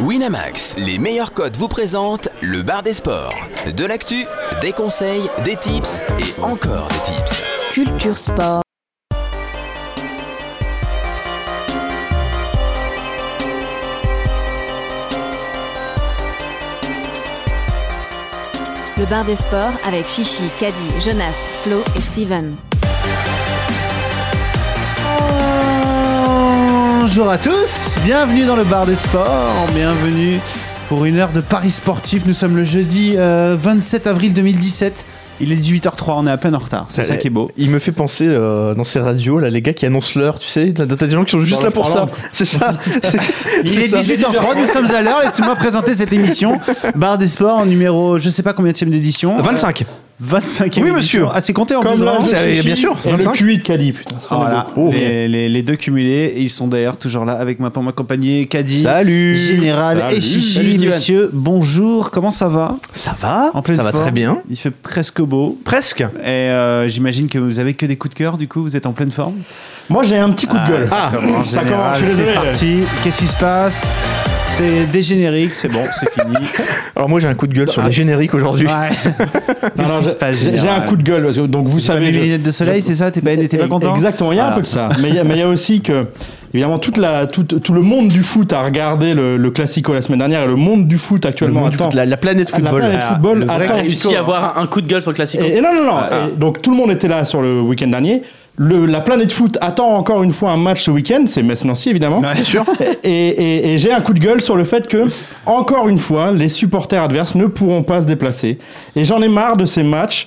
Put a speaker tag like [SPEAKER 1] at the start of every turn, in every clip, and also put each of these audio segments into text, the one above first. [SPEAKER 1] Winamax, les meilleurs codes vous présentent le bar des sports. De l'actu, des conseils, des tips et encore des tips.
[SPEAKER 2] Culture Sport. Le bar des sports avec Chichi, Caddy, Jonas, Flo et Steven.
[SPEAKER 3] Bonjour à tous, bienvenue dans le bar des sports, bienvenue pour une heure de Paris sportif. Nous sommes le jeudi euh, 27 avril 2017. Il est 18h03, on est à peine en retard, c'est ça
[SPEAKER 4] Euh,
[SPEAKER 3] qui est beau.
[SPEAKER 4] Il me fait penser euh, dans ces radios, là, les gars qui annoncent l'heure, tu sais, t'as t'as des gens qui sont juste
[SPEAKER 3] le
[SPEAKER 4] là pour ça.
[SPEAKER 3] parlant.
[SPEAKER 4] C'est ça.
[SPEAKER 3] Il
[SPEAKER 4] C'est
[SPEAKER 3] est
[SPEAKER 4] ça.
[SPEAKER 3] 18h03, nous sommes à l'heure, laissez-moi présenter cette émission. Bar des sports en numéro, je sais pas combien d'édition.
[SPEAKER 4] 25.
[SPEAKER 3] 25
[SPEAKER 4] Oui, monsieur.
[SPEAKER 3] Ah, c'est compté en
[SPEAKER 4] Comme
[SPEAKER 3] plus.
[SPEAKER 4] là,
[SPEAKER 3] hein
[SPEAKER 4] c'est- euh, bien sûr,
[SPEAKER 5] Et
[SPEAKER 4] 25.
[SPEAKER 5] le QI de Cali, putain. ça
[SPEAKER 3] Voilà,
[SPEAKER 5] fait
[SPEAKER 4] Oh,
[SPEAKER 5] beaucoup.
[SPEAKER 3] les, les- les deux cumulés, et ils sont d'ailleurs toujours là avec moi pour m'accompagner, Caddy,
[SPEAKER 4] Salut.
[SPEAKER 3] Général et
[SPEAKER 5] Salut. Salut,
[SPEAKER 3] Chichi.
[SPEAKER 5] Steven.
[SPEAKER 3] Monsieur, bonjour, comment ça va
[SPEAKER 4] Ça va
[SPEAKER 3] En pleine
[SPEAKER 4] Ça va
[SPEAKER 3] forme.
[SPEAKER 4] très bien.
[SPEAKER 3] Il fait presque beau.
[SPEAKER 4] Presque.
[SPEAKER 3] Et euh, j'imagine que vous avez que des coups de cœur, du coup, vous êtes en pleine forme. Ah,
[SPEAKER 5] Moi, j'ai un petit coup de
[SPEAKER 4] Ah,
[SPEAKER 5] gueule. Ah,
[SPEAKER 3] ça commence,
[SPEAKER 5] ça
[SPEAKER 3] général,
[SPEAKER 5] commence, je suis
[SPEAKER 3] C'est
[SPEAKER 5] désolé.
[SPEAKER 3] parti. Qu'est-ce qui se passe C'est des génériques, c'est bon, c'est fini.
[SPEAKER 4] Alors moi j'ai un coup de gueule sur
[SPEAKER 3] Ah,
[SPEAKER 4] les génériques aujourd'hui.
[SPEAKER 3] Ouais.
[SPEAKER 5] Non, non,
[SPEAKER 3] Qu'est-ce qui se passe,
[SPEAKER 5] j'ai- j'ai un
[SPEAKER 3] général
[SPEAKER 5] coup de gueule. parce que- donc, vous
[SPEAKER 3] Vous savez,
[SPEAKER 5] savez.
[SPEAKER 3] mes
[SPEAKER 5] je-
[SPEAKER 3] lunettes de soleil,
[SPEAKER 5] je-
[SPEAKER 3] c'est ça T'es pas, t'es pas content
[SPEAKER 5] Exactement, il y a un
[SPEAKER 4] Ah.
[SPEAKER 3] Voilà.
[SPEAKER 5] peu de ça. Mais il y a- mais il y a aussi que, évidemment, toute la, tout, tout le monde du foot a regardé le, le Classico la semaine dernière et le monde du foot
[SPEAKER 4] Le
[SPEAKER 5] actuellement
[SPEAKER 4] monde du
[SPEAKER 5] attend-
[SPEAKER 4] foot, la, la planète
[SPEAKER 5] la
[SPEAKER 4] football. Ah.
[SPEAKER 5] planète football Eh,
[SPEAKER 4] le vrai
[SPEAKER 5] attend-
[SPEAKER 4] classico.
[SPEAKER 6] réussi à avoir un coup de gueule sur le classico.
[SPEAKER 5] Et, et non, non, non.
[SPEAKER 3] Ah,
[SPEAKER 5] Et donc tout le monde était là sur le week-end dernier. Le- la planète foot attend encore une fois un match ce week-end. C'est Metz-Nancy, évidemment.
[SPEAKER 3] Ouais, sûr.
[SPEAKER 5] Et, et- et j'ai un coup de gueule sur le fait que, encore une fois, les supporters adverses ne pourront pas se déplacer. Et j'en ai marre de ces matchs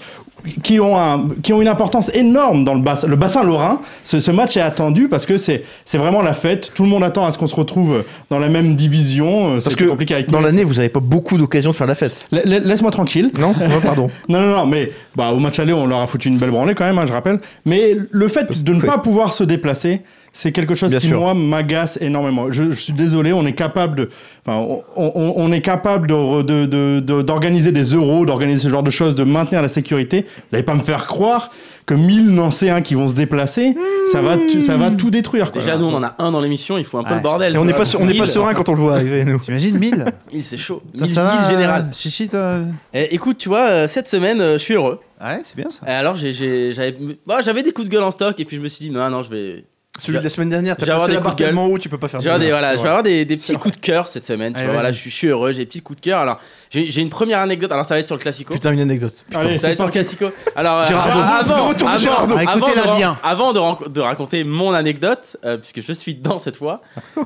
[SPEAKER 5] qui ont, un- qui ont une importance énorme dans le bassin, le bassin lorrain. Ce, ce match est attendu parce que c'est c'est vraiment la fête. Tout le monde attend à ce qu'on se retrouve dans la même division. Euh,
[SPEAKER 4] Parce
[SPEAKER 5] C'est
[SPEAKER 4] que
[SPEAKER 5] plus compliqué avec
[SPEAKER 4] dans
[SPEAKER 5] nous.
[SPEAKER 4] l'année vous avez pas beaucoup d'occasions de faire la fête.
[SPEAKER 5] La- la- Laisse-moi tranquille.
[SPEAKER 4] Non Ouais, Pardon.
[SPEAKER 5] Non, non, non, mais bah, au match aller, on leur a foutu une belle branlée quand même, hein, je rappelle. Mais le fait de ne
[SPEAKER 4] Oui.
[SPEAKER 5] pas pouvoir se déplacer, c'est quelque chose
[SPEAKER 4] Bien
[SPEAKER 5] qui,
[SPEAKER 4] sûr.
[SPEAKER 5] moi, m'agace énormément. Je, je suis désolé, on est capable de. enfin, on, on- on est capable d'organiser de, de, de- d'organiser des euros, d'organiser ce genre de choses, de maintenir la sécurité. Vous n'allez pas me faire croire que 1000 Nancéens qui vont se déplacer, ça, va tu- ça va tout détruire. Quoi.
[SPEAKER 6] Déjà, nous, on en a un dans l'émission, il faut un peu
[SPEAKER 3] Ouais.
[SPEAKER 6] le bordel.
[SPEAKER 4] Et on n'est
[SPEAKER 6] n'est
[SPEAKER 4] pas, on n'est pas serein quand on le voit arriver nous.
[SPEAKER 3] T'imagines 1000
[SPEAKER 6] Il, c'est chaud.
[SPEAKER 3] Putain,
[SPEAKER 6] Mille-
[SPEAKER 3] ça va,
[SPEAKER 6] mille général.
[SPEAKER 3] euh, Chichi, toi
[SPEAKER 6] Eh, écoute, tu vois, euh, cette semaine, euh, je suis heureux.
[SPEAKER 3] Ouais, c'est bien ça.
[SPEAKER 6] Eh, alors, j'ai- j'ai- j'avais bon, j'avais des coups de gueule en stock, et puis je me suis dit, non, non, je vais.
[SPEAKER 4] Celui de la semaine dernière,
[SPEAKER 6] J'ai
[SPEAKER 4] t'as
[SPEAKER 6] avoir
[SPEAKER 4] passé
[SPEAKER 6] des
[SPEAKER 4] la barre
[SPEAKER 6] coups de gueule.
[SPEAKER 4] tellement haut, tu peux pas faire.
[SPEAKER 6] J'ai des- voilà, je vais avoir des, des petits coups de cœur cette semaine. tu
[SPEAKER 3] Allez,
[SPEAKER 6] vois, voilà,
[SPEAKER 3] vas-y.
[SPEAKER 6] je suis, je suis heureux, j'ai des petits coups de cœur. Alors, j'ai j'ai une première anecdote. Alors, ça va être sur le classico.
[SPEAKER 4] Putain une anecdote.
[SPEAKER 5] Allez,
[SPEAKER 6] ça va
[SPEAKER 5] c'est
[SPEAKER 6] être sur le
[SPEAKER 5] parti.
[SPEAKER 6] classico. Alors, euh,
[SPEAKER 4] Gérardo. Le
[SPEAKER 6] avant,
[SPEAKER 4] retour de
[SPEAKER 6] avant-
[SPEAKER 4] Gérardo.
[SPEAKER 3] Ah,
[SPEAKER 6] avant, de,
[SPEAKER 3] écoutez-la
[SPEAKER 6] ran-
[SPEAKER 3] bien.
[SPEAKER 6] avant de, ran- de raconter mon anecdote, euh, puisque je suis dedans cette fois,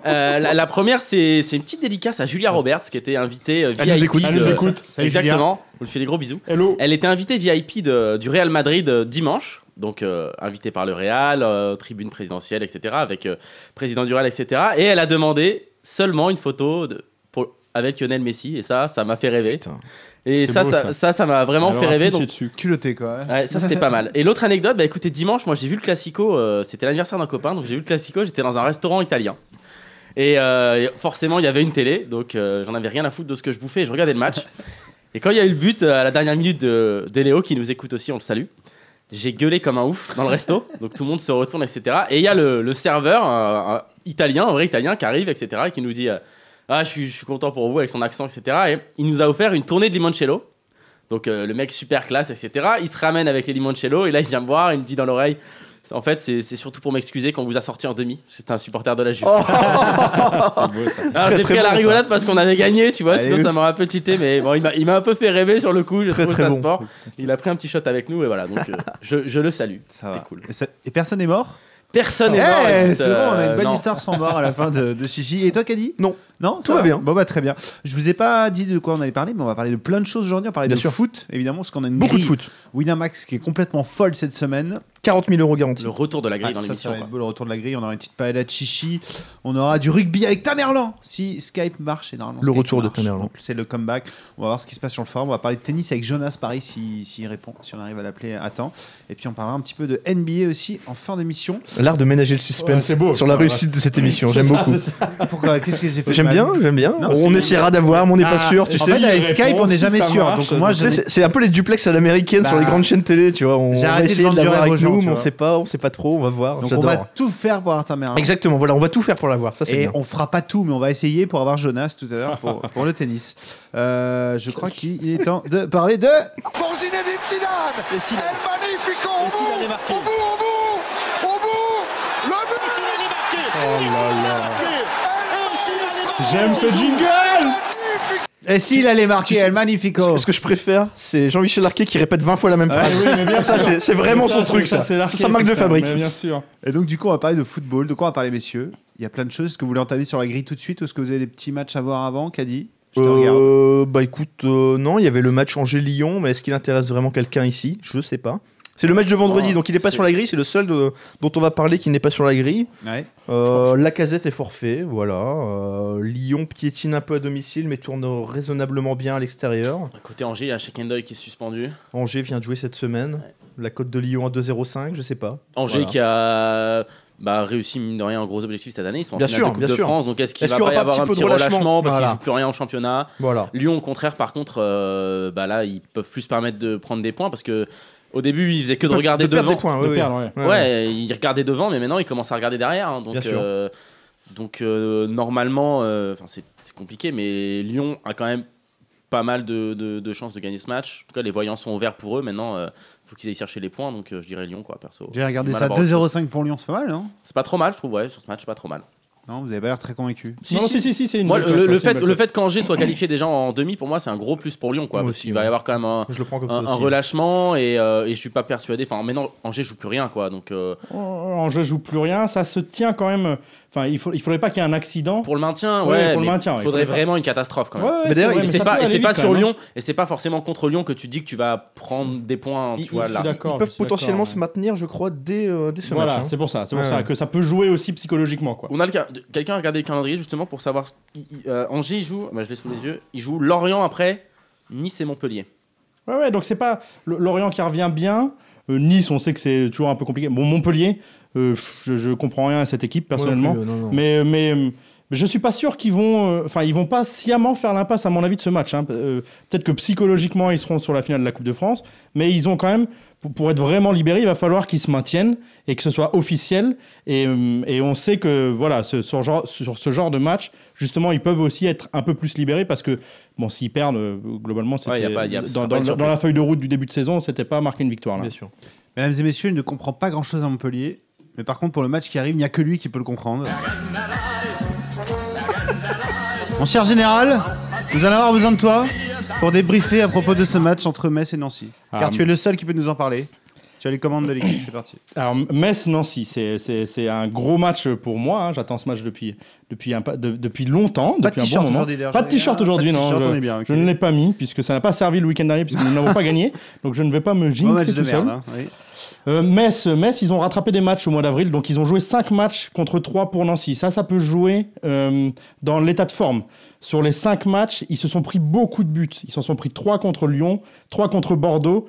[SPEAKER 6] euh, la, la première, c'est c'est une petite dédicace à Julia Roberts, qui était invitée euh, VIP.
[SPEAKER 4] Elle nous écoute.
[SPEAKER 5] Elle nous
[SPEAKER 6] de-
[SPEAKER 5] écoute.
[SPEAKER 3] Salut,
[SPEAKER 6] Exactement. On lui fait des gros bisous.
[SPEAKER 5] Hello.
[SPEAKER 6] Elle était invitée VIP de- du Real Madrid euh, dimanche, donc euh, invitée par le Real, euh, tribune présidentielle, etc., avec euh, président du Real, etc. Et elle a demandé seulement une photo de- pour- avec Lionel Messi, et ça, ça m'a fait rêver.
[SPEAKER 4] Putain.
[SPEAKER 6] Et
[SPEAKER 5] C'est
[SPEAKER 6] ça,
[SPEAKER 5] beau,
[SPEAKER 6] ça,
[SPEAKER 5] ça.
[SPEAKER 6] ça, ça m'a vraiment
[SPEAKER 5] Alors,
[SPEAKER 6] fait rêver.
[SPEAKER 5] pissez
[SPEAKER 6] donc-
[SPEAKER 5] dessus.
[SPEAKER 3] Culotté, quoi. ouais.
[SPEAKER 6] Ouais, ça c'était pas mal. Et l'autre anecdote, bah écoutez, dimanche, moi j'ai vu le Classico, euh, c'était l'anniversaire d'un copain, donc j'ai vu le Classico, j'étais dans un restaurant italien. Et euh, forcément, il y avait une télé, donc euh, j'en avais rien à foutre de ce que je bouffais, et je regardais le match. Et quand il y a eu le but, euh, à la dernière minute de, d'Eléo, qui nous écoute aussi, on le salue, j'ai gueulé comme un ouf dans le resto, donc tout le monde se retourne, etc. Et il y a le, le serveur, euh, un italien, un vrai italien, qui arrive, etc., et qui nous dit euh, Ah, je suis, je suis content pour vous avec son accent, etc. Et il nous a offert une tournée de limoncello. Donc euh, le mec super classe, etc. Il se ramène avec les limoncello et là il vient me voir, il me dit dans l'oreille. En fait, c'est c'est surtout pour m'excuser qu'on vous a sorti en demi. C'était un supporter de la Juve. Alors, j'ai
[SPEAKER 4] Oh. très
[SPEAKER 6] pris à la
[SPEAKER 4] bon, ça.
[SPEAKER 6] rigolade parce qu'on avait gagné, tu vois.
[SPEAKER 4] Allez,
[SPEAKER 6] sinon,
[SPEAKER 4] ouf.
[SPEAKER 6] ça m'aurait un peu tilté, mais bon, il m'a- il m'a un peu fait rêver sur le coup. Je
[SPEAKER 4] Très
[SPEAKER 6] trouve
[SPEAKER 4] très
[SPEAKER 6] ça
[SPEAKER 4] bon.
[SPEAKER 6] sport. Il a pris un petit shot avec nous et voilà. Donc, euh, je, je le salue.
[SPEAKER 3] Ça
[SPEAKER 6] C'était
[SPEAKER 3] va.
[SPEAKER 6] cool.
[SPEAKER 3] Et, ça- et personne n'est mort
[SPEAKER 6] Personne n'est mort.
[SPEAKER 3] Eh,
[SPEAKER 6] écoute,
[SPEAKER 3] c'est bon, on a
[SPEAKER 6] euh,
[SPEAKER 3] une bonne
[SPEAKER 6] non.
[SPEAKER 3] histoire sans mort à la fin de, de Chichi. Et toi, Caddy
[SPEAKER 4] Non.
[SPEAKER 3] Non ça
[SPEAKER 4] Tout va bien.
[SPEAKER 3] Bon, bah très bien. Je vous ai pas dit de quoi on allait parler, mais on va parler de plein de choses aujourd'hui. On va parler
[SPEAKER 4] Bien
[SPEAKER 3] de
[SPEAKER 4] sûr.
[SPEAKER 3] foot, évidemment, parce qu'on a une
[SPEAKER 4] Beaucoup de
[SPEAKER 3] grille
[SPEAKER 4] foot.
[SPEAKER 3] Winamax qui est complètement folle cette semaine.
[SPEAKER 4] 40 000 euros garantis.
[SPEAKER 6] Le retour de la grille
[SPEAKER 3] Ah,
[SPEAKER 6] dans
[SPEAKER 3] ça, ça
[SPEAKER 6] l'émission.
[SPEAKER 3] va être
[SPEAKER 6] quoi.
[SPEAKER 3] beau, le retour de la grille. On aura une petite paella de Chichi. On aura du rugby avec Tamerlan, si Skype marche. Et normalement,
[SPEAKER 4] Le
[SPEAKER 3] Skype
[SPEAKER 4] retour de
[SPEAKER 3] marche.
[SPEAKER 4] Tamerlan.
[SPEAKER 3] Donc, C'est le comeback. On va voir ce qui se passe sur le forum. On va parler de tennis avec Jonas, pareil, s'il si, s'il répond, si on arrive à l'appeler à temps. Et puis, on parlera un petit peu de NBA aussi en fin d'émission.
[SPEAKER 4] L'art de ménager le
[SPEAKER 5] Ouais,
[SPEAKER 4] suspense
[SPEAKER 5] c'est beau.
[SPEAKER 4] sur la
[SPEAKER 5] Ouais,
[SPEAKER 4] réussite de cette émission. J'aime beaucoup. Ah,
[SPEAKER 3] Pourquoi Qu'est-ce que j'ai fait de
[SPEAKER 4] J'aime
[SPEAKER 3] mal
[SPEAKER 4] bien, j'aime bien.
[SPEAKER 3] Non,
[SPEAKER 4] on
[SPEAKER 3] c'est-
[SPEAKER 4] essaiera d'avoir, mais on n'est pas
[SPEAKER 3] Ah,
[SPEAKER 4] sûr, tu
[SPEAKER 3] en
[SPEAKER 4] sais.
[SPEAKER 3] fait, avec
[SPEAKER 5] il
[SPEAKER 3] Skype,
[SPEAKER 5] répond,
[SPEAKER 3] on n'est
[SPEAKER 5] si
[SPEAKER 3] jamais
[SPEAKER 5] ça
[SPEAKER 3] sûr.
[SPEAKER 5] marche,
[SPEAKER 3] Donc moi,
[SPEAKER 4] Tu sais,
[SPEAKER 3] j'ai
[SPEAKER 4] c'est- c'est un peu les duplex à l'américaine sur
[SPEAKER 3] Bah,
[SPEAKER 4] les grandes chaînes télé, tu vois. On
[SPEAKER 3] j'ai
[SPEAKER 4] va
[SPEAKER 3] arrêté de
[SPEAKER 4] essayer de
[SPEAKER 3] vendre du
[SPEAKER 4] l'avoir
[SPEAKER 3] rêve
[SPEAKER 4] avec
[SPEAKER 3] aux gens.
[SPEAKER 4] nous.
[SPEAKER 5] tu
[SPEAKER 4] mais on
[SPEAKER 5] vois.
[SPEAKER 4] sait pas, on sait pas trop, on va voir.
[SPEAKER 3] Donc on
[SPEAKER 4] J'adore.
[SPEAKER 3] va tout faire pour avoir ta mère.
[SPEAKER 4] Exactement, voilà, on va tout faire pour l'avoir, ça c'est
[SPEAKER 3] Et
[SPEAKER 4] bien.
[SPEAKER 3] on fera pas tout, mais on va essayer pour avoir Jonas tout à l'heure pour, pour le tennis. Euh, je crois qu'il est temps de parler de.
[SPEAKER 7] pour Zinedine Zidane.
[SPEAKER 8] Et Zidane.
[SPEAKER 7] El Magnifico au
[SPEAKER 8] Et Zidane est marqué.
[SPEAKER 7] bout, au bout, au bout, au bout, le but. Oh
[SPEAKER 5] J'aime ce jingle
[SPEAKER 3] Et s'il allait marquer
[SPEAKER 4] Tu sais-
[SPEAKER 3] El
[SPEAKER 4] Ce
[SPEAKER 3] Magnifico
[SPEAKER 4] que- Ce que je préfère, c'est Jean-Michel Larquet qui répète 20 fois la même phrase.
[SPEAKER 5] oui, Eh, mais bien
[SPEAKER 4] ça,
[SPEAKER 5] sûr.
[SPEAKER 4] c'est c'est vraiment son truc, ça.
[SPEAKER 5] c'est
[SPEAKER 4] Ça,
[SPEAKER 5] l'arcade,
[SPEAKER 4] sa marque de
[SPEAKER 5] putain,
[SPEAKER 4] fabrique.
[SPEAKER 5] mais Bien sûr.
[SPEAKER 3] Et donc, du coup, on va parler de football. De quoi on va parler, messieurs Il y a plein de choses. Est-ce que vous voulez entamer sur la grille tout de suite ou est-ce que vous avez des petits matchs à voir avant Caddy Je te regarde.
[SPEAKER 4] Euh, bah écoute, euh, non, il y avait le match Angers-Lyon, mais est-ce qu'il intéresse vraiment quelqu'un ici Je sais pas. C'est le match de vendredi,
[SPEAKER 3] Oh,
[SPEAKER 4] donc il est pas
[SPEAKER 3] c'est-
[SPEAKER 4] sur la grille, c'est le seul de- dont on va parler qui n'est pas sur la grille.
[SPEAKER 3] Ouais.
[SPEAKER 4] Euh, la casette est forfait, voilà. Euh, Lyon piétine un peu à domicile, mais tourne raisonnablement bien à l'extérieur.
[SPEAKER 6] Côté Angers, il y a Shaken Doy qui est suspendu.
[SPEAKER 4] Angers vient de jouer cette semaine. La cote de Lyon à 2,05, je sais pas.
[SPEAKER 6] Angers
[SPEAKER 4] Voilà.
[SPEAKER 6] qui a bah, réussi, mine de rien, un gros objectif cette année. Ils sont en
[SPEAKER 4] Bien
[SPEAKER 6] finale
[SPEAKER 4] sûr,
[SPEAKER 6] de Coupe
[SPEAKER 4] bien
[SPEAKER 6] de
[SPEAKER 4] sûr.
[SPEAKER 6] France. Donc, est-ce qu'il
[SPEAKER 4] Est-ce
[SPEAKER 6] va
[SPEAKER 4] qu'il y
[SPEAKER 6] pas y
[SPEAKER 4] aura pas
[SPEAKER 6] avoir
[SPEAKER 4] un
[SPEAKER 6] un
[SPEAKER 4] petit
[SPEAKER 6] petit
[SPEAKER 4] peu de
[SPEAKER 6] relâchement,
[SPEAKER 4] relâchement
[SPEAKER 6] parce
[SPEAKER 4] Voilà.
[SPEAKER 6] qu'ils jouent plus rien en championnat
[SPEAKER 4] Voilà.
[SPEAKER 6] Lyon, au contraire, par contre, euh, bah, là, ils peuvent plus se permettre de prendre des points parce que au début, ils faisaient que de
[SPEAKER 4] Peuvent-
[SPEAKER 6] regarder
[SPEAKER 4] de perdre
[SPEAKER 6] devant.
[SPEAKER 4] des points,
[SPEAKER 5] De
[SPEAKER 4] oui, oui.
[SPEAKER 5] perdre, ouais.
[SPEAKER 6] Ouais, ils regardaient devant, mais maintenant ils commencent à regarder derrière. hein. donc,
[SPEAKER 4] Bien sûr.
[SPEAKER 6] euh, donc euh, normalement, euh, enfin, c'est c'est compliqué, mais Lyon a quand même pas mal de, de- de chances de gagner ce match. En tout cas, les voyants sont ouverts pour eux. Maintenant, il faut qu'ils aillent chercher les points. Donc, euh, je dirais Lyon, quoi, perso.
[SPEAKER 3] J'ai regardé
[SPEAKER 6] Mal
[SPEAKER 3] ça.
[SPEAKER 6] à voir autre
[SPEAKER 3] 2,05 pour Lyon, c'est pas mal, non
[SPEAKER 6] C'est pas trop mal, je trouve. Ouais, sur ce match, c'est pas trop mal.
[SPEAKER 3] Non, vous avez pas l'air très convaincu.
[SPEAKER 6] Si,
[SPEAKER 5] non, non,
[SPEAKER 6] si.
[SPEAKER 5] si, si, si, c'est une
[SPEAKER 6] Moi,
[SPEAKER 5] belle
[SPEAKER 6] le,
[SPEAKER 5] cote,
[SPEAKER 6] le
[SPEAKER 5] c'est une
[SPEAKER 6] fait,
[SPEAKER 5] belle
[SPEAKER 6] le
[SPEAKER 5] cote.
[SPEAKER 6] fait qu'Angers soit qualifié déjà en demi, pour moi, c'est un gros plus pour Lyon, quoi.
[SPEAKER 4] Moi
[SPEAKER 6] parce
[SPEAKER 4] aussi,
[SPEAKER 6] qu'il va
[SPEAKER 4] ouais.
[SPEAKER 6] y avoir quand même un,
[SPEAKER 4] Je le prends comme ça.
[SPEAKER 6] un, un
[SPEAKER 4] aussi.
[SPEAKER 6] relâchement et, euh, et je suis pas persuadé. Enfin, maintenant, Angers joue plus rien, quoi. Donc, euh,
[SPEAKER 5] Oh, Angers joue plus rien, ça se tient quand même. Enfin, il, faut, il faudrait pas qu'il y ait un accident.
[SPEAKER 6] pour le maintien,
[SPEAKER 5] Ouais,
[SPEAKER 6] ouais,
[SPEAKER 5] pour le
[SPEAKER 6] mais
[SPEAKER 5] maintien, ouais,
[SPEAKER 6] faudrait
[SPEAKER 5] faudrait pas-
[SPEAKER 6] vraiment une catastrophe, quand même.
[SPEAKER 5] Ouais, ouais,
[SPEAKER 4] Mais
[SPEAKER 5] c'est
[SPEAKER 4] d'ailleurs,
[SPEAKER 5] vrai,
[SPEAKER 4] il
[SPEAKER 6] Et
[SPEAKER 5] mais
[SPEAKER 6] c'est
[SPEAKER 5] ça
[SPEAKER 6] pas,
[SPEAKER 5] peut
[SPEAKER 6] et
[SPEAKER 5] aller
[SPEAKER 6] c'est
[SPEAKER 5] vite
[SPEAKER 6] pas
[SPEAKER 5] quand
[SPEAKER 6] sur
[SPEAKER 5] même, hein.
[SPEAKER 6] Lyon, et c'est pas forcément contre Lyon que tu dis que tu vas prendre des points, tu
[SPEAKER 4] Ils-
[SPEAKER 6] vois,
[SPEAKER 5] ils-
[SPEAKER 6] là.
[SPEAKER 5] ils- d'accord,
[SPEAKER 4] Ils peuvent
[SPEAKER 5] je suis d'accord,
[SPEAKER 4] potentiellement
[SPEAKER 5] ouais.
[SPEAKER 4] se maintenir, je crois, dès, euh, dès ce
[SPEAKER 5] Voilà,
[SPEAKER 4] match. hein.
[SPEAKER 5] c'est pour ça, c'est pour
[SPEAKER 4] Ouais,
[SPEAKER 5] ça
[SPEAKER 4] ouais.
[SPEAKER 5] que ça peut jouer aussi psychologiquement quoi.
[SPEAKER 6] On a le ca- de- quelqu'un a regardé le calendrier justement pour savoir. ce- il- il- euh, Angers, il joue, bah, je l'ai sous les yeux, il joue Lorient après, Nice et Montpellier.
[SPEAKER 5] Ouais, ouais, donc c'est pas L- Lorient qui revient bien. Euh, nice, on sait que c'est toujours un peu compliqué. Bon, Montpellier, euh, pff, je, je comprends rien à cette équipe personnellement.
[SPEAKER 4] Moi non plus, euh, non, non.
[SPEAKER 5] Mais, mais, euh, mais je suis pas sûr qu'ils vont, euh, enfin, ils vont pas sciemment faire l'impasse à mon avis de ce match. hein. Pe- euh, Peut-être que psychologiquement ils seront sur la finale de la Coupe de France, mais ils ont quand même, pour, pour être vraiment libérés, il va falloir qu'ils se maintiennent et que ce soit officiel. Et, euh, et on sait que voilà, ce- sur, genre- sur ce genre de match, justement, ils peuvent aussi être un peu plus libérés parce que bon, s'ils perdent, euh, globalement,
[SPEAKER 6] Ouais, y
[SPEAKER 5] c'était
[SPEAKER 6] a pas- y a- ce
[SPEAKER 5] dans,
[SPEAKER 6] sera pas
[SPEAKER 5] dans-
[SPEAKER 6] une
[SPEAKER 5] dans la feuille de route du début de saison, c'était pas marquer une victoire. Là.
[SPEAKER 4] Bien sûr.
[SPEAKER 3] Mesdames et messieurs, il ne comprend pas grand chose à Montpellier. Mais par contre, pour le match qui arrive, il n'y a que lui qui peut le comprendre. Mon cher général, nous allons avoir besoin de toi pour débriefer à propos de ce match entre Metz et Nancy. Car
[SPEAKER 5] Ah,
[SPEAKER 3] tu es le seul qui peut nous en parler. Tu as les commandes de l'équipe, c'est parti.
[SPEAKER 5] Alors Metz-Nancy, c'est- c'est c'est un gros match pour moi. hein. J'attends ce match depuis, depuis, un pa- de- depuis longtemps.
[SPEAKER 3] Pas de
[SPEAKER 5] depuis un
[SPEAKER 3] t-shirt
[SPEAKER 5] bon moment.
[SPEAKER 3] aujourd'hui, d'ailleurs. ah,
[SPEAKER 5] Pas de t-shirt aujourd'hui,
[SPEAKER 3] Pas de
[SPEAKER 5] non.
[SPEAKER 3] t-shirt,
[SPEAKER 5] je-
[SPEAKER 3] on est bien. ok.
[SPEAKER 5] Je ne l'ai pas mis puisque ça n'a pas servi le week-end dernier puisque nous n'avons pas gagné. Donc je ne vais pas me
[SPEAKER 3] Bon
[SPEAKER 5] jinxer
[SPEAKER 3] match
[SPEAKER 5] tout
[SPEAKER 3] de merde.
[SPEAKER 5] seul.
[SPEAKER 3] hein, oui.
[SPEAKER 5] Euh, Metz, Metz, ils ont rattrapé des matchs au mois d'avril, donc ils ont joué 5 matchs contre 3 pour Nancy. Ça, ça peut jouer euh, dans l'état de forme. Sur les 5 matchs, ils se sont pris beaucoup de buts. Ils s'en sont pris 3 contre Lyon, 3 contre Bordeaux.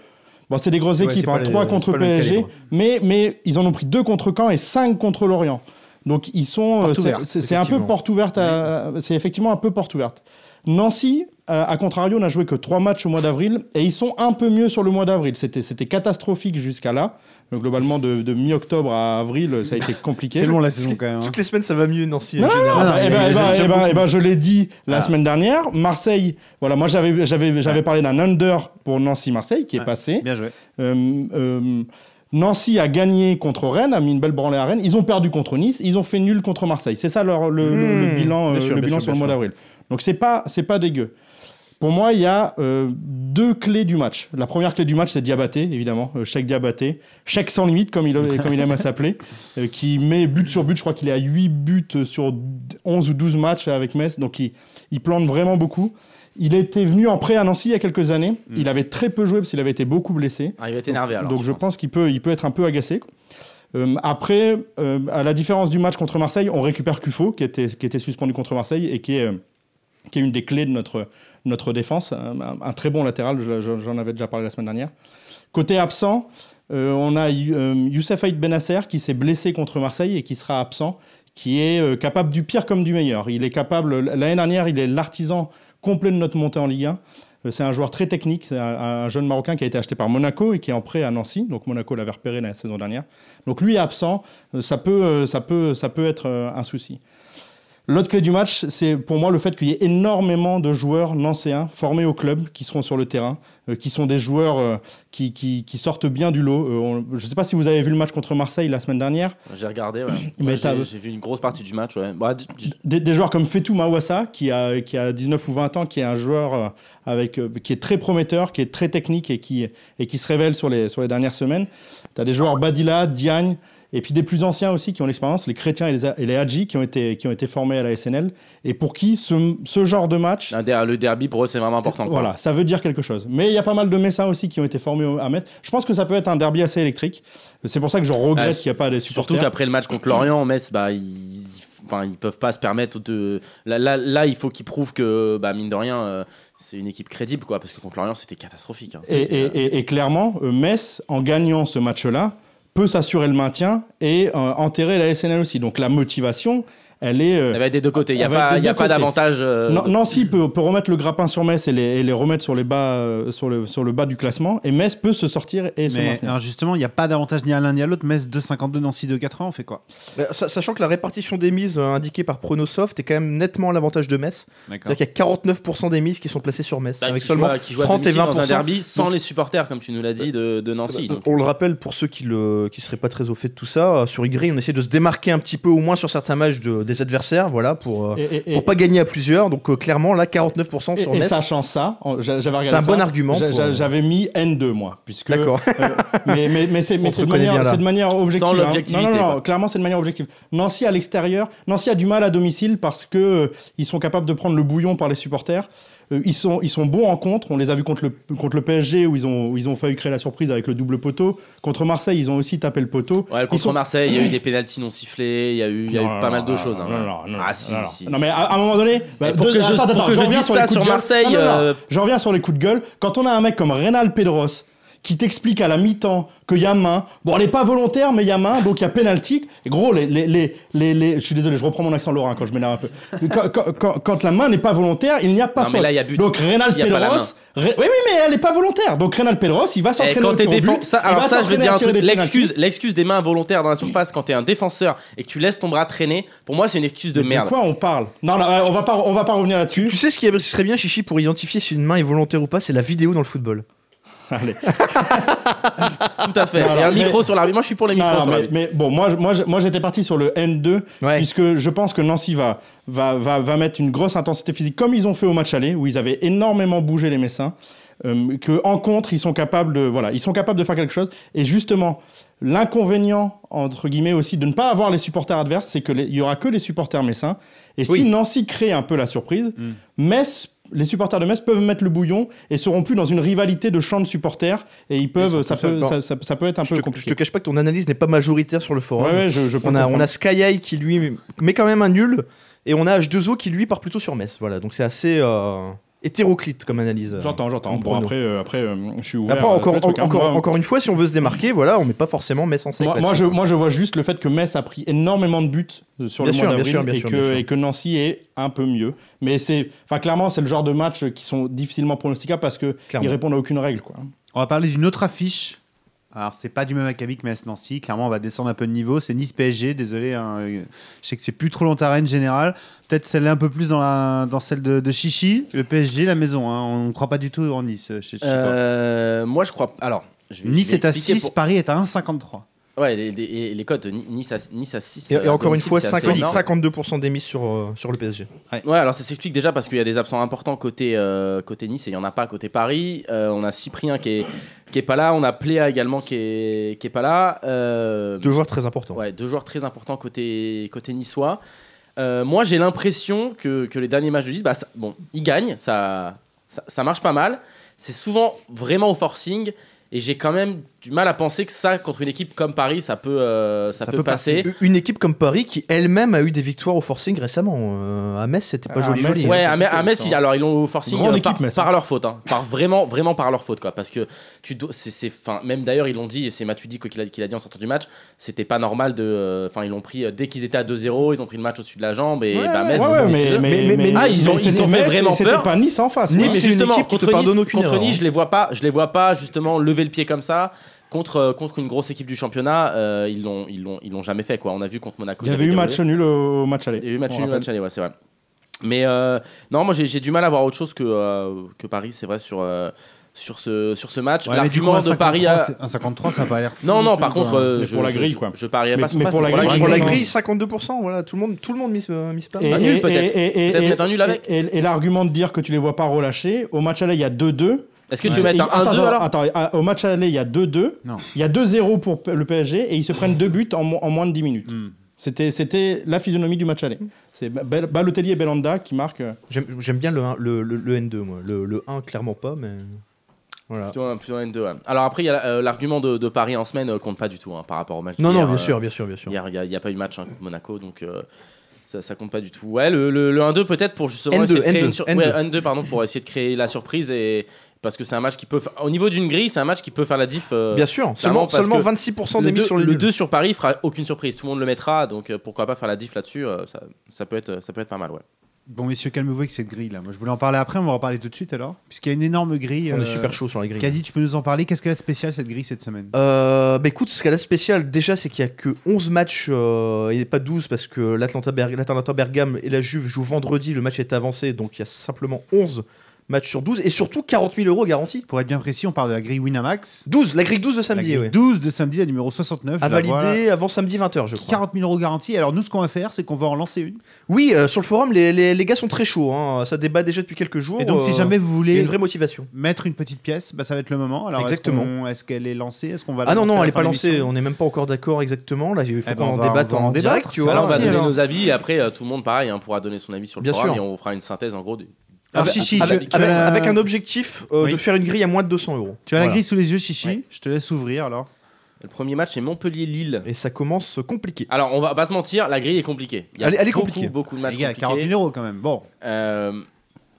[SPEAKER 5] Bon, c'est des grosses
[SPEAKER 4] Ouais, c'est
[SPEAKER 5] équipes,
[SPEAKER 4] pas
[SPEAKER 5] hein,
[SPEAKER 4] les-
[SPEAKER 5] 3
[SPEAKER 4] c'est
[SPEAKER 5] contre
[SPEAKER 4] pas le même
[SPEAKER 5] PSG,
[SPEAKER 4] calibre.
[SPEAKER 5] mais, mais ils en ont pris 2 contre Caen et 5 contre Lorient. Donc ils sont,
[SPEAKER 3] Porte
[SPEAKER 5] euh, c'est-
[SPEAKER 3] ouverte,
[SPEAKER 5] c'est c'est un peu
[SPEAKER 4] effectivement.
[SPEAKER 5] porte ouverte, à- c'est effectivement un peu porte ouverte. Nancy, euh, à contrario, n'a joué que trois matchs au mois d'avril et ils sont un peu mieux sur le mois d'avril. C'était c'était catastrophique jusqu'à là. Euh, Globalement, de, de mi-octobre à avril, ça a été compliqué.
[SPEAKER 3] C'est long la saison quand même. hein.
[SPEAKER 4] Toutes les semaines, ça va mieux, Nancy.
[SPEAKER 5] Non,
[SPEAKER 4] en général.
[SPEAKER 5] Ah bah, eh ben, eh ben, eh ben, eh ben, je l'ai dit la
[SPEAKER 3] Ah.
[SPEAKER 5] semaine dernière. Marseille, voilà, moi j'avais j'avais j'avais
[SPEAKER 3] Ouais.
[SPEAKER 5] parlé d'un under pour Nancy Marseille qui est
[SPEAKER 3] Ouais.
[SPEAKER 5] passé.
[SPEAKER 3] Bien joué.
[SPEAKER 5] Euh, euh, Nancy a gagné contre Rennes, a mis une belle branlée à Rennes. Ils ont perdu contre Nice, ils ont fait nul contre Marseille. C'est ça leur, le, le- le
[SPEAKER 4] Mmh,
[SPEAKER 5] bilan,
[SPEAKER 4] bien
[SPEAKER 5] euh,
[SPEAKER 4] sûr,
[SPEAKER 5] le
[SPEAKER 4] bien
[SPEAKER 5] bilan
[SPEAKER 4] sûr,
[SPEAKER 5] sur le
[SPEAKER 4] bien
[SPEAKER 5] mois
[SPEAKER 4] sûr.
[SPEAKER 5] d'avril. Donc c'est pas c'est pas dégueu. Pour moi, il y a euh, deux clés du match. La première clé du match, c'est Diabaté, évidemment, euh, chèque Diabaté, chèque sans limite, comme il, comme il aime à s'appeler, euh, qui met but sur but. Je crois qu'il est à 8 buts euh, sur 11 ou 12 matchs avec Metz, donc il, il plante vraiment beaucoup. Il était venu en prêt à Nancy il y a quelques années. Il avait très peu joué parce qu'il avait été beaucoup blessé.
[SPEAKER 6] Ah, il va être énervé alors.
[SPEAKER 5] Donc je pense qu'il peut, il peut être un peu agacé. Euh, après, euh, à la différence du match contre Marseille, on récupère Cufo, qui était, qui était suspendu contre Marseille et qui est, euh, qui est une des clés de notre, notre défense. Un, un- un très bon latéral, je- je- j'en avais déjà parlé la semaine dernière. Côté absent, euh, on a You- euh, Youssef Haït Benasser qui s'est blessé contre Marseille et qui sera absent, qui est euh, capable du pire comme du meilleur. Il est capable, l'année dernière, il est l'artisan complet de notre montée en Ligue 1. Euh, C'est un joueur très technique, c'est un, un jeune Marocain qui a été acheté par Monaco et qui est en prêt à Nancy. Donc Monaco l'avait repéré la saison dernière. Donc lui est absent, euh, ça peut, euh, ça peut, ça peut être euh, un souci. L'autre clé du match, c'est pour moi le fait qu'il y ait énormément de joueurs nancéens formés au club qui seront sur le terrain, euh, qui sont des joueurs euh, qui, qui- qui sortent bien du lot. Euh, on- je ne sais pas si vous avez vu le match contre Marseille la semaine dernière.
[SPEAKER 6] J'ai regardé, ouais. Ouais,
[SPEAKER 5] Mais t'as-
[SPEAKER 6] j'ai, j'ai vu une grosse partie du match, ouais. Bah, j- j-
[SPEAKER 5] des, des joueurs comme Fetou Mawassa, qui a, qui a 19 ou 20 ans, qui est un joueur euh, avec, euh, qui est très prometteur, qui est très technique et qui, et qui se révèle sur les, sur les dernières semaines. Tu as des joueurs Badila, Diagne, et puis des plus anciens aussi qui ont l'expérience, les chrétiens et les, A- et les Hadji, qui ont, été, qui ont été formés à la SNL, et pour qui ce, ce genre de match.
[SPEAKER 6] un der- le derby pour eux, c'est vraiment important. quoi.
[SPEAKER 5] Voilà, ça veut dire quelque chose. Mais il y a pas mal de Messins aussi qui ont été formés au- à Metz. Je pense que ça peut être un derby assez électrique. C'est pour ça que je regrette
[SPEAKER 6] Ah,
[SPEAKER 5] qu'il n'y a pas des
[SPEAKER 6] Surtout
[SPEAKER 5] supporters.
[SPEAKER 6] qu'après le match contre Lorient, Metz, bah, ils, enfin, ils peuvent pas se permettre de. Là, là, là, il faut qu'ils prouvent que, bah, mine de rien, euh, c'est une équipe crédible, quoi. Parce que contre Lorient, c'était catastrophique. hein.
[SPEAKER 5] Et,
[SPEAKER 6] C'était, euh,
[SPEAKER 5] et- et- et clairement, euh, Metz, en gagnant ce match-là, peut s'assurer le maintien et euh, enterrer la SNL aussi. Donc la motivation, elle est. euh,
[SPEAKER 6] Elle va être des deux côtés. Il n'y a
[SPEAKER 5] Elle va être
[SPEAKER 6] pas,
[SPEAKER 5] des
[SPEAKER 6] il y a
[SPEAKER 5] deux
[SPEAKER 6] pas
[SPEAKER 5] côtés.
[SPEAKER 6] d'avantage. euh,
[SPEAKER 5] Nan- Nancy peut, peut remettre le grappin sur Metz et les, et les remettre sur, les bas, euh, sur, le, sur le bas du classement. Et Metz peut se sortir et se
[SPEAKER 3] Mais
[SPEAKER 5] maintenir.
[SPEAKER 3] alors justement, il n'y a pas d'avantage ni à l'un ni à l'autre. Metz 2,52, Nancy 2,80, on fait quoi
[SPEAKER 4] Bah, sa- Sachant que la répartition des mises euh, indiquée par Pronosoft est quand même nettement à l'avantage de Metz.
[SPEAKER 3] D'accord.
[SPEAKER 4] C'est-à-dire qu'il y a 49% des mises qui sont placées sur Metz.
[SPEAKER 6] bah,
[SPEAKER 4] avec
[SPEAKER 6] qui
[SPEAKER 4] seulement
[SPEAKER 6] joue à- qui joue à
[SPEAKER 4] 30 et
[SPEAKER 6] domicile dans un
[SPEAKER 4] 20%.
[SPEAKER 6] derby sans
[SPEAKER 4] Donc-
[SPEAKER 6] les supporters, comme tu nous l'as dit, de, de Nancy.
[SPEAKER 4] Bah,
[SPEAKER 6] donc.
[SPEAKER 4] on le rappelle pour ceux qui ne qui seraient pas très au fait de tout ça, euh, sur Y, on essaie de se démarquer un petit peu au moins sur certains matchs de- des adversaires, voilà, pour, euh,
[SPEAKER 5] Et- et- et-
[SPEAKER 4] pour pas gagner à plusieurs. Donc euh, clairement, là, 49%
[SPEAKER 5] et-
[SPEAKER 4] sur
[SPEAKER 5] et
[SPEAKER 4] Metz.
[SPEAKER 5] sachant ça, en- j'a- j'avais regardé
[SPEAKER 4] C'est un
[SPEAKER 5] ça,
[SPEAKER 4] bon argument
[SPEAKER 5] j'a-
[SPEAKER 4] pour-
[SPEAKER 5] j'a- J'avais mis N2, moi. Puisque
[SPEAKER 4] D'accord.
[SPEAKER 5] mais mais, mais c'est mais
[SPEAKER 4] se
[SPEAKER 5] c'est de,
[SPEAKER 4] reconnaît bien
[SPEAKER 5] manière-
[SPEAKER 4] là.
[SPEAKER 5] c'est de manière objective.
[SPEAKER 6] Sans
[SPEAKER 5] hein.
[SPEAKER 6] l'objectivité,
[SPEAKER 5] Non, non, non,
[SPEAKER 6] quoi.
[SPEAKER 5] clairement, c'est de manière objective. Nancy à l'extérieur, Nancy a du mal à domicile parce que euh, ils sont capables de prendre le bouillon par les supporters. Euh, ils, sont, ils sont bons en contre. On les a vus contre le, contre le PSG où ils, ont, où ils ont failli créer la surprise avec le double poteau. Contre Marseille, ils ont aussi tapé le poteau.
[SPEAKER 6] Ouais,
[SPEAKER 5] Ils
[SPEAKER 6] contre
[SPEAKER 5] sont-
[SPEAKER 6] Marseille, il y a eu des pénalties non sifflés, il y a eu, il y a eu
[SPEAKER 5] Non,
[SPEAKER 6] pas
[SPEAKER 5] non,
[SPEAKER 6] mal de
[SPEAKER 5] non,
[SPEAKER 6] choses.
[SPEAKER 5] Non,
[SPEAKER 6] hein.
[SPEAKER 5] non, non, non,
[SPEAKER 6] ah si,
[SPEAKER 5] non, non.
[SPEAKER 6] si.
[SPEAKER 5] Non, mais à, à un moment donné, bah,
[SPEAKER 6] Mais pour
[SPEAKER 5] deux-
[SPEAKER 6] que je-
[SPEAKER 5] attends,
[SPEAKER 6] pour
[SPEAKER 5] attends,
[SPEAKER 6] que je
[SPEAKER 5] reviens
[SPEAKER 6] dise
[SPEAKER 5] les
[SPEAKER 6] ça
[SPEAKER 5] coups
[SPEAKER 6] sur
[SPEAKER 5] de gueule.
[SPEAKER 6] Marseille,
[SPEAKER 5] Non, non, non,
[SPEAKER 6] euh,
[SPEAKER 5] je reviens sur les coups de gueule. Quand on a un mec comme Reynal Pedros qui t'explique à la mi-temps qu'il y a main, bon, elle n'est pas volontaire, mais il y a main, donc il y a pénalty. Et gros, les, les, les, les, les- je suis désolé, je reprends mon accent lorrain quand je m'énerve un peu. Quand, quand- quand- quand la main n'est pas volontaire, il n'y a pas
[SPEAKER 6] Non,
[SPEAKER 5] faute.
[SPEAKER 6] mais là, il y a but.
[SPEAKER 5] Donc Reynal
[SPEAKER 6] S'il y a pas la
[SPEAKER 5] Pedros, Re- oui, oui, mais elle n'est pas volontaire. Donc Reynal Pedros, il va
[SPEAKER 6] Eh,
[SPEAKER 5] s'entraîner au
[SPEAKER 6] quand t'es
[SPEAKER 5] tir au but,
[SPEAKER 6] défenseur, ça,
[SPEAKER 5] il
[SPEAKER 6] alors
[SPEAKER 5] va
[SPEAKER 6] ça, je vais
[SPEAKER 5] s'entraîner
[SPEAKER 6] te dire
[SPEAKER 5] à
[SPEAKER 6] un
[SPEAKER 5] tirer
[SPEAKER 6] truc.
[SPEAKER 5] des pénaltys.
[SPEAKER 6] L'excuse, l'excuse des mains involontaires dans la surface quand t'es un défenseur et que tu laisses ton bras traîner, pour moi, c'est une excuse de
[SPEAKER 5] Mais
[SPEAKER 6] merde.
[SPEAKER 5] quoi on parle Non, non, on va pas, on va pas revenir là-dessus.
[SPEAKER 4] Tu sais ce qui ce serait bien, Chichi, pour identifier si une main est volontaire ou pas, c'est la vidéo dans le football.
[SPEAKER 5] Allez.
[SPEAKER 6] Tout à fait.
[SPEAKER 5] Non,
[SPEAKER 6] Il y a un
[SPEAKER 5] mais-
[SPEAKER 6] micro sur l'arbitre. Moi, je suis pour les micros
[SPEAKER 5] Non, non,
[SPEAKER 6] sur
[SPEAKER 5] mais,
[SPEAKER 6] l'arbitre.
[SPEAKER 5] mais bon, moi, je- moi, je- moi j'étais parti sur le N2,
[SPEAKER 4] Ouais.
[SPEAKER 5] puisque je pense que Nancy va, va, va, va mettre une grosse intensité physique, comme ils ont fait au match aller, où ils avaient énormément bougé les Messins, euh, que en contre, ils sont, capables de, voilà, ils sont capables de faire quelque chose. Et justement, l'inconvénient, entre guillemets, aussi, de ne pas avoir les supporters adverses, c'est qu'il n'y aura que les supporters Messins. Et
[SPEAKER 4] Oui. Mm.
[SPEAKER 5] si Nancy crée un peu la surprise, Metz. Les supporters de Metz peuvent mettre le bouillon et seront plus dans une rivalité de champs de supporters et ils peuvent
[SPEAKER 4] sont
[SPEAKER 5] ça
[SPEAKER 4] tout seuls.
[SPEAKER 5] peut,
[SPEAKER 4] Bon.
[SPEAKER 5] ça, ça- ça peut être un
[SPEAKER 4] Je
[SPEAKER 5] peu
[SPEAKER 4] te, je
[SPEAKER 5] compliqué.
[SPEAKER 4] te cache pas que ton analyse n'est pas majoritaire sur le forum.
[SPEAKER 5] Ouais, ouais, je, je peux
[SPEAKER 4] On a, on
[SPEAKER 5] comprendre.
[SPEAKER 4] a Sky High qui lui met quand même un nul, et on a H2O qui lui part plutôt sur Metz. Voilà, donc c'est assez euh, hétéroclite comme analyse. euh,
[SPEAKER 5] J'entends, j'entends.
[SPEAKER 4] comme
[SPEAKER 5] Bon,
[SPEAKER 4] prono.
[SPEAKER 5] après, euh, après euh, je suis ouvert.
[SPEAKER 4] Après,
[SPEAKER 5] à
[SPEAKER 4] encore,
[SPEAKER 5] plein de trucs, hein.
[SPEAKER 4] encore,
[SPEAKER 5] Moi,
[SPEAKER 4] encore une fois, si on veut se démarquer, voilà, on met pas forcément Metz en sec.
[SPEAKER 5] moi, moi, je, moi, je vois juste le fait que Metz a pris énormément de buts euh, sur
[SPEAKER 4] Bien
[SPEAKER 5] le
[SPEAKER 4] sûr,
[SPEAKER 5] mois
[SPEAKER 4] bien
[SPEAKER 5] d'avril
[SPEAKER 4] sûr, bien
[SPEAKER 5] et,
[SPEAKER 4] sûr,
[SPEAKER 5] que-
[SPEAKER 4] bien sûr.
[SPEAKER 5] et que Nancy est un peu mieux. Mais c'est, enfin, clairement, c'est le genre de match qui sont difficilement pronosticables parce que
[SPEAKER 4] Clairement.
[SPEAKER 5] ils répondent à aucune règle, quoi.
[SPEAKER 3] On va parler d'une autre affiche. Alors, c'est pas du même acabit que Metz-Nancy. Clairement, on va descendre un peu de niveau. C'est Nice-PSG. Désolé, hein, euh, je sais que c'est plus trop long ta reine générale. Peut-être celle-là un peu plus dans, la, dans celle de, de Chichi. Le PSG, la maison. hein. On ne croit pas du tout en Nice euh, chez, chez toi.
[SPEAKER 6] Euh, moi, je crois. Alors, je vais-
[SPEAKER 3] Nice
[SPEAKER 6] je vais
[SPEAKER 3] est à
[SPEAKER 6] expliquer
[SPEAKER 3] 6,
[SPEAKER 6] pour-
[SPEAKER 3] Paris est à 1,53.
[SPEAKER 6] Ouais, les, les- les- les cotes Ni- euh, Nice à, Nice à 6.
[SPEAKER 4] Et, et encore une fois, 50
[SPEAKER 6] 55
[SPEAKER 4] 52% des mises sur, euh, sur le PSG.
[SPEAKER 6] Ouais, alors ça s'explique déjà parce qu'il y a des absents importants côté, euh, côté Nice et il n'y en a pas côté Paris. Euh, on a Cyprien qui est, qui est pas là, on a Pléa également qui est, qui est pas là. Euh,
[SPEAKER 4] Deux joueurs très importants.
[SPEAKER 6] ouais, deux joueurs très importants côté, côté niçois. Euh, moi j'ai l'impression que, que les derniers matchs de Nice, bah, ça- bon, ils gagnent, ça, ça, ça marche pas mal. C'est souvent vraiment au forcing et j'ai quand même du mal à penser que ça, contre une équipe comme Paris, ça peut, euh, ça peut passer.
[SPEAKER 4] Une équipe comme Paris qui elle-même a eu des victoires au forcing récemment. Euh, à Metz, c'était pas
[SPEAKER 5] Ah,
[SPEAKER 4] joli
[SPEAKER 5] Metz,
[SPEAKER 4] joli. hein.
[SPEAKER 5] c'est
[SPEAKER 6] Ouais,
[SPEAKER 5] un
[SPEAKER 6] à,
[SPEAKER 5] peu
[SPEAKER 6] Me-
[SPEAKER 5] fait,
[SPEAKER 6] à Metz,
[SPEAKER 5] ça.
[SPEAKER 6] ils- alors ils l'ont forcé euh,
[SPEAKER 5] Grande
[SPEAKER 6] par,
[SPEAKER 5] équipe, Metz,
[SPEAKER 6] par
[SPEAKER 5] hein.
[SPEAKER 6] leur faute, hein. par vraiment, vraiment par leur faute, quoi. Parce que tu dois, c'est, c'est, enfin, même d'ailleurs ils l'ont dit, et c'est Matuidi quoi, qui l'a, qui l'a dit en sortant du match, c'était pas normal de, euh, enfin ils l'ont pris euh, dès qu'ils étaient à 2-0, ils ont pris le match au-dessus de la jambe et
[SPEAKER 4] Ouais,
[SPEAKER 6] bah, Metz,
[SPEAKER 5] Ouais,
[SPEAKER 6] ils
[SPEAKER 5] ouais,
[SPEAKER 6] ont
[SPEAKER 5] mais,
[SPEAKER 6] défilé.
[SPEAKER 5] mais,
[SPEAKER 4] Mais- mais- mais
[SPEAKER 6] Nice, ils ont-
[SPEAKER 5] c'était
[SPEAKER 6] ils ont fait
[SPEAKER 5] Metz,
[SPEAKER 6] vraiment
[SPEAKER 5] et C'était
[SPEAKER 6] peur.
[SPEAKER 5] pas Nice en face.
[SPEAKER 4] Nice,
[SPEAKER 5] quoi.
[SPEAKER 6] mais
[SPEAKER 4] c'est une
[SPEAKER 6] justement
[SPEAKER 4] équipe qui te
[SPEAKER 6] contre
[SPEAKER 4] pardonne
[SPEAKER 6] Nice,
[SPEAKER 4] aucune
[SPEAKER 6] contre
[SPEAKER 4] erreur,
[SPEAKER 6] Nice,
[SPEAKER 4] hein.
[SPEAKER 6] je les vois pas, je les vois pas justement lever le pied comme ça. Contre, euh, contre une grosse équipe du championnat, euh, ils l'ont, ils l'ont, ils l'ont jamais fait quoi. On a vu contre
[SPEAKER 5] Il
[SPEAKER 6] Monaco.
[SPEAKER 5] y
[SPEAKER 6] ils
[SPEAKER 5] avait eu
[SPEAKER 6] avaient
[SPEAKER 5] match
[SPEAKER 6] déroulé.
[SPEAKER 5] nul au au match aller.
[SPEAKER 6] Il y a eu match
[SPEAKER 5] on
[SPEAKER 6] nul,
[SPEAKER 5] rappelle.
[SPEAKER 6] match aller, ouais, c'est vrai. Mais euh, non, moi j'ai j'ai du mal à voir autre chose que, euh, que Paris, c'est vrai, sur, euh, sur, ce, sur ce match.
[SPEAKER 3] Ouais, mais du coup,
[SPEAKER 6] L'argument
[SPEAKER 3] un
[SPEAKER 6] de
[SPEAKER 3] 53,
[SPEAKER 6] Paris à-
[SPEAKER 3] c'est- un 53, ça n'a pas l'air fou
[SPEAKER 6] Non, non,
[SPEAKER 3] plus,
[SPEAKER 6] par
[SPEAKER 3] quoi.
[SPEAKER 6] contre, euh,
[SPEAKER 5] Mais
[SPEAKER 6] je,
[SPEAKER 5] pour la
[SPEAKER 6] je-
[SPEAKER 5] grille,
[SPEAKER 6] je-
[SPEAKER 5] quoi.
[SPEAKER 6] Je, parierais
[SPEAKER 5] Mais-
[SPEAKER 6] pas sur
[SPEAKER 5] mais
[SPEAKER 6] match,
[SPEAKER 5] pour la
[SPEAKER 6] mais
[SPEAKER 5] grille,
[SPEAKER 4] Pour la
[SPEAKER 5] Ouais.
[SPEAKER 4] grille, 52%, voilà, tout le monde, tout le monde mise, euh, mise pas.
[SPEAKER 5] Et-
[SPEAKER 6] Un nul,
[SPEAKER 5] et-
[SPEAKER 6] peut-être.
[SPEAKER 5] et- et-
[SPEAKER 6] Peut-être
[SPEAKER 5] et-
[SPEAKER 6] mettre un nul avec.
[SPEAKER 5] Et, et- et l'argument de dire que tu les vois pas relâcher, au match aller il y a 2-2.
[SPEAKER 6] Est-ce que tu
[SPEAKER 5] Et-
[SPEAKER 6] veux mettre un
[SPEAKER 5] attends,
[SPEAKER 6] 1-2
[SPEAKER 5] attends,
[SPEAKER 6] alors
[SPEAKER 5] attends, à- au match aller il y a 2-2.
[SPEAKER 3] Non.
[SPEAKER 5] Il y a 2-0 pour P- le PSG et ils se prennent deux buts en, mo- en moins de 10 minutes.
[SPEAKER 3] Hmm.
[SPEAKER 5] C'était, c'était la physionomie du match aller. C'est Ba- Bal- Balotelli et Belanda qui marquent. euh,
[SPEAKER 4] J'aime j'aime bien le, un- le, le- le N2, moi. Le, le 1, clairement pas, mais. Voilà.
[SPEAKER 6] Plutôt un, plutôt un N2. ouais. Alors après, il y a euh, l'argument de, de Paris en semaine euh, compte pas du tout hein, par rapport au match.
[SPEAKER 4] Non,
[SPEAKER 6] d'hier,
[SPEAKER 4] non, bien
[SPEAKER 6] euh,
[SPEAKER 4] sûr, bien sûr, bien sûr.
[SPEAKER 6] Hier, il n'y a, pas eu de match hein, contre Monaco, donc euh, ça, ça compte pas du tout. Ouais, le, le- le 1-2 peut-être pour justement
[SPEAKER 4] N2,
[SPEAKER 6] essayer de créer
[SPEAKER 4] N2,
[SPEAKER 6] une sur-
[SPEAKER 4] N2.
[SPEAKER 6] ouais, N2, pardon, pour essayer de créer la surprise et parce que c'est un match qui peut fa- au niveau d'une grille, c'est un match qui peut faire la diff. euh,
[SPEAKER 4] Bien sûr,
[SPEAKER 6] clairement,
[SPEAKER 4] seulement,
[SPEAKER 6] parce
[SPEAKER 4] seulement 26%
[SPEAKER 6] que le
[SPEAKER 4] des mises
[SPEAKER 6] 2,
[SPEAKER 4] sur les
[SPEAKER 6] le
[SPEAKER 4] nuls.
[SPEAKER 6] 2 sur Paris fera aucune surprise, tout le monde le mettra, donc euh, pourquoi pas faire la diff là-dessus, euh, ça, ça peut être, ça peut être pas mal, ouais.
[SPEAKER 3] Bon, messieurs, calmez-vous avec cette grille là. Moi, je voulais en parler après, on va en parler tout de suite alors. Puisqu'il y a une énorme grille.
[SPEAKER 4] On
[SPEAKER 3] euh,
[SPEAKER 4] est super chaud sur les grilles.
[SPEAKER 3] Caddy, tu peux nous en parler Qu'est-ce qu'elle a de spécial cette grille cette semaine
[SPEAKER 4] Euh, bah écoute, ce qu'elle a de spécial déjà, c'est qu'il y a que 11 matchs euh, et pas 12 parce que l'Atlanta Ber- l'Atalanta Bergame et la Juve jouent vendredi, le match est avancé donc il y a simplement 11 matchs sur 12 et surtout 40 000 euros garantis.
[SPEAKER 3] Pour être bien précis, on parle de la grille Winamax.
[SPEAKER 4] 12, la grille 12 de samedi,
[SPEAKER 3] la grille bah
[SPEAKER 4] ouais.
[SPEAKER 3] 12 de samedi, la numéro 69.
[SPEAKER 4] À
[SPEAKER 3] je la vois là.
[SPEAKER 4] valider avant samedi 20h, je crois.
[SPEAKER 3] 40 000 euros garantis. Alors, nous, ce qu'on va faire, c'est qu'on va en lancer une.
[SPEAKER 4] Oui, euh, sur le forum, les, les, les gars sont très chauds, hein. ça débat déjà depuis quelques jours.
[SPEAKER 3] Et donc, si
[SPEAKER 4] euh,
[SPEAKER 3] jamais vous
[SPEAKER 4] Il y a
[SPEAKER 3] voulez
[SPEAKER 4] une vraie motivation.
[SPEAKER 3] mettre une petite pièce, bah, ça va être le moment. Alors, est-ce
[SPEAKER 4] Exactement.
[SPEAKER 3] qu'on- Est-ce qu'elle est lancée Est-ce qu'on va la
[SPEAKER 4] Ah non,
[SPEAKER 3] lancer à
[SPEAKER 4] non,
[SPEAKER 3] la
[SPEAKER 4] elle est
[SPEAKER 3] fin
[SPEAKER 4] pas
[SPEAKER 3] de
[SPEAKER 4] lancée,
[SPEAKER 3] l'émission
[SPEAKER 4] on n'est même pas encore d'accord exactement. Là, il faut
[SPEAKER 3] Eh ben,
[SPEAKER 4] qu'on
[SPEAKER 3] on
[SPEAKER 4] en
[SPEAKER 3] va-
[SPEAKER 4] débatte
[SPEAKER 3] on va en
[SPEAKER 4] en direct,
[SPEAKER 3] direct,
[SPEAKER 4] tu
[SPEAKER 3] ça
[SPEAKER 4] vois.
[SPEAKER 3] va,
[SPEAKER 6] Alors, on va
[SPEAKER 4] Si,
[SPEAKER 6] donner
[SPEAKER 4] alors.
[SPEAKER 6] nos avis et après euh, tout le monde pareil hein, pourra donner son avis sur le
[SPEAKER 4] Bien
[SPEAKER 6] forum
[SPEAKER 4] sûr.
[SPEAKER 6] et on fera une synthèse en gros. du-
[SPEAKER 3] Alors,
[SPEAKER 4] Avec-
[SPEAKER 3] Chichi, tu,
[SPEAKER 4] avec,
[SPEAKER 3] tu as
[SPEAKER 4] avec-
[SPEAKER 3] la-
[SPEAKER 4] avec un objectif euh,
[SPEAKER 3] Oui.
[SPEAKER 4] de faire une grille à moins de 200 euros.
[SPEAKER 3] tu as la
[SPEAKER 4] Voilà.
[SPEAKER 3] grille sous les yeux, Chichi.
[SPEAKER 6] Ouais.
[SPEAKER 3] Je te laisse ouvrir alors.
[SPEAKER 6] Le premier match c'est Montpellier-Lille.
[SPEAKER 4] Et ça commence compliqué.
[SPEAKER 6] Alors on va pas se mentir, la grille est compliquée. Il y a
[SPEAKER 4] Elle est- elle est
[SPEAKER 6] beaucoup,
[SPEAKER 4] compliquée.
[SPEAKER 6] beaucoup de matchs
[SPEAKER 3] Les gars, 40
[SPEAKER 6] compliqués.
[SPEAKER 3] 000 euros quand même. Bon,
[SPEAKER 6] Euh,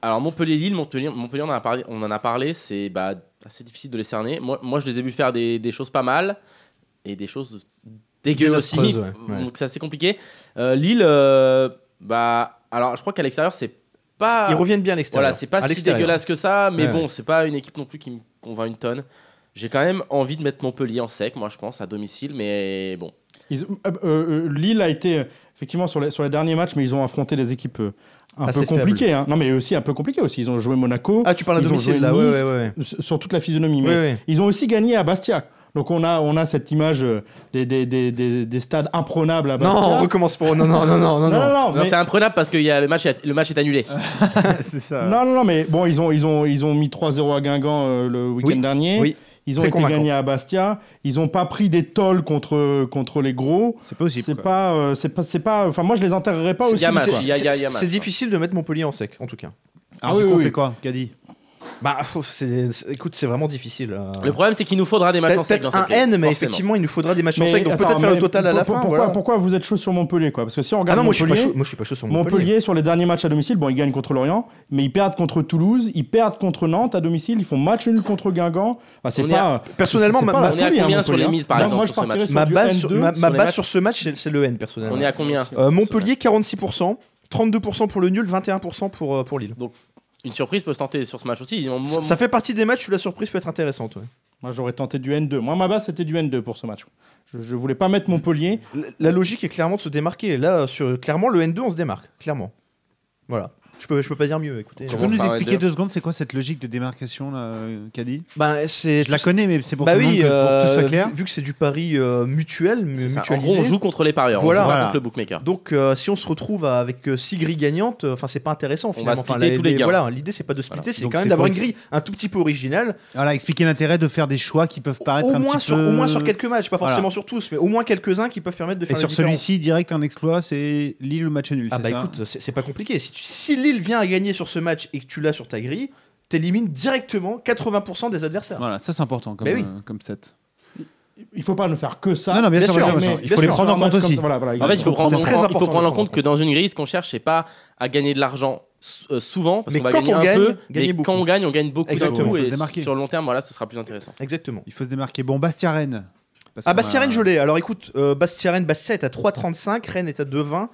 [SPEAKER 6] alors Montpellier-Lille, Montpellier, Montpellier, on en a parlé, on en a parlé, c'est bah, assez difficile de les cerner. Moi, moi, je les ai vus faire des, des choses pas mal et des choses dégueu aussi.
[SPEAKER 4] Désastreuses, ouais, ouais.
[SPEAKER 6] Donc c'est assez compliqué. Euh, Lille, euh, bah, alors je crois qu'à l'extérieur c'est pas.
[SPEAKER 4] Ils reviennent bien à l'extérieur.
[SPEAKER 6] Voilà, c'est pas
[SPEAKER 4] À
[SPEAKER 6] si
[SPEAKER 4] l'extérieur.
[SPEAKER 6] dégueulasse que ça, mais
[SPEAKER 4] Ouais,
[SPEAKER 6] bon, c'est pas une équipe non plus qui me convainc une tonne. J'ai quand même envie de mettre Montpellier en sec, moi je pense, à domicile, mais bon.
[SPEAKER 5] ils- euh, euh, euh, Lille a été euh, effectivement sur les, sur les derniers matchs, mais ils ont affronté des équipes euh, un
[SPEAKER 4] Assez
[SPEAKER 5] peu compliquées. hein. Non, mais aussi un peu compliquées aussi. Ils ont joué Monaco
[SPEAKER 4] Ah, tu parles à
[SPEAKER 5] Ils ont
[SPEAKER 4] domicile
[SPEAKER 5] joué
[SPEAKER 4] là, ouais,
[SPEAKER 5] Nice.
[SPEAKER 4] ouais, ouais.
[SPEAKER 5] s- sur toute la physionomie. mais-
[SPEAKER 4] Ouais, ouais.
[SPEAKER 5] Ils ont aussi gagné à Bastia. Donc on a, on a cette image euh, des, des, des, des, des stades imprenables à Bastia.
[SPEAKER 4] Non, on recommence pour. Non, non, non, non, non.
[SPEAKER 5] non, non, non,
[SPEAKER 6] Non,
[SPEAKER 5] mais,
[SPEAKER 6] c'est imprenable parce que il y a le, match, est- le match est annulé.
[SPEAKER 4] c'est ça.
[SPEAKER 5] non, non, non, mais bon, ils ont, ils ont, ils ont mis 3-0 à Guingamp euh, le week-end
[SPEAKER 4] Oui,
[SPEAKER 5] dernier.
[SPEAKER 4] oui.
[SPEAKER 5] Ils ont
[SPEAKER 4] Très
[SPEAKER 5] été
[SPEAKER 4] convaincant.
[SPEAKER 5] gagnés à Bastia. Ils n'ont pas pris des tolls contre, contre les gros.
[SPEAKER 3] c'est possible.
[SPEAKER 5] C'est
[SPEAKER 3] quoi.
[SPEAKER 5] pas, euh, c'est pas, c'est pas. Enfin, moi, je les intéresserais pas
[SPEAKER 6] C'est
[SPEAKER 5] aussi.
[SPEAKER 6] y a match,
[SPEAKER 5] c'est-
[SPEAKER 6] il y a- il y a- il y a match,
[SPEAKER 4] C'est difficile de mettre Montpellier en sec, en tout cas.
[SPEAKER 3] Alors,
[SPEAKER 5] Ah
[SPEAKER 3] du
[SPEAKER 5] oui,
[SPEAKER 3] coup, on
[SPEAKER 5] oui.
[SPEAKER 3] fait quoi, Caddy
[SPEAKER 4] Bah, faut- c'est- c'est- écoute, c'est vraiment difficile. euh.
[SPEAKER 6] Le problème, c'est qu'il nous faudra des matchs en
[SPEAKER 4] Peut-être
[SPEAKER 6] sec dans
[SPEAKER 4] peut-être
[SPEAKER 6] cette
[SPEAKER 4] un
[SPEAKER 6] ligue,
[SPEAKER 4] N, mais
[SPEAKER 6] forcément.
[SPEAKER 4] effectivement, il nous faudra des matchs en
[SPEAKER 5] mais
[SPEAKER 4] sec. Donc
[SPEAKER 5] attends,
[SPEAKER 4] peut-être faire le
[SPEAKER 5] mais
[SPEAKER 4] total à la
[SPEAKER 5] pour-
[SPEAKER 4] fin.
[SPEAKER 5] Pourquoi,
[SPEAKER 4] voilà.
[SPEAKER 5] pourquoi vous êtes chaud sur Montpellier quoi Parce que si
[SPEAKER 4] Ah
[SPEAKER 5] on regarde
[SPEAKER 4] non, moi je suis pas
[SPEAKER 5] Montpellier,
[SPEAKER 4] chaud- moi, je suis pas chaud sur Montpellier.
[SPEAKER 5] Montpellier sur les derniers matchs à domicile, bon ils gagnent contre Lorient, mais ils perdent contre Toulouse, ils perdent contre Nantes à domicile, ils font match nul contre Guingamp. Enfin, c'est
[SPEAKER 6] On est
[SPEAKER 5] pas
[SPEAKER 4] Personnellement,
[SPEAKER 5] c'est
[SPEAKER 4] ma-
[SPEAKER 5] pas
[SPEAKER 4] ma-
[SPEAKER 5] la
[SPEAKER 6] on est à
[SPEAKER 5] folie, hein,
[SPEAKER 6] combien sur
[SPEAKER 5] Montpellier,
[SPEAKER 6] les mises, par
[SPEAKER 5] hein.
[SPEAKER 6] exemple,
[SPEAKER 5] Moi, je
[SPEAKER 6] sur ce
[SPEAKER 5] partirais
[SPEAKER 6] match
[SPEAKER 5] sur
[SPEAKER 4] Ma
[SPEAKER 5] du
[SPEAKER 4] base
[SPEAKER 5] N2,
[SPEAKER 4] sur, ma-
[SPEAKER 5] sur
[SPEAKER 4] ma
[SPEAKER 5] les
[SPEAKER 4] base
[SPEAKER 5] matchs.
[SPEAKER 4] sur ce match, c'est- c'est le N personnellement.
[SPEAKER 6] On est à combien
[SPEAKER 4] Euh, Montpellier 46%, 32% pour le nul, 21% pour, euh, pour Lille.
[SPEAKER 6] Une surprise peut se tenter sur ce match aussi. Ils ont-
[SPEAKER 4] Ça- Ça fait partie des matchs où la surprise peut être intéressante. ouais.
[SPEAKER 5] Moi, j'aurais tenté du N2. Moi, ma base, c'était du N2 pour ce match. Je, je voulais pas mettre Montpellier.
[SPEAKER 4] La- La logique est clairement de se démarquer. Là, sur, clairement, le N2, on se démarque. Clairement. Voilà. Je peux, je peux pas dire mieux, écoutez.
[SPEAKER 3] Tu
[SPEAKER 6] Comment
[SPEAKER 3] peux nous
[SPEAKER 6] ça,
[SPEAKER 3] expliquer
[SPEAKER 6] Ender
[SPEAKER 3] deux secondes, c'est quoi cette logique de démarcation, là, euh, Caddy
[SPEAKER 4] Bah, c'est.
[SPEAKER 3] Je la connais, mais c'est pour,
[SPEAKER 4] Bah
[SPEAKER 3] tout le
[SPEAKER 4] oui,
[SPEAKER 3] monde que- pour que tout
[SPEAKER 4] euh,
[SPEAKER 3] soit clair.
[SPEAKER 4] vu- vu que c'est du pari euh, mutuel, mu-
[SPEAKER 6] C'est ça.
[SPEAKER 4] mutualisé.
[SPEAKER 6] En gros, on joue contre les parieurs.
[SPEAKER 4] Voilà.
[SPEAKER 6] On joue pas
[SPEAKER 3] Voilà.
[SPEAKER 6] contre le bookmaker.
[SPEAKER 4] Donc, euh, si on se retrouve avec 6 grilles gagnantes, euh, enfin, c'est pas intéressant. Finalement.
[SPEAKER 6] va
[SPEAKER 4] Enfin,
[SPEAKER 6] splitter
[SPEAKER 4] la-
[SPEAKER 6] tous les gains.
[SPEAKER 4] Voilà, l'idée, c'est pas de splitter,
[SPEAKER 6] Voilà.
[SPEAKER 4] c'est
[SPEAKER 3] Donc,
[SPEAKER 4] quand même
[SPEAKER 3] c'est
[SPEAKER 4] d'avoir
[SPEAKER 3] pour
[SPEAKER 4] une grille un tout petit peu originale.
[SPEAKER 3] Voilà, expliquer l'intérêt de faire des choix qui peuvent paraître
[SPEAKER 4] Au
[SPEAKER 3] un
[SPEAKER 4] moins,
[SPEAKER 3] petit
[SPEAKER 4] sur,
[SPEAKER 3] peu...
[SPEAKER 4] au moins sur quelques matchs, pas
[SPEAKER 3] Voilà.
[SPEAKER 4] forcément sur tous, mais au moins quelques-uns qui peuvent permettre de
[SPEAKER 3] Et
[SPEAKER 4] faire
[SPEAKER 3] sur
[SPEAKER 4] la différence.
[SPEAKER 3] celui-ci, direct, un exploit, c'est Lille ou match nul,
[SPEAKER 4] Ah
[SPEAKER 3] c'est
[SPEAKER 4] bah
[SPEAKER 3] ça hein
[SPEAKER 4] écoute, c'est c'est pas compliqué. Si, tu- si Lille vient à gagner sur ce match et que tu l'as sur ta grille, t'élimines directement 80% des adversaires.
[SPEAKER 3] Voilà, ça c'est important comme,
[SPEAKER 4] Bah oui.
[SPEAKER 3] euh, comme set.
[SPEAKER 5] il faut pas ne faire que ça.
[SPEAKER 3] Non, non, bien sûr, bien sûr, bien
[SPEAKER 5] mais
[SPEAKER 3] sûr. Il faut les
[SPEAKER 5] sur
[SPEAKER 3] prendre en
[SPEAKER 5] un
[SPEAKER 3] compte
[SPEAKER 5] match comme
[SPEAKER 3] aussi.
[SPEAKER 5] ça, voilà, voilà,
[SPEAKER 6] En fait, il faut
[SPEAKER 5] exactement.
[SPEAKER 6] prendre en
[SPEAKER 5] C'est très
[SPEAKER 6] compte, il faut
[SPEAKER 5] important de
[SPEAKER 6] prendre en
[SPEAKER 5] prendre
[SPEAKER 6] compte que dans une grille, ce qu'on cherche, c'est pas à gagner de l'argent s- euh, souvent, parce
[SPEAKER 4] Mais
[SPEAKER 6] qu'on va
[SPEAKER 4] quand
[SPEAKER 6] gagner
[SPEAKER 4] on
[SPEAKER 6] un
[SPEAKER 4] gagne,
[SPEAKER 6] peu,
[SPEAKER 4] gagner
[SPEAKER 6] mais
[SPEAKER 4] beaucoup.
[SPEAKER 6] quand on gagne, on gagne beaucoup d'un
[SPEAKER 4] Exactement,
[SPEAKER 6] coup,
[SPEAKER 3] faut se
[SPEAKER 6] et
[SPEAKER 3] démarquer.
[SPEAKER 6] sur le long terme, voilà, ce sera plus intéressant.
[SPEAKER 4] Exactement.
[SPEAKER 3] Il faut se démarquer. Bon, Bastia-Rennes. Parce qu'on
[SPEAKER 4] Ah,
[SPEAKER 3] a-
[SPEAKER 4] Bastia-Rennes, je l'ai. Alors écoute, euh, Bastia-Rennes, Bastia est à 3,35, Rennes est à 2,20.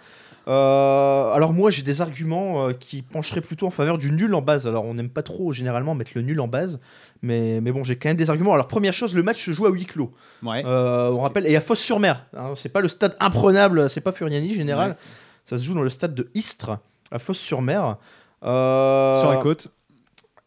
[SPEAKER 4] Euh, alors moi, j'ai des arguments euh, qui pencheraient plutôt en faveur du nul en base. Alors on n'aime pas trop généralement mettre le nul en base, mais, mais bon, j'ai quand même des arguments. Alors première chose, le match se joue à huis clos.
[SPEAKER 3] Ouais.
[SPEAKER 4] Euh, on rappelle, et à Fos-sur-Mer. hein, c'est pas le stade imprenable, c'est pas Furiani général.
[SPEAKER 3] Ouais.
[SPEAKER 4] Ça se joue dans le stade de Istres, à Fos-sur-Mer. Euh,
[SPEAKER 3] Sur la côte. Ah,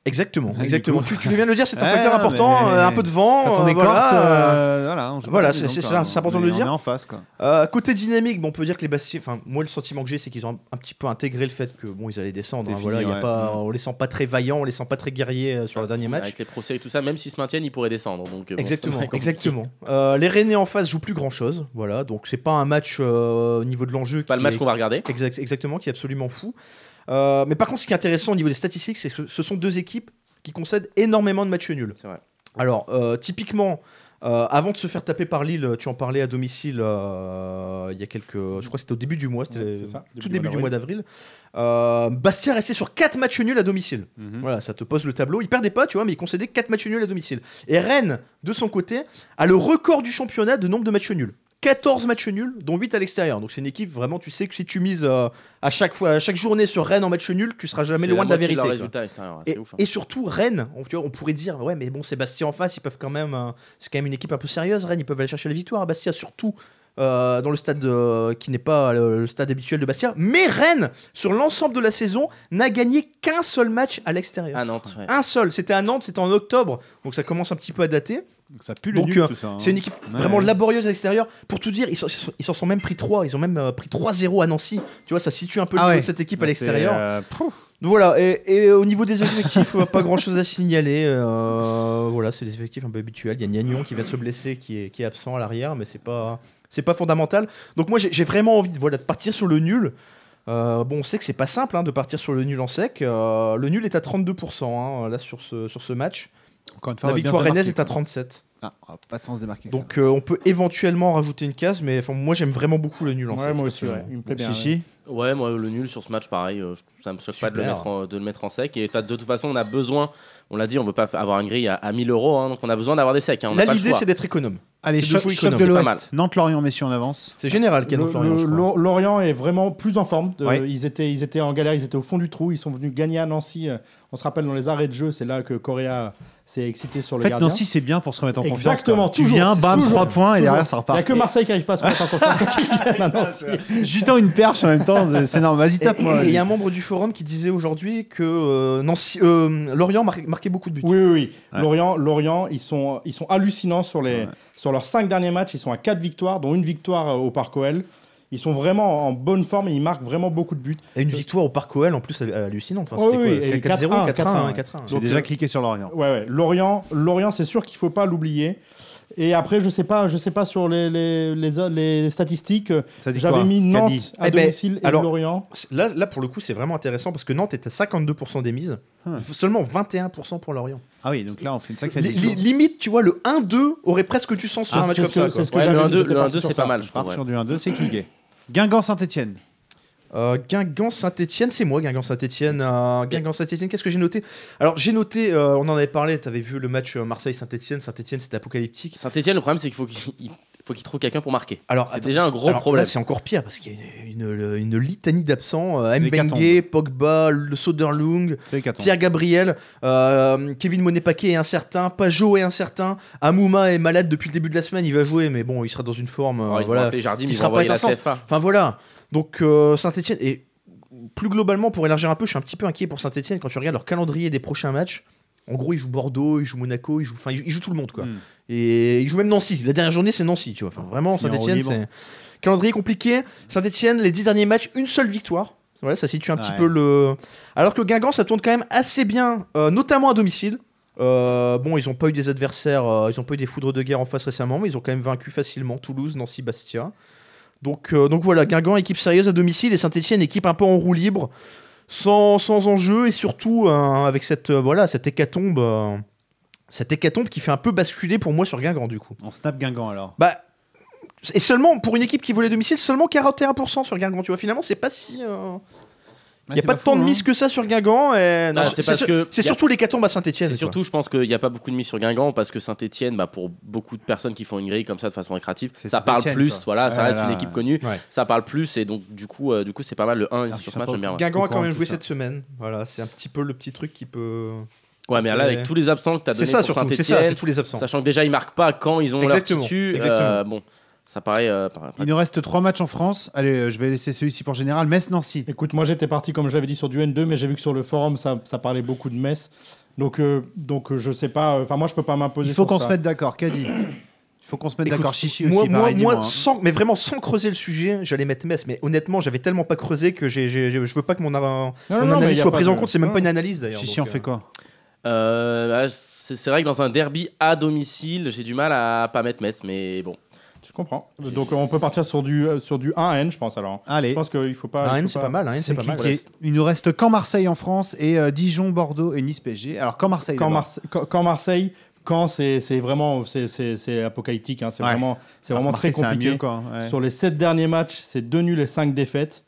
[SPEAKER 4] Exactement,
[SPEAKER 3] du
[SPEAKER 4] exactement.
[SPEAKER 3] coup.
[SPEAKER 4] Tu, tu viens de le dire, c'est un
[SPEAKER 3] Ouais,
[SPEAKER 4] facteur
[SPEAKER 3] non,
[SPEAKER 4] important,
[SPEAKER 3] mais-
[SPEAKER 4] euh, un peu de vent.
[SPEAKER 3] Quand on
[SPEAKER 4] euh,
[SPEAKER 3] est
[SPEAKER 4] voilà,
[SPEAKER 3] corse,
[SPEAKER 4] euh,
[SPEAKER 3] euh, voilà, on joue pas
[SPEAKER 4] voilà,
[SPEAKER 3] la
[SPEAKER 4] c'est-
[SPEAKER 3] maison,
[SPEAKER 4] c'est
[SPEAKER 3] quoi.
[SPEAKER 4] ça, c'est important de
[SPEAKER 3] Mais
[SPEAKER 4] le dire.
[SPEAKER 3] On est en face, quoi.
[SPEAKER 4] Euh, côté dynamique, bon, on peut dire que les Bastiens, enfin, moi le sentiment que j'ai, c'est qu'ils ont un, un petit peu intégré le fait que bon, ils allaient descendre.
[SPEAKER 3] C'était
[SPEAKER 4] hein, voilà,
[SPEAKER 3] fini,
[SPEAKER 4] y a
[SPEAKER 3] ouais.
[SPEAKER 4] pas,
[SPEAKER 3] Mm.
[SPEAKER 4] on les sent pas très vaillants, on les sent pas très guerriers euh, sur le dernier match.
[SPEAKER 6] Avec les procès et tout ça, même s'ils se maintiennent, ils pourraient descendre. Donc, euh, bon, ça
[SPEAKER 4] Exactement,
[SPEAKER 6] va être compliqué.
[SPEAKER 4] exactement. Euh, les Rennais en face jouent plus grand chose, voilà. Donc c'est pas un match euh, au niveau de l'enjeu.
[SPEAKER 6] Pas
[SPEAKER 4] qui
[SPEAKER 6] le match
[SPEAKER 4] est-
[SPEAKER 6] qu'on va regarder.
[SPEAKER 4] Exact- exactement, qui est absolument fou. Euh, mais par contre, ce qui est intéressant au niveau des statistiques, c'est que ce sont deux équipes qui concèdent énormément de matchs nuls.
[SPEAKER 6] C'est vrai.
[SPEAKER 4] Alors, euh, typiquement, euh, avant de se faire taper par Lille, tu en parlais à domicile euh, il y a quelques. Je crois que c'était au début du mois, c'était
[SPEAKER 5] Ouais, c'est ça,
[SPEAKER 4] tout début du mois d'avril. Euh, Bastia restait sur 4 matchs nuls à domicile.
[SPEAKER 6] Mmh.
[SPEAKER 3] Mhm.
[SPEAKER 4] Voilà, ça te pose le tableau. Ils perdaient pas, tu vois, mais ils concédaient 4 matchs nuls à domicile. Et Rennes, de son côté, a le record du championnat de nombre de matchs nuls. 14 matchs nuls, dont 8 à l'extérieur. Donc c'est une équipe, vraiment, tu sais que si tu mises euh, à, chaque fois, à chaque journée sur Rennes en match nul, tu seras jamais
[SPEAKER 6] C'est
[SPEAKER 4] loin de la
[SPEAKER 6] moitié
[SPEAKER 4] vérité.
[SPEAKER 6] leur
[SPEAKER 4] quoi.
[SPEAKER 6] résultat extérieur, c'est
[SPEAKER 4] Et,
[SPEAKER 6] ouf, hein.
[SPEAKER 4] et surtout Rennes, on, tu vois, on pourrait dire ouais mais bon c'est Bastia en face, ils peuvent quand même, euh, c'est quand même une équipe un peu sérieuse. Rennes, ils peuvent aller chercher la victoire. à Bastia surtout euh, dans le stade euh, qui n'est pas le, le stade habituel de Bastia. Mais Rennes sur l'ensemble de la saison n'a gagné qu'un seul match à l'extérieur.
[SPEAKER 6] À Ah, Nantes, ouais.
[SPEAKER 4] Un seul, c'était à Nantes, c'était en octobre, donc ça commence un petit peu à dater.
[SPEAKER 3] Donc ça pue le
[SPEAKER 4] Donc,
[SPEAKER 3] nul,
[SPEAKER 4] euh,
[SPEAKER 3] tout ça. hein.
[SPEAKER 4] C'est une équipe
[SPEAKER 3] Ouais,
[SPEAKER 4] vraiment
[SPEAKER 3] ouais.
[SPEAKER 4] laborieuse à l'extérieur. Pour tout dire, ils s'en- ils s'en- ils s'en sont même pris 3, ils ont même euh, pris 3-0 à Nancy. Tu vois, ça situe un peu le
[SPEAKER 3] Ah
[SPEAKER 4] niveau
[SPEAKER 3] ouais.
[SPEAKER 4] de cette équipe à
[SPEAKER 3] C'est,
[SPEAKER 4] l'extérieur.
[SPEAKER 3] euh, prouf.
[SPEAKER 4] Donc Voilà, et, et au niveau des effectifs, euh, pas grand chose à signaler. euh, voilà, c'est des effectifs un peu habituels. Il y a Niagnon qui vient de se blesser, qui est, qui est absent à l'arrière, mais c'est pas, c'est pas fondamental. Donc moi, j'ai j'ai vraiment envie de, voilà, de partir sur le nul. Euh, bon, on sait que c'est pas simple hein, de partir sur le nul en sec. Euh, le nul est à 32% hein, là sur ce, sur ce match.
[SPEAKER 3] Encore une fois, on
[SPEAKER 4] La
[SPEAKER 3] va bien
[SPEAKER 4] victoire
[SPEAKER 3] se démarquer,
[SPEAKER 4] rennaise est à
[SPEAKER 3] quoi.
[SPEAKER 4] 37.
[SPEAKER 3] Ah, on va pas tant se démarquer. que
[SPEAKER 4] Donc euh, on peut éventuellement rajouter une case, mais enfin, moi j'aime vraiment beaucoup le nul en
[SPEAKER 5] Ouais,
[SPEAKER 4] sec.
[SPEAKER 5] moi aussi, ouais,
[SPEAKER 4] personnellement.
[SPEAKER 5] il me
[SPEAKER 3] ça.
[SPEAKER 5] plaît bien. ouais.
[SPEAKER 3] Chichi,
[SPEAKER 6] Ouais, moi, le nul sur ce match, pareil, euh, je- ça me choque pas de le,
[SPEAKER 4] Super.
[SPEAKER 6] mettre en, de le mettre en sec. Et t'as- de toute façon, on a besoin, on l'a dit, on veut pas fa- avoir une grille à, à 1000 euros, hein, donc on a besoin d'avoir des secs. hein, on n'a
[SPEAKER 4] Là,
[SPEAKER 6] pas le
[SPEAKER 4] l'idée
[SPEAKER 6] choix.
[SPEAKER 4] c'est d'être économe.
[SPEAKER 3] allez,
[SPEAKER 4] C'est deux
[SPEAKER 3] choc
[SPEAKER 4] fois
[SPEAKER 3] choc
[SPEAKER 4] économe,
[SPEAKER 3] de
[SPEAKER 6] c'est pas mal.
[SPEAKER 3] l'Ouest. Nantes-Lorient, messieurs, on avance.
[SPEAKER 4] C'est général qu'il y a dans
[SPEAKER 5] Le-
[SPEAKER 4] Florian,
[SPEAKER 5] le-
[SPEAKER 4] je crois.
[SPEAKER 5] Lo- Lorient est vraiment plus en forme. de-
[SPEAKER 3] Ouais.
[SPEAKER 5] ils, étaient, ils étaient en galère, ils étaient au fond du trou. Ils sont venus gagner à Nancy. euh, On se rappelle dans les arrêts de jeu, c'est là que Correa s'est excité sur
[SPEAKER 3] En
[SPEAKER 5] le
[SPEAKER 3] fait,
[SPEAKER 5] gardien.
[SPEAKER 3] Nancy, c'est bien pour se remettre en confiance.
[SPEAKER 5] Exactement,
[SPEAKER 3] quoi. Tu
[SPEAKER 5] toujours,
[SPEAKER 3] viens, bam,
[SPEAKER 5] toujours,
[SPEAKER 3] 3 points, et
[SPEAKER 5] toujours.
[SPEAKER 3] derrière, ça
[SPEAKER 5] Il n'y a
[SPEAKER 3] repart.
[SPEAKER 5] que Marseille qui arrive pas à se remettre en confiance quand ils viennent à Nancy.
[SPEAKER 3] Je lui tends une perche en même temps, c'est- c'est normal. Vas-y,
[SPEAKER 4] Et-
[SPEAKER 3] tape-moi.
[SPEAKER 4] Et il y a un membre du forum qui disait aujourd'hui que euh, Nancy, euh, Lorient mar- marquait beaucoup de buts.
[SPEAKER 5] Oui, oui, oui.
[SPEAKER 3] Ouais.
[SPEAKER 5] Lorient, Lorient, ils sont, ils sont hallucinants sur, les,
[SPEAKER 3] Ouais.
[SPEAKER 5] sur leurs cinq derniers matchs. Ils sont à quatre victoires, dont une victoire euh, au Parc OL. Ils sont vraiment en bonne forme et ils marquent vraiment beaucoup de buts.
[SPEAKER 4] Et une victoire au Parc OL en plus elle- hallucinante. Enfin,
[SPEAKER 5] Oh
[SPEAKER 4] c'était
[SPEAKER 5] oui,
[SPEAKER 4] quoi,
[SPEAKER 5] et
[SPEAKER 4] 4-0,
[SPEAKER 5] 4-1,
[SPEAKER 4] 4-1,
[SPEAKER 5] 4-1,
[SPEAKER 4] 4-1.
[SPEAKER 3] J'ai
[SPEAKER 5] Donc,
[SPEAKER 3] déjà
[SPEAKER 5] euh,
[SPEAKER 3] cliqué sur Lorient.
[SPEAKER 5] Ouais, ouais. Lorient, Lorient c'est sûr qu'il faut pas l'oublier. Et après, je sais pas, je sais pas sur les, les, les, autres- les statistiques. euh,
[SPEAKER 3] Ça dit
[SPEAKER 5] J'avais
[SPEAKER 3] quoi
[SPEAKER 5] mis Nantes
[SPEAKER 3] Caddy.
[SPEAKER 5] à
[SPEAKER 4] Eh ben,
[SPEAKER 5] domicile et
[SPEAKER 4] alors-
[SPEAKER 5] Lorient.
[SPEAKER 4] Là, là, pour le coup, c'est vraiment intéressant parce que Nantes est à 52% des mises,
[SPEAKER 5] Hein.
[SPEAKER 3] Hmm.
[SPEAKER 4] seulement 21% pour Lorient.
[SPEAKER 3] Ah oui, donc là, on fait une sacrée
[SPEAKER 4] Li- li-
[SPEAKER 3] différence.
[SPEAKER 4] limite, tu vois, le 1-2 aurait presque du sens sur
[SPEAKER 5] Ah,
[SPEAKER 4] un match
[SPEAKER 5] c'est
[SPEAKER 4] comme
[SPEAKER 5] ce
[SPEAKER 4] ça.
[SPEAKER 5] que- c'est
[SPEAKER 4] quoi.
[SPEAKER 5] ce que
[SPEAKER 6] Ouais, le
[SPEAKER 5] j'avais
[SPEAKER 6] 1-2,
[SPEAKER 5] j'étais
[SPEAKER 6] le
[SPEAKER 5] parti
[SPEAKER 6] 1-2,
[SPEAKER 5] sur
[SPEAKER 6] c'est
[SPEAKER 5] ça.
[SPEAKER 6] pas mal, je
[SPEAKER 3] On part
[SPEAKER 6] trouve. ouais.
[SPEAKER 3] sur du 1-2, c'est cliqué. Guingamp Saint-Etienne.
[SPEAKER 4] Euh, Guingamp Saint-Etienne, c'est moi Guingamp Saint-Etienne. Guingamp Saint-Etienne, qu'est-ce que j'ai noté Alors j'ai noté, euh, on en avait parlé, tu avais vu le match euh, Marseille-Saint-Etienne, Saint-Etienne c'était apocalyptique.
[SPEAKER 6] Saint-Etienne, le problème, c'est qu'il faut qu'il il faut qu'il trouve quelqu'un pour marquer.
[SPEAKER 4] Alors,
[SPEAKER 6] C'est
[SPEAKER 4] attends,
[SPEAKER 6] déjà un
[SPEAKER 4] parce-
[SPEAKER 6] gros
[SPEAKER 4] alors,
[SPEAKER 6] problème.
[SPEAKER 4] là, c'est encore pire parce qu'il y a une, une- une litanie d'absents euh,
[SPEAKER 3] L'hécatombe.
[SPEAKER 4] Mbengue, Pogba, le Soderlung,
[SPEAKER 3] C'est hécatombe.
[SPEAKER 4] Pierre Gabriel, euh, Kevin Monet-Paquet est incertain, Pajot est incertain, Amouma est malade depuis le début de la semaine, il va jouer, mais bon, il sera dans une forme. euh,
[SPEAKER 6] Alors, il faut
[SPEAKER 4] voilà.
[SPEAKER 6] appeler Jardim,
[SPEAKER 4] Il
[SPEAKER 6] il
[SPEAKER 4] sera
[SPEAKER 6] va
[SPEAKER 4] pas
[SPEAKER 6] envoyer la
[SPEAKER 4] étincelant.
[SPEAKER 6] CFA.
[SPEAKER 4] Enfin voilà. Donc euh, Saint-Etienne et plus globalement pour élargir un peu, je suis un petit peu inquiet pour Saint-Etienne quand tu regardes leur calendrier des prochains matchs. En gros, ils jouent Bordeaux, ils jouent Monaco, ils jouent, enfin, ils jouent, ils jouent tout le monde quoi.
[SPEAKER 3] Hmm.
[SPEAKER 4] Et ils jouent même Nancy. La dernière journée, c'est Nancy, tu vois. Enfin, vraiment,
[SPEAKER 3] Finir au
[SPEAKER 4] Saint-Etienne,
[SPEAKER 3] Liban.
[SPEAKER 4] c'est calendrier compliqué. Saint-Etienne, les dix derniers matchs, une seule victoire. Voilà, ça situe un petit
[SPEAKER 3] Ouais.
[SPEAKER 4] peu le. Alors que Guingamp, ça tourne quand même assez bien, euh, notamment à domicile. Euh, bon, ils n'ont pas eu des adversaires, euh, ils n'ont pas eu des foudres de guerre en face récemment, mais ils ont quand même vaincu facilement Toulouse, Nancy, Bastia. Donc, euh, donc voilà, Guingamp, équipe sérieuse à domicile, et Saint-Etienne, équipe un peu en roue libre, sans, sans enjeu, et surtout euh, avec cette, euh, voilà, cette hécatombe euh, Cette hécatombe qui fait un peu basculer pour moi sur Guingamp du coup.
[SPEAKER 3] On snap Guingamp alors.
[SPEAKER 4] Bah, et seulement pour une équipe qui voulait domicile, seulement 41% sur Guingamp. Tu vois, finalement, c'est pas si. Il n'y a pas tant de
[SPEAKER 3] hein.
[SPEAKER 5] hein.
[SPEAKER 4] mise que ça sur Guingamp. et- non,
[SPEAKER 6] Ah,
[SPEAKER 4] c'est
[SPEAKER 6] c'est parce
[SPEAKER 4] sur-
[SPEAKER 6] que-
[SPEAKER 4] c'est
[SPEAKER 6] y a-
[SPEAKER 4] surtout l'hécatombe à Saint-Etienne.
[SPEAKER 6] C'est surtout, je pense qu'il n'y a pas beaucoup de mise sur Guingamp parce que Saint-Etienne, bah, pour beaucoup de personnes qui font une grille comme ça de façon récréative,
[SPEAKER 3] C'est
[SPEAKER 6] ça parle
[SPEAKER 3] Saint-Étienne,
[SPEAKER 6] plus.
[SPEAKER 3] quoi.
[SPEAKER 6] Voilà, ça
[SPEAKER 3] Ouais,
[SPEAKER 6] reste
[SPEAKER 3] là,
[SPEAKER 6] une équipe connue.
[SPEAKER 4] ouais.
[SPEAKER 6] Ça parle plus et donc, du coup, euh, du coup, c'est pas mal. Le 1
[SPEAKER 3] Ah,
[SPEAKER 6] sur ce
[SPEAKER 3] ça
[SPEAKER 6] match,
[SPEAKER 3] parle.
[SPEAKER 6] j'aime bien. ouais.
[SPEAKER 4] Guingamp a quand
[SPEAKER 3] Au
[SPEAKER 4] même
[SPEAKER 3] courant,
[SPEAKER 4] joué
[SPEAKER 3] tout
[SPEAKER 4] cette semaine. Voilà, c'est un petit peu le petit truc qui peut.
[SPEAKER 6] Ouais, mais là,
[SPEAKER 4] C'est-
[SPEAKER 6] avec tous les absents que tu as
[SPEAKER 4] C'est
[SPEAKER 6] donné
[SPEAKER 4] ça
[SPEAKER 6] pour
[SPEAKER 4] surtout. C'est ça, c'est
[SPEAKER 6] Saint-Etienne,
[SPEAKER 4] tous les absents.
[SPEAKER 6] sachant que déjà, ils marquent pas quand ils ont leur
[SPEAKER 4] Exactement,
[SPEAKER 6] titu. euh,
[SPEAKER 4] exactement.
[SPEAKER 6] bon, ça paraît. euh, par-
[SPEAKER 3] Il nous reste trois matchs en France. Allez, euh, je vais laisser celui-ci pour général. Metz, Nancy.
[SPEAKER 5] Écoute, moi j'étais parti, comme je l'avais dit, sur du N2, mais j'ai vu que sur le forum, ça, ça parlait beaucoup de Metz. Donc, euh, donc euh, je sais pas. Enfin, moi, je peux pas m'imposer.
[SPEAKER 3] Il faut
[SPEAKER 5] sur
[SPEAKER 3] qu'on
[SPEAKER 5] ça.
[SPEAKER 3] se mette d'accord. Kadi. Il faut qu'on se mette
[SPEAKER 4] Écoute,
[SPEAKER 3] d'accord. Chichi
[SPEAKER 4] moi,
[SPEAKER 3] aussi,
[SPEAKER 4] moi,
[SPEAKER 3] pareil,
[SPEAKER 4] moi,
[SPEAKER 3] dis-moi, hein.
[SPEAKER 4] sans, mais vraiment sans creuser le sujet, j'allais mettre Metz. Mais honnêtement, j'avais tellement pas creusé que j'ai, j'ai- j'ai- je veux pas que mon, avant- mon
[SPEAKER 5] Non, non, non, mais
[SPEAKER 4] analyse
[SPEAKER 5] y a
[SPEAKER 4] soit
[SPEAKER 5] pas
[SPEAKER 4] prise en
[SPEAKER 5] de- Ah,
[SPEAKER 4] compte. C'est même
[SPEAKER 5] non.
[SPEAKER 4] pas une analyse d'ailleurs.
[SPEAKER 3] Chichi,
[SPEAKER 4] donc,
[SPEAKER 3] on fait
[SPEAKER 4] euh,
[SPEAKER 3] quoi
[SPEAKER 6] Euh, ah, c'est c'est vrai que dans un derby à domicile, j'ai du mal à pas mettre Metz, mais bon.
[SPEAKER 5] Je comprends. Donc, on peut partir sur du, euh, sur du 1N, je pense alors. Je
[SPEAKER 3] Allez.
[SPEAKER 5] pense qu'il faut pas. il
[SPEAKER 4] Rennes,
[SPEAKER 5] faut
[SPEAKER 4] c'est pas mal. Rennes, c'est pas mal.
[SPEAKER 3] cliqué. Il nous reste qu'en Marseille en France et euh, Dijon, Bordeaux et Nice PSG. Alors qu'en Marseille.
[SPEAKER 5] Quand,
[SPEAKER 3] d'abord.
[SPEAKER 5] Marse- quand- quand Marseille, quand c'est c'est vraiment c'est- c'est c'est apocalyptique, hein, c'est
[SPEAKER 3] Ouais.
[SPEAKER 5] vraiment, c'est
[SPEAKER 3] Alors,
[SPEAKER 5] vraiment
[SPEAKER 3] Marseille,
[SPEAKER 5] très
[SPEAKER 3] c'est un
[SPEAKER 5] compliqué.
[SPEAKER 3] mieux, quoi, ouais.
[SPEAKER 5] Sur les sept derniers matchs, c'est deux nuls et cinq défaites.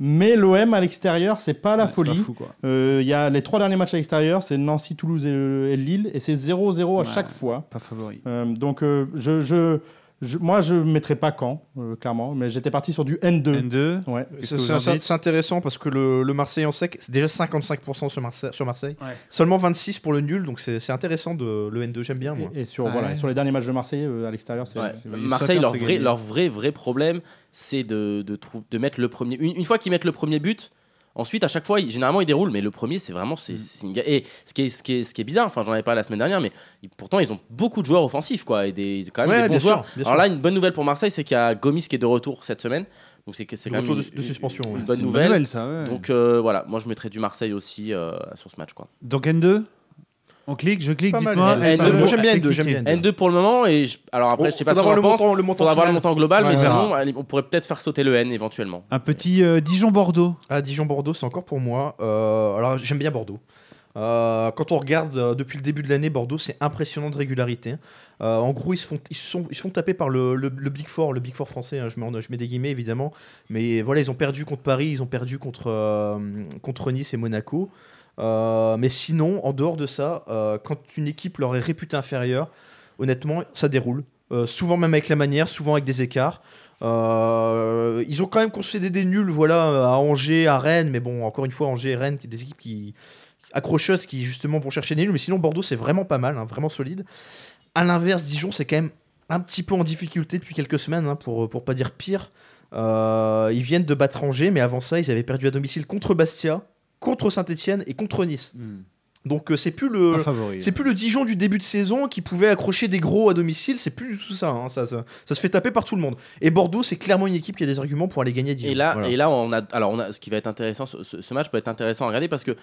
[SPEAKER 5] Mais l'OM à l'extérieur, c'est pas la
[SPEAKER 3] Ouais, c'est pas
[SPEAKER 5] folie.
[SPEAKER 3] fou, quoi.
[SPEAKER 5] Euh, Il y a les trois derniers matchs à l'extérieur, c'est Nancy, Toulouse et, euh, et Lille, et c'est 0-0 à
[SPEAKER 3] Ouais.
[SPEAKER 5] chaque fois.
[SPEAKER 3] Pas favori.
[SPEAKER 5] Euh, donc euh, je, je, je- moi je mettrais pas Caen, euh, clairement, mais j'étais parti sur du
[SPEAKER 4] Euh.
[SPEAKER 5] N2.
[SPEAKER 3] N2.
[SPEAKER 5] Ouais.
[SPEAKER 3] que
[SPEAKER 4] C'est
[SPEAKER 3] vous en
[SPEAKER 4] c'est- c'est-
[SPEAKER 3] dites
[SPEAKER 4] c'est intéressant parce que le, le Marseille en sec, c'est déjà 55% sur Marseille, sur Marseille.
[SPEAKER 5] Ouais.
[SPEAKER 4] seulement 26 pour le nul, donc c'est c'est intéressant de le N2, j'aime bien moi.
[SPEAKER 5] Et, et sur
[SPEAKER 3] Ouais.
[SPEAKER 5] voilà,
[SPEAKER 4] Ah.
[SPEAKER 5] et sur les derniers matchs de Marseille euh, à l'extérieur, c'est
[SPEAKER 6] Ouais.
[SPEAKER 5] c'est-
[SPEAKER 6] Marseille,
[SPEAKER 3] Soccer,
[SPEAKER 6] leur
[SPEAKER 3] c'est
[SPEAKER 6] vrai,
[SPEAKER 3] gagné.
[SPEAKER 6] leur vrai, vrai problème, c'est de, de, trou- de mettre le premier. Une, une fois qu'ils mettent le premier but, ensuite, à chaque fois, ils- généralement, ils déroulent, mais le premier, c'est vraiment.
[SPEAKER 4] Mm.
[SPEAKER 6] c'est c'est une ga- Et ce qui est, ce qui est, ce qui est bizarre, enfin, j'en avais parlé la semaine dernière, mais ils- pourtant, ils ont beaucoup de joueurs offensifs, quoi, et des, quand même
[SPEAKER 4] Ouais,
[SPEAKER 6] des bons
[SPEAKER 4] bien sûr,
[SPEAKER 6] joueurs.
[SPEAKER 4] bien
[SPEAKER 6] Alors
[SPEAKER 4] sûr.
[SPEAKER 6] là, une bonne nouvelle pour Marseille, c'est qu'il y a Gomis qui est de retour cette semaine. Donc, c'est que c'est
[SPEAKER 4] De
[SPEAKER 6] quand même
[SPEAKER 4] retour
[SPEAKER 6] une-
[SPEAKER 4] de- de suspension,
[SPEAKER 6] une
[SPEAKER 4] ouais.
[SPEAKER 3] C'est
[SPEAKER 6] bonne
[SPEAKER 3] une
[SPEAKER 6] nouvelle.
[SPEAKER 3] ça. ouais.
[SPEAKER 6] Donc euh, voilà, moi je mettrais du Marseille aussi euh, sur ce match. Quoi.
[SPEAKER 3] Donc N2 On clique, je clique,
[SPEAKER 4] Pas mal,
[SPEAKER 3] dites-moi.
[SPEAKER 6] N2.
[SPEAKER 3] N2,
[SPEAKER 6] Moi,
[SPEAKER 4] j'aime bien
[SPEAKER 3] c'est
[SPEAKER 4] N2, j'aime
[SPEAKER 3] cliqué.
[SPEAKER 4] bien. Oh,
[SPEAKER 6] N2 pour le moment, et je- alors après, je sais pas
[SPEAKER 4] Faudra
[SPEAKER 6] ce qu'on
[SPEAKER 4] voir le
[SPEAKER 6] en pense.
[SPEAKER 4] montant, le montant
[SPEAKER 6] Faudra voir le
[SPEAKER 4] final.
[SPEAKER 6] montant global,
[SPEAKER 4] Ouais,
[SPEAKER 6] mais
[SPEAKER 4] on
[SPEAKER 6] sinon,
[SPEAKER 3] verra.
[SPEAKER 6] allez, on pourrait peut-être faire sauter le N éventuellement.
[SPEAKER 3] Un petit euh, Dijon-Bordeaux.
[SPEAKER 4] Ah, Dijon-Bordeaux, c'est encore pour moi. Euh, alors, j'aime bien Bordeaux. Euh, quand on regarde euh, depuis le début de l'année, Bordeaux, c'est impressionnant de régularité. Euh, en gros, ils se font, ils se sont, ils se font taper par le, le- le Big Four, le Big Four français. hein, je, mets, en- je mets des guillemets évidemment, mais voilà, ils ont perdu contre Paris, ils ont perdu contre, euh, contre Nice et Monaco. Euh, mais sinon, en dehors de ça, euh, quand une équipe leur est réputée inférieure, honnêtement, ça déroule. Euh, souvent même avec la manière, souvent avec des écarts. Euh, ils ont quand même concédé des nuls, voilà, à Angers, à Rennes, mais bon, encore une fois, Angers et Rennes, qui des équipes qui accrocheuses, qui justement vont chercher des nuls. Mais sinon, Bordeaux, c'est vraiment pas mal, hein, vraiment solide. À l'inverse, Dijon, c'est quand même un petit peu en difficulté depuis quelques semaines, hein, pour pour pas dire pire. Euh, ils viennent de battre Angers, mais avant ça, ils avaient perdu à domicile contre Bastia, contre Saint-Etienne et contre Nice. Donc euh, c'est plus le
[SPEAKER 3] Pas favori.
[SPEAKER 4] c'est plus le Dijon du début de saison qui pouvait accrocher des gros à domicile, c'est plus du tout ça, hein, ça, ça. ça se fait taper par tout le monde. Et Bordeaux, c'est clairement une équipe qui a des arguments pour aller gagner à Dijon.
[SPEAKER 6] Et là,
[SPEAKER 4] Voilà.
[SPEAKER 6] et là, on a, alors on a, ce qui va être intéressant, ce, ce- ce match peut être intéressant à regarder parce que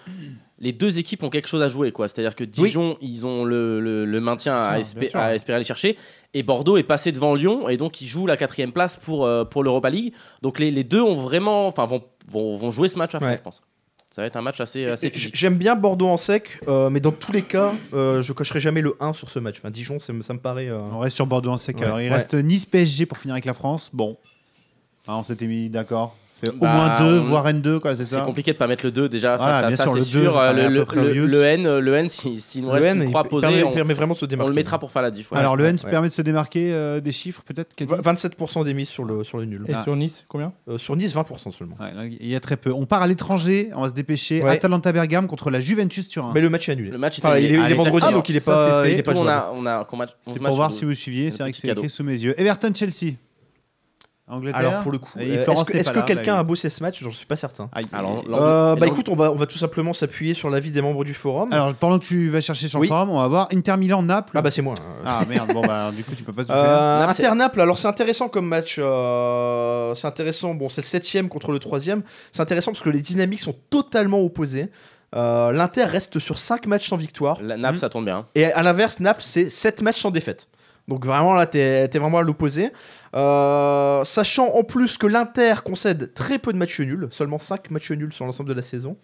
[SPEAKER 6] les deux équipes ont quelque chose à jouer, quoi. C'est-à-dire que Dijon, ils ont le, le- le maintien à,
[SPEAKER 5] Bien sûr, bien
[SPEAKER 6] espé-
[SPEAKER 5] sûr.
[SPEAKER 6] à espérer aller chercher, et Bordeaux est passé devant Lyon et donc ils jouent la quatrième place pour euh, pour l'Europa League. Donc les, les deux ont vraiment, enfin vont, vont vont jouer ce match à fond,
[SPEAKER 4] Ouais.
[SPEAKER 6] je pense. Ça va être un match assez assez
[SPEAKER 4] Et j-
[SPEAKER 6] physique.
[SPEAKER 4] J'aime bien Bordeaux en sec, euh, mais dans tous les cas, euh, je cocherai jamais le 1 sur ce match. Enfin, Dijon, ça me, ça me paraît. euh,
[SPEAKER 3] On reste sur Bordeaux en sec.
[SPEAKER 4] Ouais,
[SPEAKER 3] Alors il
[SPEAKER 4] ouais.
[SPEAKER 3] reste Nice-PSG pour finir avec la France. Bon. Ah, on s'était mis d'accord. C'est au
[SPEAKER 6] Bah,
[SPEAKER 3] moins 2,
[SPEAKER 6] on-
[SPEAKER 3] voire N2, quoi, c'est
[SPEAKER 6] C'est
[SPEAKER 3] ça
[SPEAKER 6] compliqué de pas mettre le 2 déjà, ça-
[SPEAKER 3] Voilà,
[SPEAKER 6] ça,
[SPEAKER 3] bien
[SPEAKER 6] ça,
[SPEAKER 3] sûr,
[SPEAKER 6] c'est
[SPEAKER 3] le 2,
[SPEAKER 6] sûr.
[SPEAKER 3] ça
[SPEAKER 6] Euh,
[SPEAKER 3] paraît à
[SPEAKER 6] Le,
[SPEAKER 3] peu près
[SPEAKER 6] le-
[SPEAKER 3] obvious.
[SPEAKER 6] le N, euh, le N, s'il si, s'il nous
[SPEAKER 4] le
[SPEAKER 6] reste
[SPEAKER 4] N,
[SPEAKER 6] une
[SPEAKER 4] il
[SPEAKER 6] croix
[SPEAKER 4] p-
[SPEAKER 6] posée,
[SPEAKER 4] permet,
[SPEAKER 6] on,
[SPEAKER 4] permet vraiment de se
[SPEAKER 6] on
[SPEAKER 4] démarquer.
[SPEAKER 6] le mettra pour faire la diff. ouais.
[SPEAKER 3] Alors le N
[SPEAKER 4] ouais.
[SPEAKER 3] se permet de se démarquer euh, des chiffres, peut-être Kadi
[SPEAKER 4] V- 27% d'émis sur le, sur le nul.
[SPEAKER 5] Et
[SPEAKER 3] Ah.
[SPEAKER 5] sur Nice, combien
[SPEAKER 4] Euh, sur Nice, 20% seulement.
[SPEAKER 3] Ouais, là, Il y a très peu. On part à l'étranger, on va se dépêcher.
[SPEAKER 4] Ouais.
[SPEAKER 3] Atalanta Bergame contre la Juventus Turin.
[SPEAKER 4] Mais le match est annulé.
[SPEAKER 6] Ah. Le match est
[SPEAKER 4] Enfin, il, est,
[SPEAKER 6] annulé. Ah,
[SPEAKER 4] il est
[SPEAKER 3] Allez,
[SPEAKER 4] vendredi,
[SPEAKER 3] exactement.
[SPEAKER 4] donc il est
[SPEAKER 3] Ça,
[SPEAKER 4] pas,
[SPEAKER 3] c'est
[SPEAKER 4] il
[SPEAKER 3] fait.
[SPEAKER 4] est pas
[SPEAKER 6] on
[SPEAKER 4] jouable.
[SPEAKER 6] a, on a combien de- onze
[SPEAKER 3] C'était
[SPEAKER 6] matchs
[SPEAKER 3] pour voir
[SPEAKER 6] de-
[SPEAKER 3] si vous suiviez. C'est
[SPEAKER 6] un
[SPEAKER 3] vrai que
[SPEAKER 6] petit
[SPEAKER 3] c'est
[SPEAKER 6] cadeau.
[SPEAKER 3] écrit sous mes yeux. Everton-Chelsea. Angleterre.
[SPEAKER 4] Alors pour le coup,
[SPEAKER 3] Et
[SPEAKER 4] euh,
[SPEAKER 3] Florence
[SPEAKER 4] est-ce que,
[SPEAKER 3] n'est
[SPEAKER 4] est-ce
[SPEAKER 3] pas
[SPEAKER 4] que
[SPEAKER 3] là,
[SPEAKER 4] quelqu'un
[SPEAKER 3] là,
[SPEAKER 4] a bossé ce match J'en suis pas certain.
[SPEAKER 3] Aïe.
[SPEAKER 6] Alors,
[SPEAKER 4] Euh,
[SPEAKER 6] l'Angleterre-
[SPEAKER 4] bah écoute, on va, on va tout simplement s'appuyer sur l'avis des membres du forum.
[SPEAKER 3] Alors, pendant que tu vas chercher sur
[SPEAKER 4] Oui.
[SPEAKER 3] le forum, on va voir Inter Milan-Naples.
[SPEAKER 4] ah bah c'est moi. hein.
[SPEAKER 3] Ah, merde, bon bah du coup tu peux pas tout faire.
[SPEAKER 4] Euh,
[SPEAKER 6] Naples, c'est-
[SPEAKER 4] Inter-Naples, alors c'est intéressant comme match. euh, c'est intéressant, bon, c'est le 7 contre le 3 C'est intéressant parce que les dynamiques sont totalement opposées. Euh, L'Inter reste sur 5 matchs sans victoire.
[SPEAKER 6] La Naples,
[SPEAKER 3] Hmm.
[SPEAKER 6] ça tombe bien.
[SPEAKER 4] Et à l'inverse, Naples, c'est 7 matchs sans défaite. Donc vraiment, là, t'es t'es vraiment à l'opposé. Euh, sachant en plus que l'Inter concède très peu de matchs nuls, seulement 5 matchs nuls sur l'ensemble de la saison.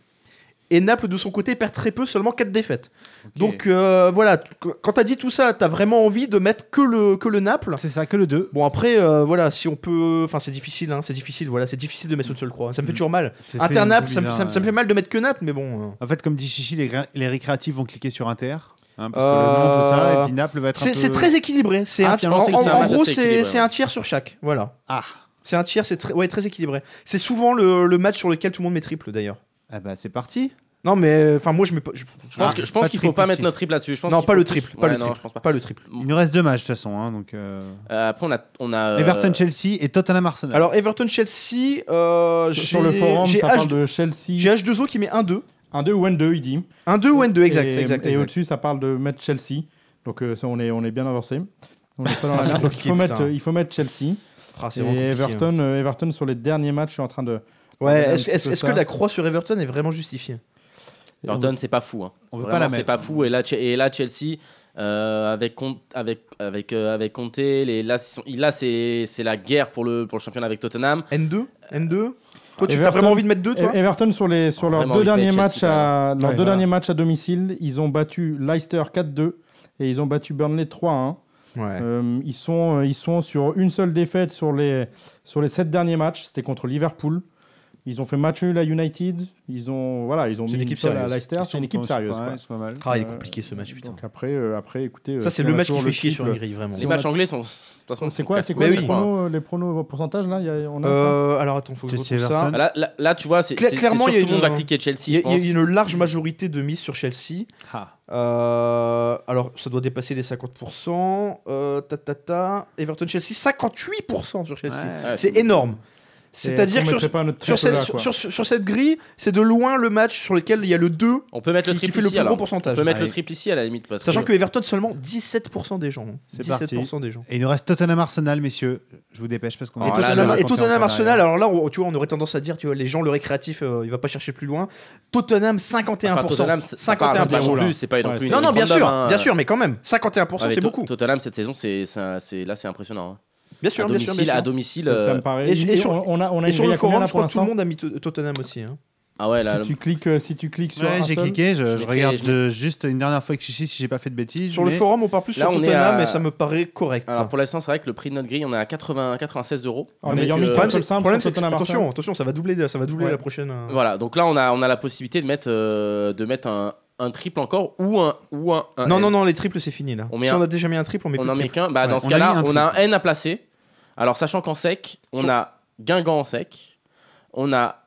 [SPEAKER 4] Et Naples, de son côté, perd très peu, seulement 4 défaites. Donc euh, voilà, qu- quand t'as dit tout ça, t'as vraiment envie de mettre que le, que le Naples.
[SPEAKER 3] C'est ça, que le 2.
[SPEAKER 4] Bon après, euh, voilà, si on peut... Enfin, c'est difficile, hein, c'est difficile, voilà, c'est difficile de mettre une seule croix. Ça me fait toujours mal.
[SPEAKER 3] Mm. C'est fait
[SPEAKER 4] Inter
[SPEAKER 3] un
[SPEAKER 4] Naples,
[SPEAKER 3] peu
[SPEAKER 4] ça, me-
[SPEAKER 3] bizarre, euh.
[SPEAKER 4] ça me- ça me fait mal de mettre que Naples, mais bon... euh.
[SPEAKER 3] En fait, comme dit Chichi, les, ré- les récréatifs vont cliquer sur Inter. hein, parce que
[SPEAKER 4] Euh,
[SPEAKER 3] le nom, tout ça, et puis Naples va être un
[SPEAKER 4] C'est
[SPEAKER 3] peu-
[SPEAKER 4] c'est très équilibré. C'est
[SPEAKER 3] Ah,
[SPEAKER 4] un-
[SPEAKER 3] finalement,
[SPEAKER 4] en-
[SPEAKER 3] c'est
[SPEAKER 4] en,
[SPEAKER 6] équilibré.
[SPEAKER 4] en gros,
[SPEAKER 6] C'est
[SPEAKER 4] c'est
[SPEAKER 6] équilibré,
[SPEAKER 4] c'est un tiers sur chaque. Voilà.
[SPEAKER 3] Ah,
[SPEAKER 4] C'est un tiers, c'est très, ouais, très équilibré. C'est souvent le, le match sur lequel tout le monde met triple d'ailleurs.
[SPEAKER 3] ah bah c'est parti.
[SPEAKER 4] Non, mais enfin, moi je mets pas, je-
[SPEAKER 6] Je pense
[SPEAKER 3] Ah,
[SPEAKER 6] que- je pense
[SPEAKER 3] pas
[SPEAKER 6] qu'il
[SPEAKER 3] triple
[SPEAKER 6] faut pas
[SPEAKER 3] ici.
[SPEAKER 6] mettre notre triple là-dessus. Je pense
[SPEAKER 4] Non,
[SPEAKER 6] qu'il
[SPEAKER 4] pas
[SPEAKER 6] faut
[SPEAKER 4] le
[SPEAKER 6] plus-
[SPEAKER 4] triple, pas le
[SPEAKER 6] Ouais, non,
[SPEAKER 4] triple.
[SPEAKER 6] je pense pas.
[SPEAKER 4] pas le triple.
[SPEAKER 3] Il nous reste deux matchs de toute façon. hein, donc, euh,
[SPEAKER 6] Euh, Après, on a. On a euh,
[SPEAKER 3] Everton, Chelsea et Tottenham, Arsenal.
[SPEAKER 4] Alors, Everton-Chelsea, euh,
[SPEAKER 5] Sur le
[SPEAKER 4] j'ai-
[SPEAKER 5] forum,
[SPEAKER 4] j'ai
[SPEAKER 5] ça
[SPEAKER 4] H-
[SPEAKER 5] parle de
[SPEAKER 4] j'ai
[SPEAKER 5] Chelsea.
[SPEAKER 4] H2O qui met 1-2.
[SPEAKER 5] 1-2 ou 1-2, il dit.
[SPEAKER 4] 1-2 ou 1-2, exact.
[SPEAKER 5] Et,
[SPEAKER 4] exact,
[SPEAKER 5] et
[SPEAKER 4] exact.
[SPEAKER 5] au-dessus, ça parle de mettre Chelsea. Donc euh, ça, on est, on est bien avancé. On est
[SPEAKER 4] Ah,
[SPEAKER 5] pas dans la merde. Donc, il,
[SPEAKER 4] compliqué,
[SPEAKER 5] faut mettre,
[SPEAKER 4] putain.
[SPEAKER 5] euh, il faut mettre Chelsea.
[SPEAKER 4] Ah, c'est
[SPEAKER 5] Et
[SPEAKER 4] vraiment compliqué, hein.
[SPEAKER 5] Everton, euh, Everton, sur les derniers matchs, je suis en train de.
[SPEAKER 4] Ouais,
[SPEAKER 5] Regarde un
[SPEAKER 4] est-ce
[SPEAKER 5] petit
[SPEAKER 4] est-ce-
[SPEAKER 5] peu
[SPEAKER 4] est-ce que
[SPEAKER 5] hein. ça.
[SPEAKER 4] la croix sur Everton est vraiment justifiée
[SPEAKER 6] Everton, c'est pas fou. Hein.
[SPEAKER 3] on veut
[SPEAKER 6] Vraiment,
[SPEAKER 3] pas la
[SPEAKER 6] C'est
[SPEAKER 3] mettre.
[SPEAKER 6] pas fou. Et là, Che- et là Chelsea, euh, avec, Con- avec, avec, euh, avec Conte, les, là, ils sont- là, c'est c'est la guerre pour le, pour le championnat avec Tottenham.
[SPEAKER 4] N2 N2 Toi, tu as
[SPEAKER 5] Everton-
[SPEAKER 4] vraiment envie de mettre 2 toi
[SPEAKER 5] E- Everton sur les sur
[SPEAKER 6] Oh,
[SPEAKER 5] leurs
[SPEAKER 6] vraiment,
[SPEAKER 5] deux
[SPEAKER 6] il paye
[SPEAKER 5] derniers
[SPEAKER 6] Chelsea,
[SPEAKER 5] matchs
[SPEAKER 6] quand
[SPEAKER 5] à leurs
[SPEAKER 3] Ouais,
[SPEAKER 5] deux
[SPEAKER 3] voilà.
[SPEAKER 5] derniers matchs à domicile, ils ont battu Leicester 4-2 et ils ont battu Burnley 3-1.
[SPEAKER 4] Ouais.
[SPEAKER 5] Euh, ils sont euh, ils sont sur une seule défaite sur les sur les sept derniers matchs, c'était contre Liverpool. Ils ont fait match nul à United, ils ont voilà, ils ont
[SPEAKER 4] C'est une
[SPEAKER 5] mis une
[SPEAKER 4] équipe
[SPEAKER 5] équipe à
[SPEAKER 4] sérieuse.
[SPEAKER 5] Leicester, c'est une équipe sérieuse
[SPEAKER 3] Ouais,
[SPEAKER 5] quoi.
[SPEAKER 3] c'est pas mal.
[SPEAKER 4] Ah, il est compliqué ce match, putain.
[SPEAKER 5] euh, Donc après euh, après écoutez euh,
[SPEAKER 4] Ça,
[SPEAKER 5] si
[SPEAKER 4] c'est
[SPEAKER 5] on
[SPEAKER 4] le
[SPEAKER 5] a
[SPEAKER 4] match qui
[SPEAKER 5] toujours
[SPEAKER 4] fait
[SPEAKER 5] le
[SPEAKER 4] chier sur
[SPEAKER 5] triple-
[SPEAKER 4] une grille, vraiment.
[SPEAKER 6] Les matchs anglais sont. de toute façon,
[SPEAKER 5] C'est quoi, c'est
[SPEAKER 6] casse-
[SPEAKER 5] quoi
[SPEAKER 4] Mais
[SPEAKER 5] les,
[SPEAKER 4] oui.
[SPEAKER 5] pronos, les pronos pourcentage là Il y a- on a ça
[SPEAKER 4] Euh, alors, attends, faut que je
[SPEAKER 3] Chelsea,
[SPEAKER 4] retrouve ça.
[SPEAKER 3] Everton.
[SPEAKER 6] Là, là, là, tu vois, c'est
[SPEAKER 4] Cla-
[SPEAKER 6] c'est- c'est
[SPEAKER 4] clairement,
[SPEAKER 6] sûr
[SPEAKER 4] il y a
[SPEAKER 6] que tout le monde
[SPEAKER 4] une- euh,
[SPEAKER 6] va cliquer Chelsea,
[SPEAKER 4] Il y, a-
[SPEAKER 6] Ah, je
[SPEAKER 4] il y a
[SPEAKER 6] pense.
[SPEAKER 4] une large majorité de mise sur Chelsea.
[SPEAKER 3] Ah.
[SPEAKER 4] Euh, alors, ça doit dépasser les 50%. Euh, ta, ta, ta. Everton-Chelsea, 58% sur Chelsea.
[SPEAKER 3] Ouais.
[SPEAKER 6] Ouais.
[SPEAKER 4] C'est énorme. C'est-à-dire que
[SPEAKER 5] Et est-ce qu'on
[SPEAKER 4] sur,
[SPEAKER 5] mettrait pas notre
[SPEAKER 4] sur,
[SPEAKER 5] triple
[SPEAKER 4] cette,
[SPEAKER 5] là,
[SPEAKER 4] sur-
[SPEAKER 5] quoi
[SPEAKER 4] sur- sur- sur cette grille, c'est de loin le match sur lequel il y a le 2
[SPEAKER 6] On peut
[SPEAKER 4] qui,
[SPEAKER 6] mettre le
[SPEAKER 4] qui
[SPEAKER 6] triple
[SPEAKER 4] fait le
[SPEAKER 6] ici
[SPEAKER 4] plus gros
[SPEAKER 6] alors. On
[SPEAKER 4] pourcentage.
[SPEAKER 6] peut mettre le
[SPEAKER 4] Allez.
[SPEAKER 6] triple ici à la limite. parce
[SPEAKER 4] Sachant que Everton, seulement 17% des gens. hein.
[SPEAKER 3] C'est parti.
[SPEAKER 4] 17% des gens.
[SPEAKER 3] Et il nous reste Tottenham, Arsenal, messieurs. Je vous dépêche parce qu'on
[SPEAKER 6] Et
[SPEAKER 4] Et
[SPEAKER 3] a-
[SPEAKER 6] Ah, là,
[SPEAKER 4] Tottenham,
[SPEAKER 6] là,
[SPEAKER 4] et Tottenham
[SPEAKER 3] Tottenham
[SPEAKER 4] Arsenal, alors là, on, tu vois, on aurait tendance à dire, tu vois, les gens, le récréatif, euh, il va pas chercher plus loin. Tottenham, 51%.
[SPEAKER 6] Enfin, Tottenham, c'est- ça part-
[SPEAKER 4] 51%.
[SPEAKER 6] c'est pas non
[SPEAKER 5] là.
[SPEAKER 6] plus, c'est pas non
[SPEAKER 5] Ouais, c'est-
[SPEAKER 6] plus une
[SPEAKER 4] Non, non, bien
[SPEAKER 6] grande
[SPEAKER 4] sûr,
[SPEAKER 6] dame, hein. Ah,
[SPEAKER 4] bien sûr, mais quand même, 51%,
[SPEAKER 6] Avec
[SPEAKER 4] c'est
[SPEAKER 6] To-
[SPEAKER 4] beaucoup.
[SPEAKER 6] Tottenham cette saison, c'est c'est un- c'est- là, c'est impressionnant. hein.
[SPEAKER 4] Bien
[SPEAKER 6] À
[SPEAKER 4] sûr, bien sûr,
[SPEAKER 6] domicile,
[SPEAKER 4] bien
[SPEAKER 6] à
[SPEAKER 4] sûr.
[SPEAKER 6] domicile.
[SPEAKER 5] Ça, ça
[SPEAKER 6] euh,
[SPEAKER 5] me paraît.
[SPEAKER 4] et sur- et sur-
[SPEAKER 5] on a, on a
[SPEAKER 4] Et
[SPEAKER 5] une
[SPEAKER 4] sur le
[SPEAKER 5] grille à combien,
[SPEAKER 4] forum,
[SPEAKER 5] là,
[SPEAKER 4] je crois que
[SPEAKER 5] pour
[SPEAKER 4] tout le
[SPEAKER 5] l'instant
[SPEAKER 4] monde a mis To- Tottenham aussi. hein.
[SPEAKER 6] Ah ouais, là,
[SPEAKER 5] Si
[SPEAKER 6] le-
[SPEAKER 5] tu cliques, euh, si tu cliques sur.
[SPEAKER 3] Ouais,
[SPEAKER 5] un
[SPEAKER 3] j'ai
[SPEAKER 5] seul-
[SPEAKER 3] cliqué, je, je
[SPEAKER 6] mettrai-
[SPEAKER 3] regarde
[SPEAKER 6] je
[SPEAKER 3] euh, juste une dernière fois que Chichi si j'ai pas fait de bêtises.
[SPEAKER 4] Sur le
[SPEAKER 3] mais-
[SPEAKER 4] forum, on parle plus
[SPEAKER 6] Là,
[SPEAKER 4] sur
[SPEAKER 6] on est
[SPEAKER 4] Tottenham,
[SPEAKER 6] à-
[SPEAKER 4] mais ça me paraît correct.
[SPEAKER 6] Alors pour l'instant, c'est vrai que le prix de notre grille, on est à 80, 96 euros.
[SPEAKER 5] En
[SPEAKER 6] Avec,
[SPEAKER 5] ayant mis
[SPEAKER 6] euh,
[SPEAKER 4] Ah, Le
[SPEAKER 5] trois
[SPEAKER 4] problème, c'est
[SPEAKER 5] seuls simples
[SPEAKER 4] problème,
[SPEAKER 5] sur
[SPEAKER 4] c'est que-
[SPEAKER 5] Tottenham Arsenal.
[SPEAKER 4] attention, attention, ça va doubler, ça va doubler
[SPEAKER 5] Ouais.
[SPEAKER 4] la prochaine. euh,
[SPEAKER 6] Voilà, donc là, on a, on a la possibilité de mettre, euh, de mettre un, un triple encore ou un. Ou un, un
[SPEAKER 4] Non,
[SPEAKER 6] N.
[SPEAKER 4] non, non, les triples, c'est fini là.
[SPEAKER 6] On met
[SPEAKER 4] si
[SPEAKER 6] un-
[SPEAKER 4] on a déjà mis un triple, on met plus
[SPEAKER 6] On
[SPEAKER 4] de
[SPEAKER 6] en met
[SPEAKER 4] triple.
[SPEAKER 6] qu'un. Bah,
[SPEAKER 3] Ouais,
[SPEAKER 6] dans ce
[SPEAKER 3] on a mis
[SPEAKER 6] cas-là,
[SPEAKER 3] un
[SPEAKER 6] on a un N à placer. Alors, sachant qu'en sec, on
[SPEAKER 4] Sur-
[SPEAKER 6] a Guingamp en sec, on a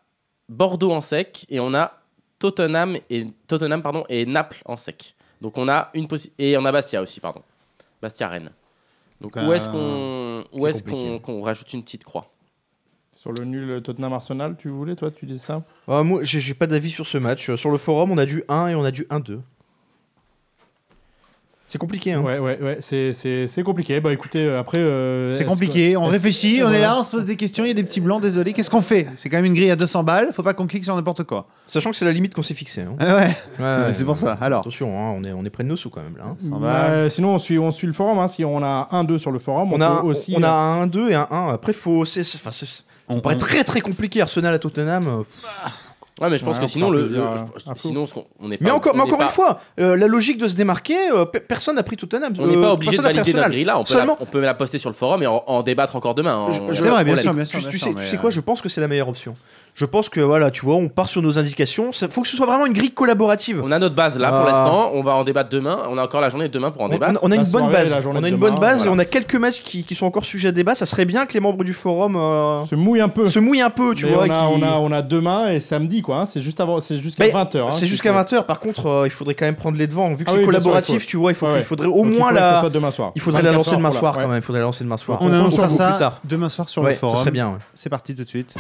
[SPEAKER 6] Bordeaux en sec et on a Tottenham et, Tottenham, pardon, et Naples en sec. Donc, on a une possi- Et on a Bastia aussi, pardon. Bastia-Rennes. Donc,
[SPEAKER 3] Donc,
[SPEAKER 6] où
[SPEAKER 3] euh,
[SPEAKER 6] est-ce qu'on où
[SPEAKER 4] c'est
[SPEAKER 6] est-ce qu'on
[SPEAKER 4] compliqué.
[SPEAKER 6] qu'on rajoute une petite croix
[SPEAKER 5] Sur le nul Tottenham Arsenal, tu voulais, toi, tu dis ça
[SPEAKER 4] Ah, moi, j'ai j'ai pas d'avis sur ce match. Euh, Sur le forum, on a du 1 et on a du 1-2. C'est compliqué, hein.
[SPEAKER 5] Ouais, ouais, ouais, c'est- c'est c'est compliqué. Bah écoutez, euh, après. euh,
[SPEAKER 3] C'est
[SPEAKER 5] est-ce
[SPEAKER 3] compliqué,
[SPEAKER 5] que-
[SPEAKER 3] on
[SPEAKER 5] est-ce-
[SPEAKER 3] réfléchit, on est
[SPEAKER 5] voilà.
[SPEAKER 3] là, on se pose des questions, il y a des petits blancs, désolé, qu'est-ce qu'on fait C'est quand même une grille à 200 balles, faut pas qu'on clique sur n'importe quoi.
[SPEAKER 4] Sachant que c'est la limite qu'on s'est fixée. hein.
[SPEAKER 3] Ah ouais,
[SPEAKER 4] Ouais, ouais,
[SPEAKER 3] c'est pour ça. Alors,
[SPEAKER 4] Attention, hein, on, est, on est près de nos sous quand même là. hein.
[SPEAKER 3] Ça va.
[SPEAKER 5] Bah, sinon, on suit, on suit le forum. hein. Si on a 1-2 sur le forum, on,
[SPEAKER 4] On a,
[SPEAKER 5] peut aussi.
[SPEAKER 4] on a
[SPEAKER 5] euh,
[SPEAKER 4] un 1-2 et un 1. Après, faut. c'est- c'est- enfin, c'est- ça
[SPEAKER 3] on
[SPEAKER 4] paraît très très compliqué Arsenal à Tottenham. euh,
[SPEAKER 6] Ouais, mais je pense
[SPEAKER 5] Ouais,
[SPEAKER 6] que
[SPEAKER 5] on
[SPEAKER 6] sinon,
[SPEAKER 5] fera
[SPEAKER 6] le,
[SPEAKER 5] plaisir
[SPEAKER 6] le-
[SPEAKER 5] à-
[SPEAKER 6] je-
[SPEAKER 5] à Flo.
[SPEAKER 6] sinon ce qu'on- on n'est
[SPEAKER 4] Mais
[SPEAKER 6] pas-
[SPEAKER 4] encore, mais
[SPEAKER 6] ah, on n'est
[SPEAKER 4] encore
[SPEAKER 6] pas-
[SPEAKER 4] une fois, euh, la logique de se démarquer, euh, pe- personne n'a pris Tottenham.
[SPEAKER 6] On n'est
[SPEAKER 4] euh,
[SPEAKER 6] pas obligé de
[SPEAKER 4] personne n'a pris
[SPEAKER 6] valider notre
[SPEAKER 4] Arsenal.
[SPEAKER 6] grille là. On peut,
[SPEAKER 4] Seulement-
[SPEAKER 6] la, on peut la poster sur le forum et en, en débattre encore demain. hein. On-
[SPEAKER 4] Je-
[SPEAKER 3] C'est vrai, bien
[SPEAKER 4] on l'a-
[SPEAKER 3] sûr, bien sûr,
[SPEAKER 4] tu-
[SPEAKER 3] bien
[SPEAKER 4] tu
[SPEAKER 3] sûr,
[SPEAKER 4] sais-
[SPEAKER 3] mais,
[SPEAKER 4] tu sais
[SPEAKER 3] euh,
[SPEAKER 4] quoi, je pense que c'est la meilleure option. Je pense que voilà, tu vois, on part sur nos indications. Il faut que ce soit vraiment une grille collaborative.
[SPEAKER 6] On a notre base là pour
[SPEAKER 4] Ah.
[SPEAKER 6] l'instant, on va en débattre demain, on a encore la journée de demain pour en
[SPEAKER 4] On,
[SPEAKER 6] débattre.
[SPEAKER 4] on- on a
[SPEAKER 5] La
[SPEAKER 4] une bonne
[SPEAKER 5] soirée,
[SPEAKER 4] base.
[SPEAKER 5] la
[SPEAKER 4] On
[SPEAKER 5] journée
[SPEAKER 4] a
[SPEAKER 5] de
[SPEAKER 4] une bonne
[SPEAKER 5] demain,
[SPEAKER 4] base et
[SPEAKER 5] voilà.
[SPEAKER 4] on a quelques matchs qui, qui sont encore sujets à débat. Ça serait bien que les membres du forum euh,
[SPEAKER 5] Se mouille un peu.
[SPEAKER 4] se mouillent un peu, tu
[SPEAKER 5] Mais
[SPEAKER 4] vois.
[SPEAKER 5] on a,
[SPEAKER 4] qui-
[SPEAKER 5] on, a, on a demain et samedi, quoi. hein. C'est juste avant, c'est jusqu'à hein,
[SPEAKER 4] Mais
[SPEAKER 5] 20h.
[SPEAKER 4] C'est jusqu'à 20h. Par contre, euh, il faudrait quand même prendre les devants. Vu que c'est
[SPEAKER 5] Ah oui, bien sûr,
[SPEAKER 4] collaboratif,
[SPEAKER 5] il faut- Ah
[SPEAKER 4] tu vois, il, faut,
[SPEAKER 5] Ouais,
[SPEAKER 4] qu'il
[SPEAKER 5] ouais.
[SPEAKER 4] faudrait au moins
[SPEAKER 5] Il faut que
[SPEAKER 4] la.
[SPEAKER 5] ça soit demain soir.
[SPEAKER 4] Il faudrait la
[SPEAKER 5] 24
[SPEAKER 4] lancer
[SPEAKER 5] heures
[SPEAKER 4] demain
[SPEAKER 5] pour la-
[SPEAKER 4] soir
[SPEAKER 5] ouais.
[SPEAKER 4] quand même. Il faudrait la lancer demain soir.
[SPEAKER 3] euh, on annoncera
[SPEAKER 4] beaucoup plus
[SPEAKER 3] ça
[SPEAKER 4] tard.
[SPEAKER 3] demain soir sur
[SPEAKER 4] Ouais,
[SPEAKER 3] le forum.
[SPEAKER 4] Ça serait bien. ouais.
[SPEAKER 3] C'est parti tout de suite.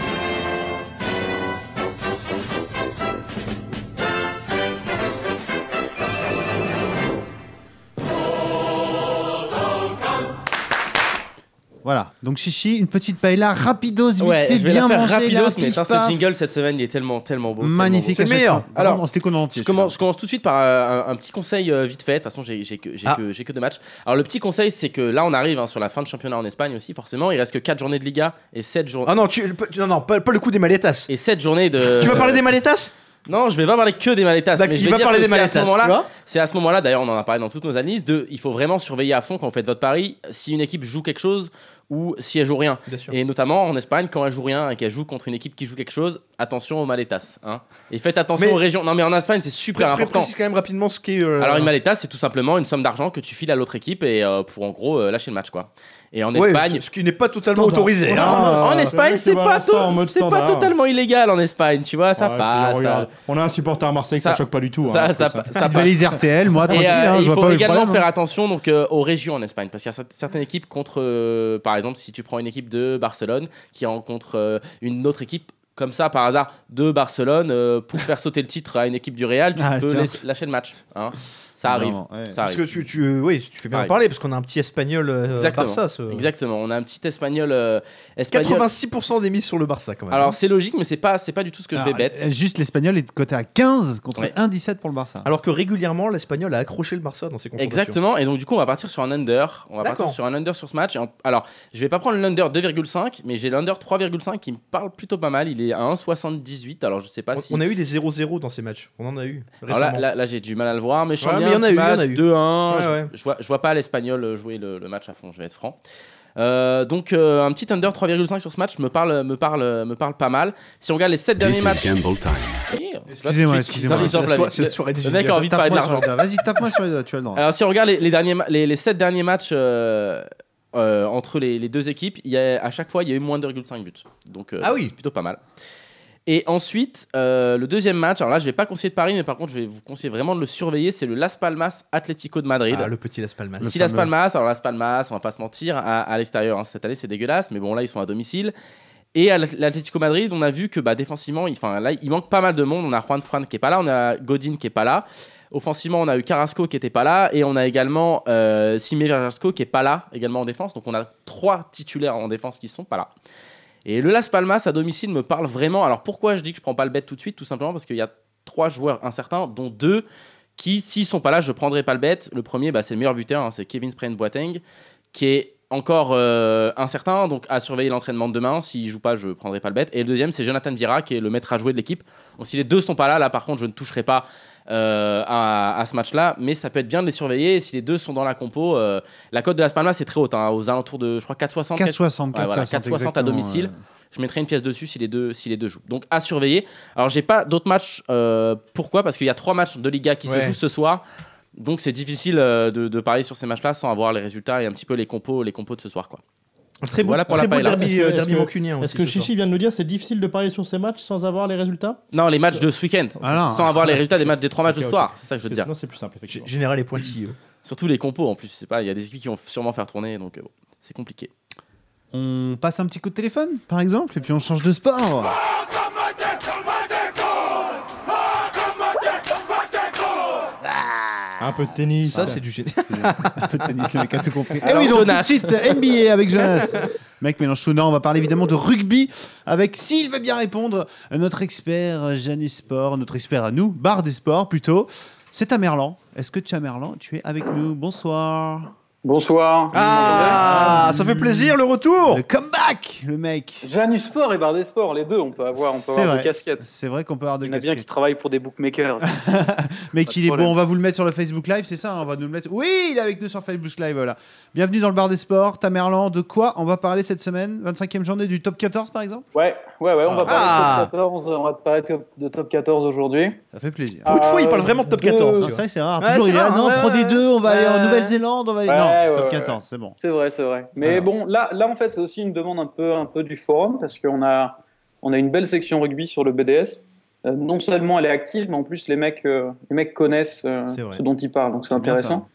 [SPEAKER 3] Voilà, donc Chichi, une petite paella rapidos, vite
[SPEAKER 6] Ouais,
[SPEAKER 3] fait,
[SPEAKER 6] je vais
[SPEAKER 3] bien
[SPEAKER 6] la faire
[SPEAKER 3] manger
[SPEAKER 6] rapidos,
[SPEAKER 3] là,
[SPEAKER 6] mais
[SPEAKER 3] pif,
[SPEAKER 6] putain,
[SPEAKER 3] paf.
[SPEAKER 6] ce jingle cette semaine il est tellement, tellement beau. tellement
[SPEAKER 3] magnifique.
[SPEAKER 6] beau.
[SPEAKER 4] C'est
[SPEAKER 3] à chaque
[SPEAKER 4] meilleur.
[SPEAKER 3] fois.
[SPEAKER 4] Alors,
[SPEAKER 3] Vraiment, c'était qu'on en entier.
[SPEAKER 6] Je commence, je commence tout de suite par euh, un, un petit conseil euh, vite fait. De toute façon, j'ai j'ai que, j'ai
[SPEAKER 4] Ah.
[SPEAKER 6] que, j'ai que deux matchs. Alors, le petit conseil, c'est que là, on arrive hein, sur la fin de championnat en Espagne aussi, forcément. Il reste que 4 journées de Liga et 7, jour-
[SPEAKER 4] Ah non, Oh. tu, non, non, pas, pas le coup des maletas.
[SPEAKER 6] et 7 journées de.
[SPEAKER 5] euh,
[SPEAKER 4] Tu vas parler des maletas
[SPEAKER 6] Non, je vais pas parler que des Maletas.
[SPEAKER 4] D'accord,
[SPEAKER 6] mais je
[SPEAKER 4] il
[SPEAKER 6] vais
[SPEAKER 4] va
[SPEAKER 6] dire
[SPEAKER 4] parler
[SPEAKER 6] que
[SPEAKER 4] des
[SPEAKER 6] c'est à ce
[SPEAKER 4] Maletas,
[SPEAKER 6] moment-là-
[SPEAKER 4] tu vois
[SPEAKER 6] C'est à ce moment-là, d'ailleurs, on en a parlé dans toutes nos analyses, de il faut vraiment surveiller à fond quand vous faites votre pari si une équipe joue quelque chose ou si elle joue rien.
[SPEAKER 4] Bien
[SPEAKER 5] euh,
[SPEAKER 4] sûr.
[SPEAKER 6] Et notamment en Espagne, quand elle joue rien et qu'elle joue contre une équipe qui joue quelque chose, attention aux Maletas. Hein. Et faites attention
[SPEAKER 4] Mais-
[SPEAKER 6] aux régions. Non, mais en Espagne, c'est super
[SPEAKER 4] Pré- pré-
[SPEAKER 6] important.
[SPEAKER 4] Précise quand même rapidement ce qu'est. euh,
[SPEAKER 6] Alors une maleta, c'est tout simplement une somme d'argent que tu files à l'autre équipe et euh, pour en gros euh, lâcher le match quoi. Et en
[SPEAKER 4] Ouais,
[SPEAKER 6] Espagne,
[SPEAKER 4] ce qui n'est pas totalement
[SPEAKER 5] Standard.
[SPEAKER 4] autorisé. hein.
[SPEAKER 5] Ah,
[SPEAKER 6] en
[SPEAKER 5] le
[SPEAKER 6] Espagne
[SPEAKER 5] mec
[SPEAKER 6] c'est
[SPEAKER 5] qui
[SPEAKER 6] pas,
[SPEAKER 5] balance ça
[SPEAKER 6] to-
[SPEAKER 5] en mode
[SPEAKER 6] c'est pas
[SPEAKER 5] standard.
[SPEAKER 6] totalement illégal en Espagne, tu vois, ça
[SPEAKER 5] Ouais,
[SPEAKER 6] passe.
[SPEAKER 5] puis on
[SPEAKER 6] ça-
[SPEAKER 5] regarde. On a un supporter à Marseille, ça,
[SPEAKER 6] Ça-
[SPEAKER 5] choque pas du tout.
[SPEAKER 6] ça-
[SPEAKER 5] hein,
[SPEAKER 6] ça-
[SPEAKER 5] après
[SPEAKER 6] ça
[SPEAKER 3] Petite
[SPEAKER 6] passe.
[SPEAKER 3] valise RTL, moi,
[SPEAKER 6] Et,
[SPEAKER 3] tranquille,
[SPEAKER 6] euh,
[SPEAKER 3] hein,
[SPEAKER 6] il
[SPEAKER 3] je vois
[SPEAKER 6] faut
[SPEAKER 3] pas où est le
[SPEAKER 6] également
[SPEAKER 3] problème.
[SPEAKER 6] faire attention donc euh, aux régions en Espagne parce qu'il y a cer- certaines équipes contre, euh, par exemple, si tu prends une équipe de Barcelone qui rencontre euh, une autre équipe comme ça par hasard de Barcelone euh, pour faire sauter le titre à une équipe du Real, tu
[SPEAKER 3] Ah,
[SPEAKER 6] peux
[SPEAKER 3] tiens.
[SPEAKER 6] laisser- lâcher le match. hein. Ça arrive.
[SPEAKER 3] Vraiment, ouais.
[SPEAKER 6] Ça
[SPEAKER 4] Parce
[SPEAKER 6] arrive.
[SPEAKER 4] que tu, tu, oui, tu fais bien en
[SPEAKER 6] Pareil.
[SPEAKER 4] parler, parce qu'on a un petit espagnol euh,
[SPEAKER 6] Exactement.
[SPEAKER 4] Barça. ce-
[SPEAKER 6] Exactement. On a un petit espagnol. euh, espagnol.
[SPEAKER 4] 86% des mises sur le Barça quand même.
[SPEAKER 6] Alors c'est logique, mais c'est pas c'est pas du tout ce que je
[SPEAKER 3] Alors,
[SPEAKER 6] vais bête.
[SPEAKER 3] euh, Juste l'espagnol est coté à 15 contre
[SPEAKER 6] Ouais.
[SPEAKER 3] 1,17 pour le Barça.
[SPEAKER 4] Alors que régulièrement, l'espagnol a accroché le Barça dans ses confrontations.
[SPEAKER 6] Exactement. Et donc du coup, on va partir sur un under. On va partir
[SPEAKER 4] D'accord.
[SPEAKER 6] sur un under sur ce match. Et en- Alors, je vais pas prendre l'under 2,5, mais j'ai l'under 3,5 qui me parle plutôt pas mal. Il est à 1,78. Alors je sais pas
[SPEAKER 4] On,
[SPEAKER 6] Ah, si.
[SPEAKER 4] on a eu des 0-0 dans ces matchs. On en a eu.
[SPEAKER 6] Alors
[SPEAKER 4] Récemment.
[SPEAKER 6] là, là, là, j'ai du mal à le voir, mais je sens
[SPEAKER 4] Ouais, mais il
[SPEAKER 6] bien
[SPEAKER 4] y en a
[SPEAKER 6] un
[SPEAKER 4] eu, il y en a
[SPEAKER 6] petit
[SPEAKER 4] eu.
[SPEAKER 6] match 2-1.
[SPEAKER 4] Ouais,
[SPEAKER 6] Je-
[SPEAKER 4] ouais.
[SPEAKER 6] Je, vois, je vois pas l'espagnol jouer le, le match à fond. Je vais être franc. Euh, donc euh, un petit under 3,5 sur ce match me parle me parle me parle pas mal. Si on regarde les 7 derniers matchs.
[SPEAKER 3] Excusez-moi,
[SPEAKER 6] Ils
[SPEAKER 3] excusez-moi.
[SPEAKER 6] ont- ils ont
[SPEAKER 4] C'est la
[SPEAKER 6] enflammé.
[SPEAKER 4] soirée- c'est la soirée des
[SPEAKER 6] Le mec a
[SPEAKER 4] Jeux
[SPEAKER 6] envie de parler de
[SPEAKER 3] Tape-moi sur
[SPEAKER 6] l'argent.
[SPEAKER 3] les doigts. Vas-y, tape-moi sur les doigts, tu as le droit.
[SPEAKER 6] Alors, si on regarde les, les derniers, ma- les, les sept derniers matchs euh, euh, entre les, les deux équipes, il y a, à chaque fois, il y a eu moins de 2,5 buts. Donc, euh,
[SPEAKER 4] Ah oui.
[SPEAKER 6] c'est plutôt pas mal. Et ensuite, euh, le deuxième match, alors là, je vais pas conseiller de Paris, mais par contre, je vais vous conseiller vraiment de le surveiller. C'est le Las Palmas Atlético de Madrid.
[SPEAKER 4] Ah, le petit Las Palmas.
[SPEAKER 6] Le petit Las Palmas, alors Las Palmas, on va pas se mentir, à, à l'extérieur hein, cette année c'est dégueulasse, mais bon là ils sont à domicile. Et à l'At- l'Atlético Madrid, on a vu que bah, défensivement, il, 'fin, là, il manque pas mal de monde. On a Juan Fran qui est pas là, on a Godin qui est pas là. Offensivement, on a eu Carrasco qui était pas là, et on a également euh, Simé Vergasco qui est pas là également en défense. Donc on a trois titulaires en défense qui sont pas là. Et le Las Palmas à domicile me parle vraiment. Alors pourquoi je dis que je prends pas le bet tout de suite Tout simplement parce qu'il y a trois joueurs incertains, dont deux qui, s'ils sont pas là, je prendrai pas le bet. Le premier, bah, c'est le meilleur buteur, hein, c'est Kevin Sprain Boateng, qui est encore euh, incertain, donc à surveiller l'entraînement de demain. S'il joue pas, je prendrai pas le bet. Et le deuxième, c'est Jonathan Vira, qui est le maître à jouer de l'équipe. Donc si les deux sont pas là, là par contre, je ne toucherai pas euh, à, à ce match-là, mais ça peut être bien de les surveiller. Et si les deux sont dans la compo, euh, la cote de Las Palmas c'est très haute, hein, aux alentours de, je crois, 4,60.
[SPEAKER 3] 4,60,
[SPEAKER 6] Ouais, voilà, 4,60 à
[SPEAKER 3] 4,60 exactement,
[SPEAKER 6] domicile.
[SPEAKER 3] ouais.
[SPEAKER 6] Je mettrai une pièce dessus si les deux, si les deux jouent. Donc à surveiller. Alors j'ai pas d'autres matchs. euh, pourquoi Parce qu'il y a trois matchs de Liga qui
[SPEAKER 4] Ouais.
[SPEAKER 6] se jouent ce soir. Donc c'est difficile euh, de, de parier sur ces matchs-là sans avoir les résultats et un petit peu les compos, les compos de ce soir. Quoi.
[SPEAKER 4] Un très beau,
[SPEAKER 6] Voilà pour
[SPEAKER 4] très
[SPEAKER 6] la
[SPEAKER 4] beau
[SPEAKER 6] paella.
[SPEAKER 5] Est-ce
[SPEAKER 4] derby,
[SPEAKER 5] que-
[SPEAKER 4] euh,
[SPEAKER 5] est-ce
[SPEAKER 4] derby
[SPEAKER 5] que-
[SPEAKER 4] mancunien
[SPEAKER 5] Est-ce
[SPEAKER 4] aussi
[SPEAKER 5] que
[SPEAKER 4] ce soir.
[SPEAKER 5] Chichi vient de nous dire c'est difficile de parier sur ces matchs sans avoir les résultats
[SPEAKER 6] Non, les matchs de ce week-end.
[SPEAKER 3] Alors,
[SPEAKER 6] sans avoir les résultats des matchs des trois
[SPEAKER 5] Ah
[SPEAKER 6] matchs
[SPEAKER 5] Ok,
[SPEAKER 6] de ce
[SPEAKER 5] ok.
[SPEAKER 6] soir. C'est ça
[SPEAKER 5] Parce
[SPEAKER 6] que je veux
[SPEAKER 5] que
[SPEAKER 6] te dire.
[SPEAKER 5] Sinon, c'est plus simple,
[SPEAKER 4] G-
[SPEAKER 5] effectivement.
[SPEAKER 4] Général et pointilleux.
[SPEAKER 6] Surtout les compos en plus. je sais pas, Il y a des équipes qui vont sûrement faire tourner. Donc euh, bon, c'est compliqué.
[SPEAKER 3] euh. on passe un petit coup de téléphone, par exemple, et puis on change de sport.
[SPEAKER 5] Un peu de tennis.
[SPEAKER 4] Ça, c'est du génie.
[SPEAKER 3] Un peu de tennis, le mec a tout compris. Et
[SPEAKER 6] Alors,
[SPEAKER 3] Eh oui, donc
[SPEAKER 6] Jonas.
[SPEAKER 3] tout de suite, NBA avec Jonas. Mec Mélenchon, non, on va parler évidemment de rugby avec, s'il veut bien répondre, notre expert euh, Janus Sport, notre expert à nous, bar des sports plutôt. C'est à Merlan. Est-ce que tu es à Merlan Tu es avec nous. Bonsoir.
[SPEAKER 8] Bonsoir.
[SPEAKER 4] Ah, ça fait plaisir le retour
[SPEAKER 3] Le comeback, le mec.
[SPEAKER 8] Janus Sport et Bar des Sports, les deux, on peut avoir, on peut
[SPEAKER 3] C'est
[SPEAKER 8] avoir
[SPEAKER 3] vrai.
[SPEAKER 8] deux casquettes.
[SPEAKER 3] C'est vrai qu'on peut avoir de
[SPEAKER 8] Il y en a bien qui travaillent pour des bookmakers.
[SPEAKER 3] Mais
[SPEAKER 8] Pas
[SPEAKER 3] qu'il
[SPEAKER 8] de
[SPEAKER 3] est
[SPEAKER 8] problème.
[SPEAKER 3] bon, on va vous le mettre sur le Facebook Live, c'est ça hein, On va nous le mettre. Oui, il est avec nous sur Facebook Live, voilà. Bienvenue dans le bar des sports, Tamerlan. De quoi on va parler cette semaine 25e journée du top 14 par exemple
[SPEAKER 8] Ouais, ouais, ouais, on va
[SPEAKER 4] Ah.
[SPEAKER 8] parler de top 14, on va parler de top 14 aujourd'hui.
[SPEAKER 3] Ça fait plaisir.
[SPEAKER 8] Ah,
[SPEAKER 4] Peu de fois, il parle vraiment de top 14.
[SPEAKER 8] Euh,
[SPEAKER 3] Non, c'est vrai, que c'est rare.
[SPEAKER 4] Ouais,
[SPEAKER 3] Toujours,
[SPEAKER 4] c'est
[SPEAKER 3] il est là.
[SPEAKER 4] rare,
[SPEAKER 3] Non,
[SPEAKER 4] ouais,
[SPEAKER 3] Pro
[SPEAKER 4] ouais,
[SPEAKER 3] D2, on va
[SPEAKER 4] ouais,
[SPEAKER 3] aller en
[SPEAKER 4] ouais.
[SPEAKER 3] Nouvelle-Zélande, on va aller.
[SPEAKER 8] Ouais,
[SPEAKER 3] non,
[SPEAKER 8] ouais,
[SPEAKER 3] top
[SPEAKER 8] ouais.
[SPEAKER 3] 14, c'est bon.
[SPEAKER 8] C'est vrai, c'est vrai. Mais
[SPEAKER 3] Alors.
[SPEAKER 8] bon, là, là, en fait, c'est aussi une demande un peu, un peu du forum, parce qu'on a, on a une belle section rugby sur le BDS. Euh, non seulement elle est active, mais en plus, les mecs, euh, les mecs connaissent euh,
[SPEAKER 4] C'est vrai.
[SPEAKER 8] ce dont ils parlent, donc c'est
[SPEAKER 3] C'est bien
[SPEAKER 8] intéressant.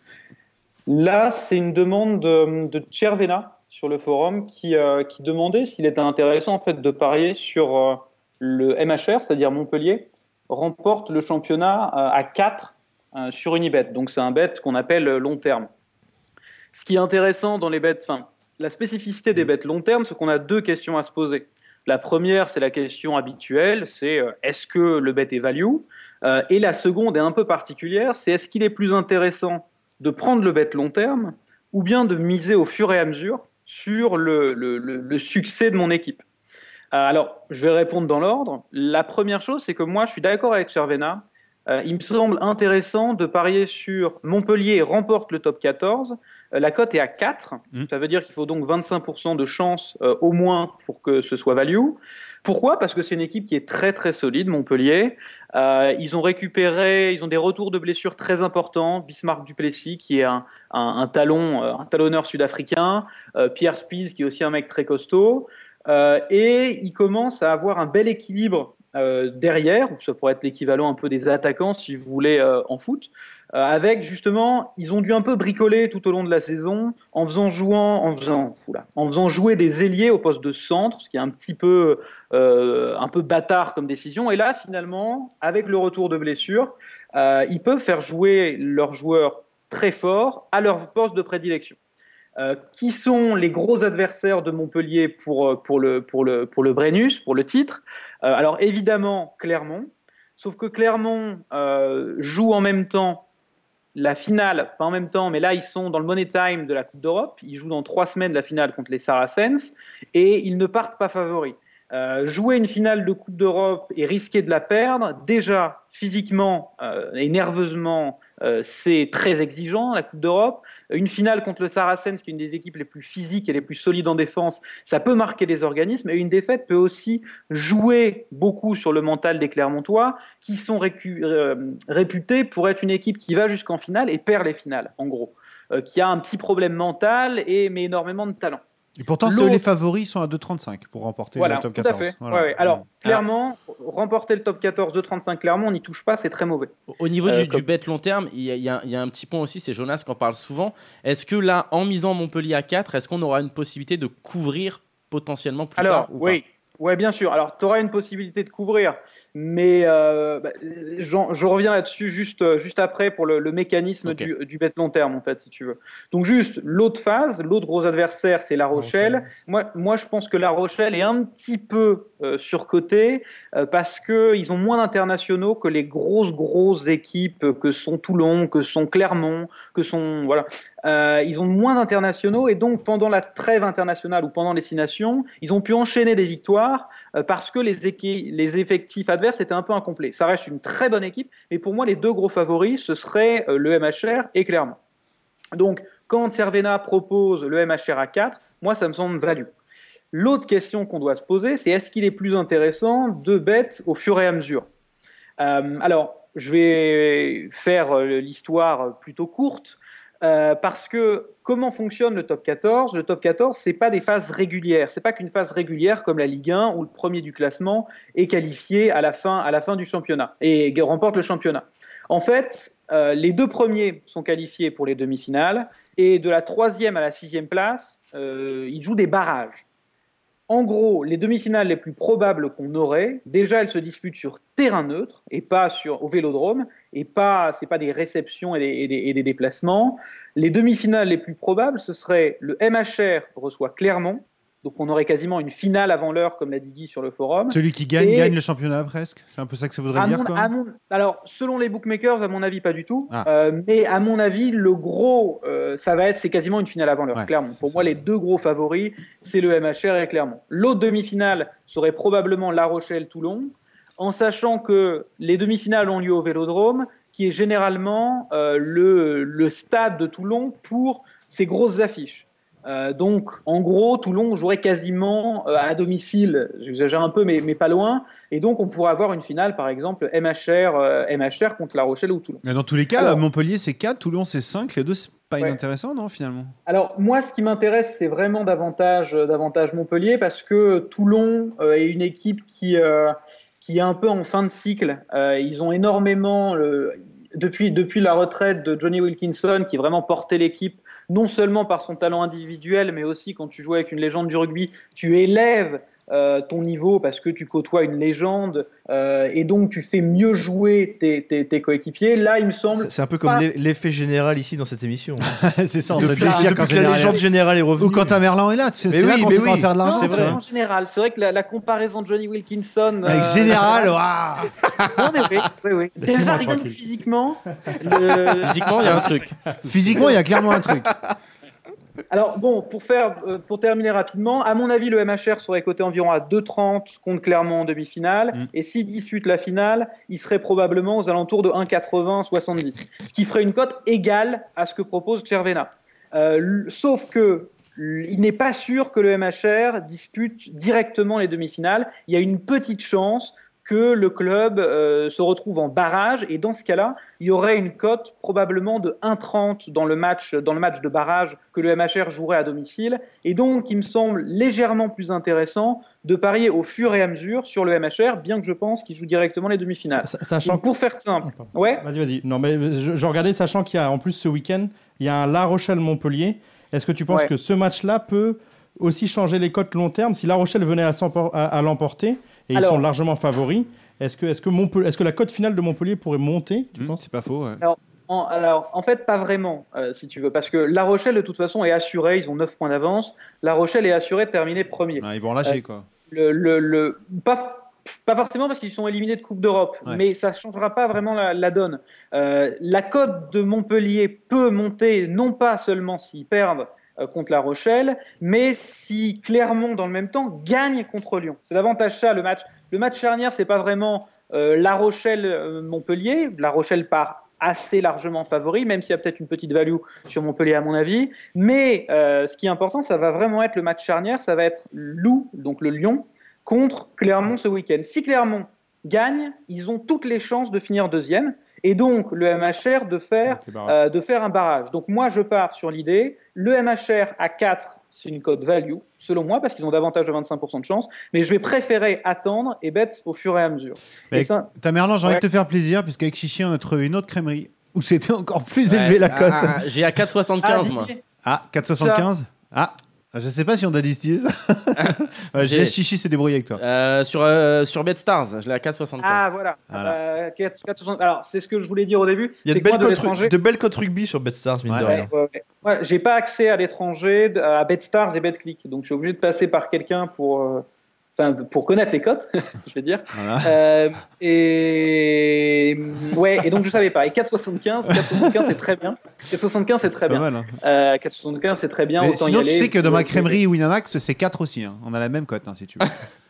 [SPEAKER 8] Là, c'est une demande de, de Cervena sur le forum qui, euh, qui demandait s'il était intéressant en fait, de parier sur euh, le MHR, c'est-à-dire Montpellier, remporte le championnat euh, à 4 euh, sur Unibet. Donc c'est un bet qu'on appelle euh, long terme. Ce qui est intéressant dans les bêtes, enfin, la spécificité des bêtes long terme, c'est qu'on a deux questions à se poser. La première, c'est la question habituelle, c'est euh, est-ce que le bet est value Euh, Et la seconde est un peu particulière, c'est est-ce qu'il est plus intéressant de prendre le bet long terme ou bien de miser au fur et à mesure sur le, le- le- le succès de mon équipe Euh, Alors, je vais répondre dans l'ordre. La première chose, c'est que moi, je suis d'accord avec Cervena. Euh, il me semble intéressant de parier sur Montpellier remporte le top 14. Euh, la cote est à 4.
[SPEAKER 3] Mhm.
[SPEAKER 8] Ça veut dire qu'il faut donc 25% de chance euh, au moins pour que ce soit value. Pourquoi Parce que c'est une équipe qui est très très solide, Montpellier. Euh, ils ont récupéré, ils ont des retours de blessures très importants. Bismarck Duplessis, qui est un, un- un talon, euh, un talonneur sud-africain. Euh, Pierre Spies, qui est aussi un mec très costaud. Euh, et il commence à avoir un bel équilibre euh, derrière, ça pourrait être l'équivalent un peu des attaquants si vous voulez euh, en foot, euh, avec justement, ils ont dû un peu bricoler tout au long de la saison en faisant, jouant, en faisant, oula, en faisant jouer des ailiers au poste de centre, ce qui est un petit peu, euh, un peu bâtard comme décision. Et là, finalement, avec le retour de blessure, euh, ils peuvent faire jouer leurs joueurs très forts à leur poste de prédilection. Euh, qui sont les gros adversaires de Montpellier pour, euh, pour, le, pour, le, pour le Brennus, pour le titre Euh, Alors évidemment, Clermont. Sauf que Clermont euh, joue en même temps la finale, pas en même temps, mais là ils sont dans le money time de la Coupe d'Europe. Ils jouent dans trois semaines la finale contre les Saracens et ils ne partent pas favoris. Euh, jouer une finale de Coupe d'Europe et risquer de la perdre, déjà physiquement euh, et nerveusement, euh, c'est très exigeant la Coupe d'Europe. Une finale contre le Saracens, qui est une des équipes les plus physiques et les plus solides en défense, ça peut marquer les organismes. Et une défaite peut aussi jouer beaucoup sur le mental des Clermontois, qui sont récu- euh, réputés pour être une équipe qui va jusqu'en finale et perd les finales, en gros. Euh, qui a un petit problème mental, et, mais énormément de talent.
[SPEAKER 3] Et pourtant, c'est eux
[SPEAKER 8] L'autre-
[SPEAKER 3] les favoris sont à 2,35 pour remporter
[SPEAKER 8] Voilà,
[SPEAKER 3] le top
[SPEAKER 8] tout
[SPEAKER 3] 14.
[SPEAKER 8] à fait.
[SPEAKER 3] Voilà. Mm.
[SPEAKER 8] Ouais, ouais. Alors, clairement, remporter le top 14 de 35, clairement, on n'y touche pas, c'est très mauvais.
[SPEAKER 6] Au niveau
[SPEAKER 8] Euh,
[SPEAKER 6] du,
[SPEAKER 8] comme-
[SPEAKER 6] du bet long terme, il y, a- il y a un- il y a un petit point aussi, c'est Jonas qui en parle souvent. Est-ce que là, en misant Montpellier à 4, est-ce qu'on aura une possibilité de couvrir potentiellement plus
[SPEAKER 8] Alors,
[SPEAKER 6] tard ou
[SPEAKER 8] oui. Ouais, bien sûr. Alors, tu auras une possibilité de couvrir, mais euh, bah, j'en- je reviens là-dessus juste, euh, juste après pour le, le mécanisme
[SPEAKER 6] Ok.
[SPEAKER 8] du, du bet long terme, en fait, si tu veux. Donc, juste l'autre phase, l'autre gros adversaire, c'est La Rochelle. Moi, moi, je pense que La Rochelle est un petit peu euh, surcotée euh, parce qu'ils ont moins d'internationaux que les grosses, grosses équipes euh, que sont Toulon, que sont Clermont, que sont. Voilà. Euh, ils ont moins d'internationaux et donc pendant la trêve internationale ou pendant les Six Nations, ils ont pu enchaîner des victoires euh, parce que les, équi- les effectifs adverses étaient un peu incomplets. Ça reste une très bonne équipe, mais pour moi, les deux gros favoris, ce serait euh, le MHR et Clermont. Donc, quand Cervena propose le MHR à 4, moi, ça me semble value. L'autre question qu'on doit se poser, c'est est-ce qu'il est plus intéressant de bêtes au fur et à mesure Euh, Alors, je vais faire euh, l'histoire plutôt courte. Euh, parce que comment fonctionne le top 14 Le top 14, c'est pas des phases régulières. C'est pas qu'une phase régulière comme la Ligue 1 où le premier du classement est qualifié à la fin, à la fin du championnat et remporte le championnat. En fait, euh, les deux premiers sont qualifiés pour les demi-finales et de la troisième à la sixième place, euh, ils jouent des barrages. En gros, les demi-finales les plus probables qu'on aurait, déjà elles se disputent sur terrain neutre et pas sur au Vélodrome et pas c'est pas des réceptions et des- et des- et des déplacements. Les demi-finales les plus probables, ce serait le MHR reçoit Clermont. Donc on aurait quasiment une finale avant l'heure, comme l'a dit Guy sur le forum.
[SPEAKER 3] Celui qui gagne,
[SPEAKER 8] Et-
[SPEAKER 3] gagne le championnat presque. C'est un peu ça que ça voudrait
[SPEAKER 8] À
[SPEAKER 3] dire,
[SPEAKER 8] mon-
[SPEAKER 3] quoi.
[SPEAKER 8] à mon- alors, selon les bookmakers, à mon avis, pas du tout.
[SPEAKER 3] Ah.
[SPEAKER 8] Euh, mais à mon avis, le gros, euh, ça va être, c'est quasiment une finale avant l'heure,
[SPEAKER 3] Ouais,
[SPEAKER 8] Clermont.
[SPEAKER 3] c'est
[SPEAKER 8] Pour
[SPEAKER 3] ça.
[SPEAKER 8] moi, les deux gros favoris, c'est le MHR et Clermont. L'autre demi-finale serait probablement La Rochelle-Toulon, en sachant que les demi-finales ont lieu au Vélodrome, qui est généralement euh, le, le stade de Toulon pour ces grosses affiches. Euh, donc, en gros, Toulon jouerait quasiment euh, à domicile, j'exagère un peu, mais, mais pas loin. Et donc, on pourrait avoir une finale, par exemple, MHR, euh, MHR contre La Rochelle ou Toulon.
[SPEAKER 3] Mais Dans tous les cas,
[SPEAKER 8] Alors-
[SPEAKER 3] Montpellier c'est 4, Toulon c'est 5, les deux c'est pas
[SPEAKER 8] Ouais.
[SPEAKER 3] inintéressant, non, finalement
[SPEAKER 8] Alors, moi, ce qui m'intéresse, c'est vraiment davantage, euh, davantage Montpellier, parce que Toulon euh, est une équipe qui, euh, qui est un peu en fin de cycle. Euh, ils ont énormément, le- depuis, depuis la retraite de Johnny Wilkinson, qui vraiment portait l'équipe, non seulement par son talent individuel, mais aussi quand tu joues avec une légende du rugby, tu élèves euh, ton niveau parce que tu côtoies une légende euh, et donc tu fais mieux jouer tes, tes- tes coéquipiers. Là, il me semble...
[SPEAKER 4] C'est- C'est un peu comme
[SPEAKER 8] Voilà.
[SPEAKER 4] l'e- l'effet général ici dans cette émission.
[SPEAKER 3] C'est ça, on se
[SPEAKER 4] depuis
[SPEAKER 3] déchire
[SPEAKER 4] depuis
[SPEAKER 3] quand
[SPEAKER 4] que la
[SPEAKER 3] général.
[SPEAKER 4] légende générale est revenue.
[SPEAKER 3] Ou quand un Merlan est là, c'est
[SPEAKER 4] Mais
[SPEAKER 3] c'est là
[SPEAKER 4] oui,
[SPEAKER 3] qu'on
[SPEAKER 4] mais
[SPEAKER 3] sait qu'on va
[SPEAKER 4] oui.
[SPEAKER 3] faire de l'argent.
[SPEAKER 8] Non,
[SPEAKER 4] c'est
[SPEAKER 3] tu
[SPEAKER 4] vrai.
[SPEAKER 3] vois.
[SPEAKER 8] en général, c'est vrai que la, la comparaison de Johnny Wilkinson
[SPEAKER 3] Avec
[SPEAKER 8] euh,
[SPEAKER 3] Général, Bah, waouh
[SPEAKER 8] Non, mais oui, oui, oui.
[SPEAKER 5] Laissez-moi
[SPEAKER 8] Déjà, rien que
[SPEAKER 5] tranquille.
[SPEAKER 8] physiquement,
[SPEAKER 6] pas
[SPEAKER 8] le-
[SPEAKER 3] Ah,
[SPEAKER 6] Physiquement, il y a un truc.
[SPEAKER 3] Physiquement, il y a clairement un truc.
[SPEAKER 8] Alors bon, pour faire, euh, pour terminer rapidement, à mon avis, le MHR serait coté environ à 2,30 contre Clermont en demi-finale,
[SPEAKER 3] Mm.
[SPEAKER 8] et s'il dispute la finale, il serait probablement aux alentours de 1,80-70, ce qui ferait une cote égale à ce que propose Cervena. Euh, l- sauf que l- il n'est pas sûr que le MHR dispute directement les demi-finales. Il y a une petite chance que le club euh, se retrouve en barrage, et dans ce cas-là, il y aurait une cote probablement de 1,30 dans le match dans le match de barrage que le MHR jouerait à domicile et donc il me semble légèrement plus intéressant de parier au fur et à mesure sur le MHR bien que je pense qu'il joue directement les demi-finales.
[SPEAKER 5] Sa- sa-
[SPEAKER 8] Donc,
[SPEAKER 5] Sachant
[SPEAKER 8] pour faire simple,
[SPEAKER 5] Attends.
[SPEAKER 8] ouais,
[SPEAKER 5] Vas-y, vas-y. Non, mais je, je regardais, sachant qu'il y a en plus ce week-end, il y a un La Rochelle-Montpellier. Est-ce que tu penses
[SPEAKER 8] Ouais.
[SPEAKER 5] que ce matla peut aussi changer les cotes long terme Si La Rochelle venait à, s'empor- à- à l'emporter, et ils
[SPEAKER 8] Alors-
[SPEAKER 5] sont largement favoris, est-ce que, est que, Montpe- est-ce que la cote finale de Montpellier pourrait monter, tu
[SPEAKER 3] Hmm,
[SPEAKER 5] penses
[SPEAKER 3] C'est pas faux. ouais.
[SPEAKER 8] En, alors, en fait, pas vraiment, euh, si tu veux, parce que La Rochelle, de toute façon, est assurée, ils ont 9 points d'avance. La Rochelle est assurée de terminer premier.
[SPEAKER 3] Ouais, ils vont lâcher quoi.
[SPEAKER 8] le, le- le- pas, pas forcément parce qu'ils sont éliminés de Coupe d'Europe,
[SPEAKER 3] Ouais.
[SPEAKER 8] mais ça changera pas vraiment la, la donne. Euh, la cote de Montpellier peut monter, non pas seulement s'ils perdent euh, contre La Rochelle, mais si Clermont, dans le même temps, gagne contre Lyon. C'est davantage ça le match. Le match charnière, c'est pas vraiment euh, La Rochelle-Montpellier. La Rochelle part assez largement favori, même s'il y a peut-être une petite value sur Montpellier à mon avis. Mais euh, ce qui est important, ça va vraiment être le match charnière, ça va être Loup, donc le Lyon, contre Clermont ce week-end. Si Clermont gagne, ils ont toutes les chances de finir deuxième et donc le MHR de faire,
[SPEAKER 5] C'est barrage.
[SPEAKER 8] euh, de faire un barrage. Donc moi, je pars sur l'idée, le MHR à 4, c'est une cote value, selon moi, parce qu'ils ont davantage de 25% de chance, mais je vais préférer attendre et bet au fur et à mesure.
[SPEAKER 3] Mais
[SPEAKER 8] Et ça-
[SPEAKER 3] Ta Merlan, j'ai envie
[SPEAKER 8] Ouais.
[SPEAKER 3] de te faire plaisir, puisqu'avec Chichi, on a trouvé une autre crèmerie où c'était encore plus élevé la cote.
[SPEAKER 6] Ah, J'ai à
[SPEAKER 8] Ah,
[SPEAKER 6] 4,75 moi.
[SPEAKER 8] Didier,
[SPEAKER 3] Ah, 4,75 Ah, je sais pas si on a distillé ça. Euh, Je
[SPEAKER 6] J'ai-
[SPEAKER 3] laisse Chichi se débrouiller avec toi.
[SPEAKER 6] Euh, sur euh, sur BetStars, je l'ai à 4,75.
[SPEAKER 8] Ah voilà.
[SPEAKER 3] Voilà.
[SPEAKER 8] Euh, 4, 4, alors c'est ce que je voulais dire au début.
[SPEAKER 4] Il y a
[SPEAKER 8] c'est
[SPEAKER 4] de
[SPEAKER 8] que moi,
[SPEAKER 4] belles, cotes,
[SPEAKER 8] l'étranger-
[SPEAKER 4] de belles cotes rugby sur BetStars, mine
[SPEAKER 3] Ouais.
[SPEAKER 4] de
[SPEAKER 3] Ouais.
[SPEAKER 4] rien.
[SPEAKER 8] Ouais, ouais. Ouais, j'ai pas accès à l'étranger, d- à BetStars et BetClick, donc je suis obligé de passer par quelqu'un pour, euh, enfin, pour connaître les cotes, je vais dire.
[SPEAKER 3] Voilà.
[SPEAKER 8] Euh, et ouais, et donc je savais pas. Et 4,75, 4,75 c'est très bien. 4,75 c'est très
[SPEAKER 3] pas
[SPEAKER 8] bien.
[SPEAKER 3] mal. hein.
[SPEAKER 8] Euh, 4,75 c'est très bien.
[SPEAKER 3] Mais
[SPEAKER 8] autant y
[SPEAKER 3] sinon, tu
[SPEAKER 8] aller.
[SPEAKER 3] sais que dans ma
[SPEAKER 8] Ouais,
[SPEAKER 3] crèmerie Winamax, c'est 4 aussi. hein. On a la même cote, hein, si tu veux.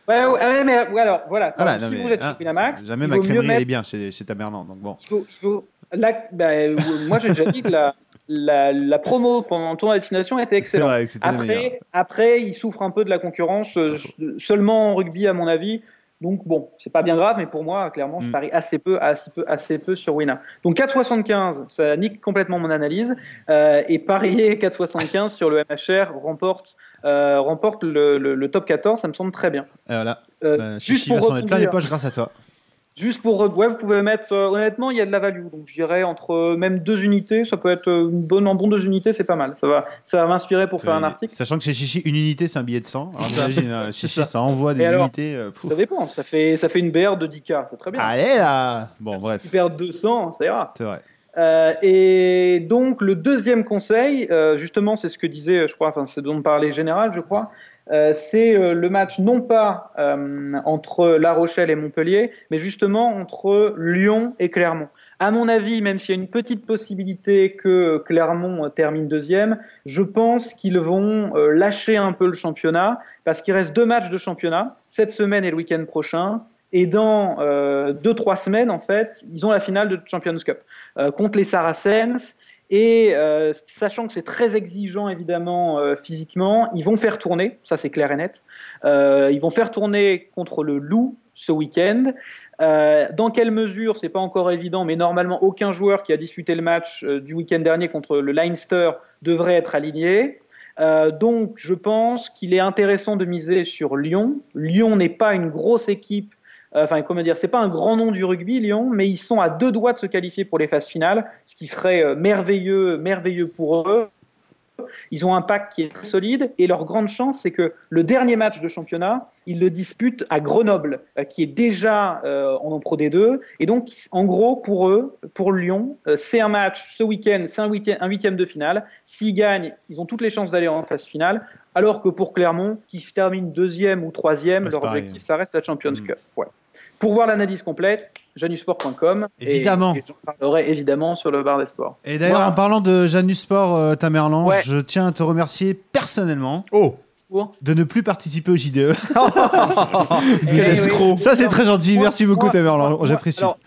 [SPEAKER 8] Ouais, ouais, ouais, mais euh, alors voilà.
[SPEAKER 3] Voilà,
[SPEAKER 8] Ah, si
[SPEAKER 3] non, mais,
[SPEAKER 8] vous êtes
[SPEAKER 3] hein,
[SPEAKER 8] sur Winamax,
[SPEAKER 3] jamais
[SPEAKER 8] il
[SPEAKER 3] ma
[SPEAKER 8] vaut mieux
[SPEAKER 3] crèmerie, elle
[SPEAKER 8] mettre
[SPEAKER 3] est bien chez, chez ta Merlan. Donc bon.
[SPEAKER 8] Il faut- il faut- la- bah, euh, moi, j'ai déjà dit que la, la, la promo pendant le tour à destination était
[SPEAKER 3] C'est
[SPEAKER 8] excellente.
[SPEAKER 3] vrai que c'était la meilleure.
[SPEAKER 8] Après, après, il souffre un peu de la concurrence, euh, s- seulement en rugby, à mon avis. Donc, bon, c'est pas bien grave, mais pour moi, clairement, je
[SPEAKER 3] Mm.
[SPEAKER 8] parie assez peu, assez peu, assez peu sur Wina. Donc, 4,75, ça nique complètement mon analyse. Euh, et parier 4,75 sur le MHR remporte, euh, remporte le, le- le top 14, ça me semble très bien.
[SPEAKER 3] Et voilà.
[SPEAKER 8] Euh,
[SPEAKER 3] Bah,
[SPEAKER 8] juste
[SPEAKER 3] Chichi va
[SPEAKER 8] pour
[SPEAKER 3] s'en mettre plein les
[SPEAKER 8] reconduire-
[SPEAKER 3] poches grâce à toi.
[SPEAKER 8] Juste pour re- ouais, vous pouvez mettre euh, honnêtement, il y a de la value. Donc je dirais entre euh, même deux unités, ça peut être euh, une bonne en bon deux unités, c'est pas mal. Ça va ça va m'inspirer pour faire un
[SPEAKER 3] Et-
[SPEAKER 8] article.
[SPEAKER 3] Sachant que chez Chichi, une unité, c'est un billet de 100. Alors, t'imagines, hein, Chichi, ça envoie des
[SPEAKER 8] Et alors
[SPEAKER 3] unités. euh, pouf.
[SPEAKER 8] Ça dépend, ça fait ça fait une BR de 10K, c'est très bien.
[SPEAKER 3] Allez là Bon,
[SPEAKER 8] Si
[SPEAKER 3] bref,
[SPEAKER 8] tu perds 200, ça ira.
[SPEAKER 3] c'est vrai.
[SPEAKER 8] Euh, et donc le deuxième conseil, euh, justement, c'est ce que disait, euh, je crois, enfin c'est dont parlait Général, je crois, euh, c'est euh, le match non pas euh, entre La Rochelle et Montpellier, mais justement entre Lyon et Clermont. À mon avis, même s'il y a une petite possibilité que Clermont euh, termine deuxième, je pense qu'ils vont euh, lâcher un peu le championnat parce qu'il reste deux matchs de championnat cette semaine et le week-end prochain. Et dans euh, deux trois semaines, en fait, ils ont la finale de Champions Cup euh, contre les Saracens. Et euh, sachant que c'est très exigeant évidemment euh, physiquement, ils vont faire tourner, ça c'est clair et net, Euh, ils vont faire tourner contre le Loup ce week-end. Euh, dans quelle mesure, c'est pas encore évident, mais normalement aucun joueur qui a disputé le match euh, du week-end dernier contre le Leinster devrait être aligné. Euh, donc je pense qu'il est intéressant de miser sur Lyon. Lyon n'est pas une grosse équipe euh, enfin comment dire, c'est pas un grand nom du rugby Lyon, mais ils sont à deux doigts de se qualifier pour les phases finales, ce qui serait euh, merveilleux, merveilleux pour eux. Ils ont un pack qui est très solide et leur grande chance, c'est que le dernier match de championnat, ils le disputent à Grenoble, euh, qui est déjà euh, en Pro D2. Et donc, en gros, pour eux, pour Lyon, euh, c'est un match ce week-end, c'est un huitième, un huitième de finale. S'ils gagnent, ils ont toutes les chances d'aller en phase finale. alors que pour Clermont, qui termine deuxième ou troisième,
[SPEAKER 3] Ouais, c'est
[SPEAKER 8] leur
[SPEAKER 3] pareil.
[SPEAKER 8] objectif, ça reste la Champions
[SPEAKER 3] Mm.
[SPEAKER 8] Cup. Ouais. Pour voir l'analyse complète, janusport.com. et-
[SPEAKER 3] Évidemment.
[SPEAKER 8] Et, j'en parlerai évidemment sur le bar des sports.
[SPEAKER 3] Et d'ailleurs,
[SPEAKER 8] Voilà.
[SPEAKER 3] en parlant de Janus Sport, euh, Tamerlan,
[SPEAKER 8] Ouais.
[SPEAKER 3] je tiens à te remercier personnellement
[SPEAKER 4] Oh
[SPEAKER 3] de ne plus participer au JDE.
[SPEAKER 8] Eh oui.
[SPEAKER 3] Ça, c'est très gentil.
[SPEAKER 8] Moi-
[SPEAKER 3] Merci beaucoup,
[SPEAKER 8] moi-
[SPEAKER 3] Tamerlan.
[SPEAKER 8] moi-
[SPEAKER 3] J'apprécie.
[SPEAKER 8] alors,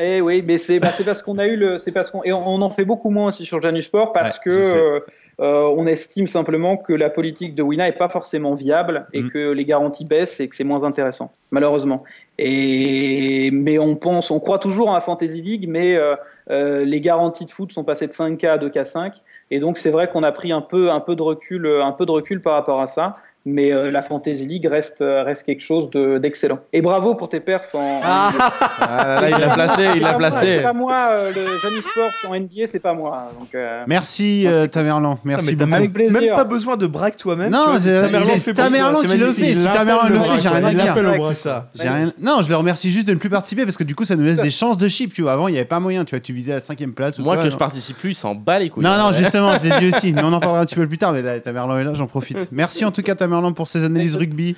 [SPEAKER 8] Eh oui, mais c'est bah, c'est parce qu'on a eu le, c'est parce qu'on et on, on en fait beaucoup moins aussi sur Janusport parce
[SPEAKER 3] Ouais,
[SPEAKER 8] que
[SPEAKER 3] je sais.
[SPEAKER 8] euh, euh, on estime simplement que la politique de Wina est pas forcément viable et
[SPEAKER 3] Mm.
[SPEAKER 8] que les garanties baissent et que c'est moins intéressant, malheureusement. Et mais on pense, on croit toujours à la Fantasy League, mais euh, euh, les garanties de foot sont passées de 5K à 2K5 et donc c'est vrai qu'on a pris un peu un peu de recul, euh, un peu de recul par rapport à ça. Mais euh, la Fantasy League reste, euh, reste quelque chose de- d'excellent. et bravo pour tes perfs en, en
[SPEAKER 6] Ah là là, il l'a placé, il l'a placé.
[SPEAKER 8] Ah, c'est pas moi, euh, le Janus Force en NBA, c'est pas moi. Donc, euh,
[SPEAKER 3] Merci, euh, Tamerlan. Merci
[SPEAKER 4] Putain,
[SPEAKER 3] beaucoup.
[SPEAKER 4] mais t'as
[SPEAKER 8] Avec
[SPEAKER 4] même,
[SPEAKER 8] plaisir.
[SPEAKER 4] même pas besoin de braque toi-même.
[SPEAKER 3] Non,
[SPEAKER 4] tu vois,
[SPEAKER 3] c'est-
[SPEAKER 4] Tamerlan
[SPEAKER 3] c'est
[SPEAKER 4] fait pour
[SPEAKER 3] Tamerlan
[SPEAKER 4] toi,
[SPEAKER 3] qui
[SPEAKER 4] c'est
[SPEAKER 3] le
[SPEAKER 4] magnifique.
[SPEAKER 3] fait. Si Tamerlan le fait, j'ai rien à dire.
[SPEAKER 5] Il l'appelle au
[SPEAKER 4] C'est
[SPEAKER 5] bras.
[SPEAKER 4] ça.
[SPEAKER 3] J'ai rien- Non, je le remercie juste de ne plus participer parce que du coup, ça nous laisse des chances de chip. Tu vois, avant, il n'y avait pas moyen. Tu vois, tu visais la cinquième place. ou
[SPEAKER 6] Moi
[SPEAKER 3] quoi,
[SPEAKER 6] que
[SPEAKER 3] non.
[SPEAKER 6] je participe plus, il s'en bat les couilles. hein.
[SPEAKER 3] Non, non,
[SPEAKER 6] Ouais.
[SPEAKER 3] justement, je l'ai dit aussi, mais on en parlera un petit peu plus tard. Mais là, Tamerlan est là, j'en profite. Merci en tout cas, Tamerlan, pour ces analyses rugby.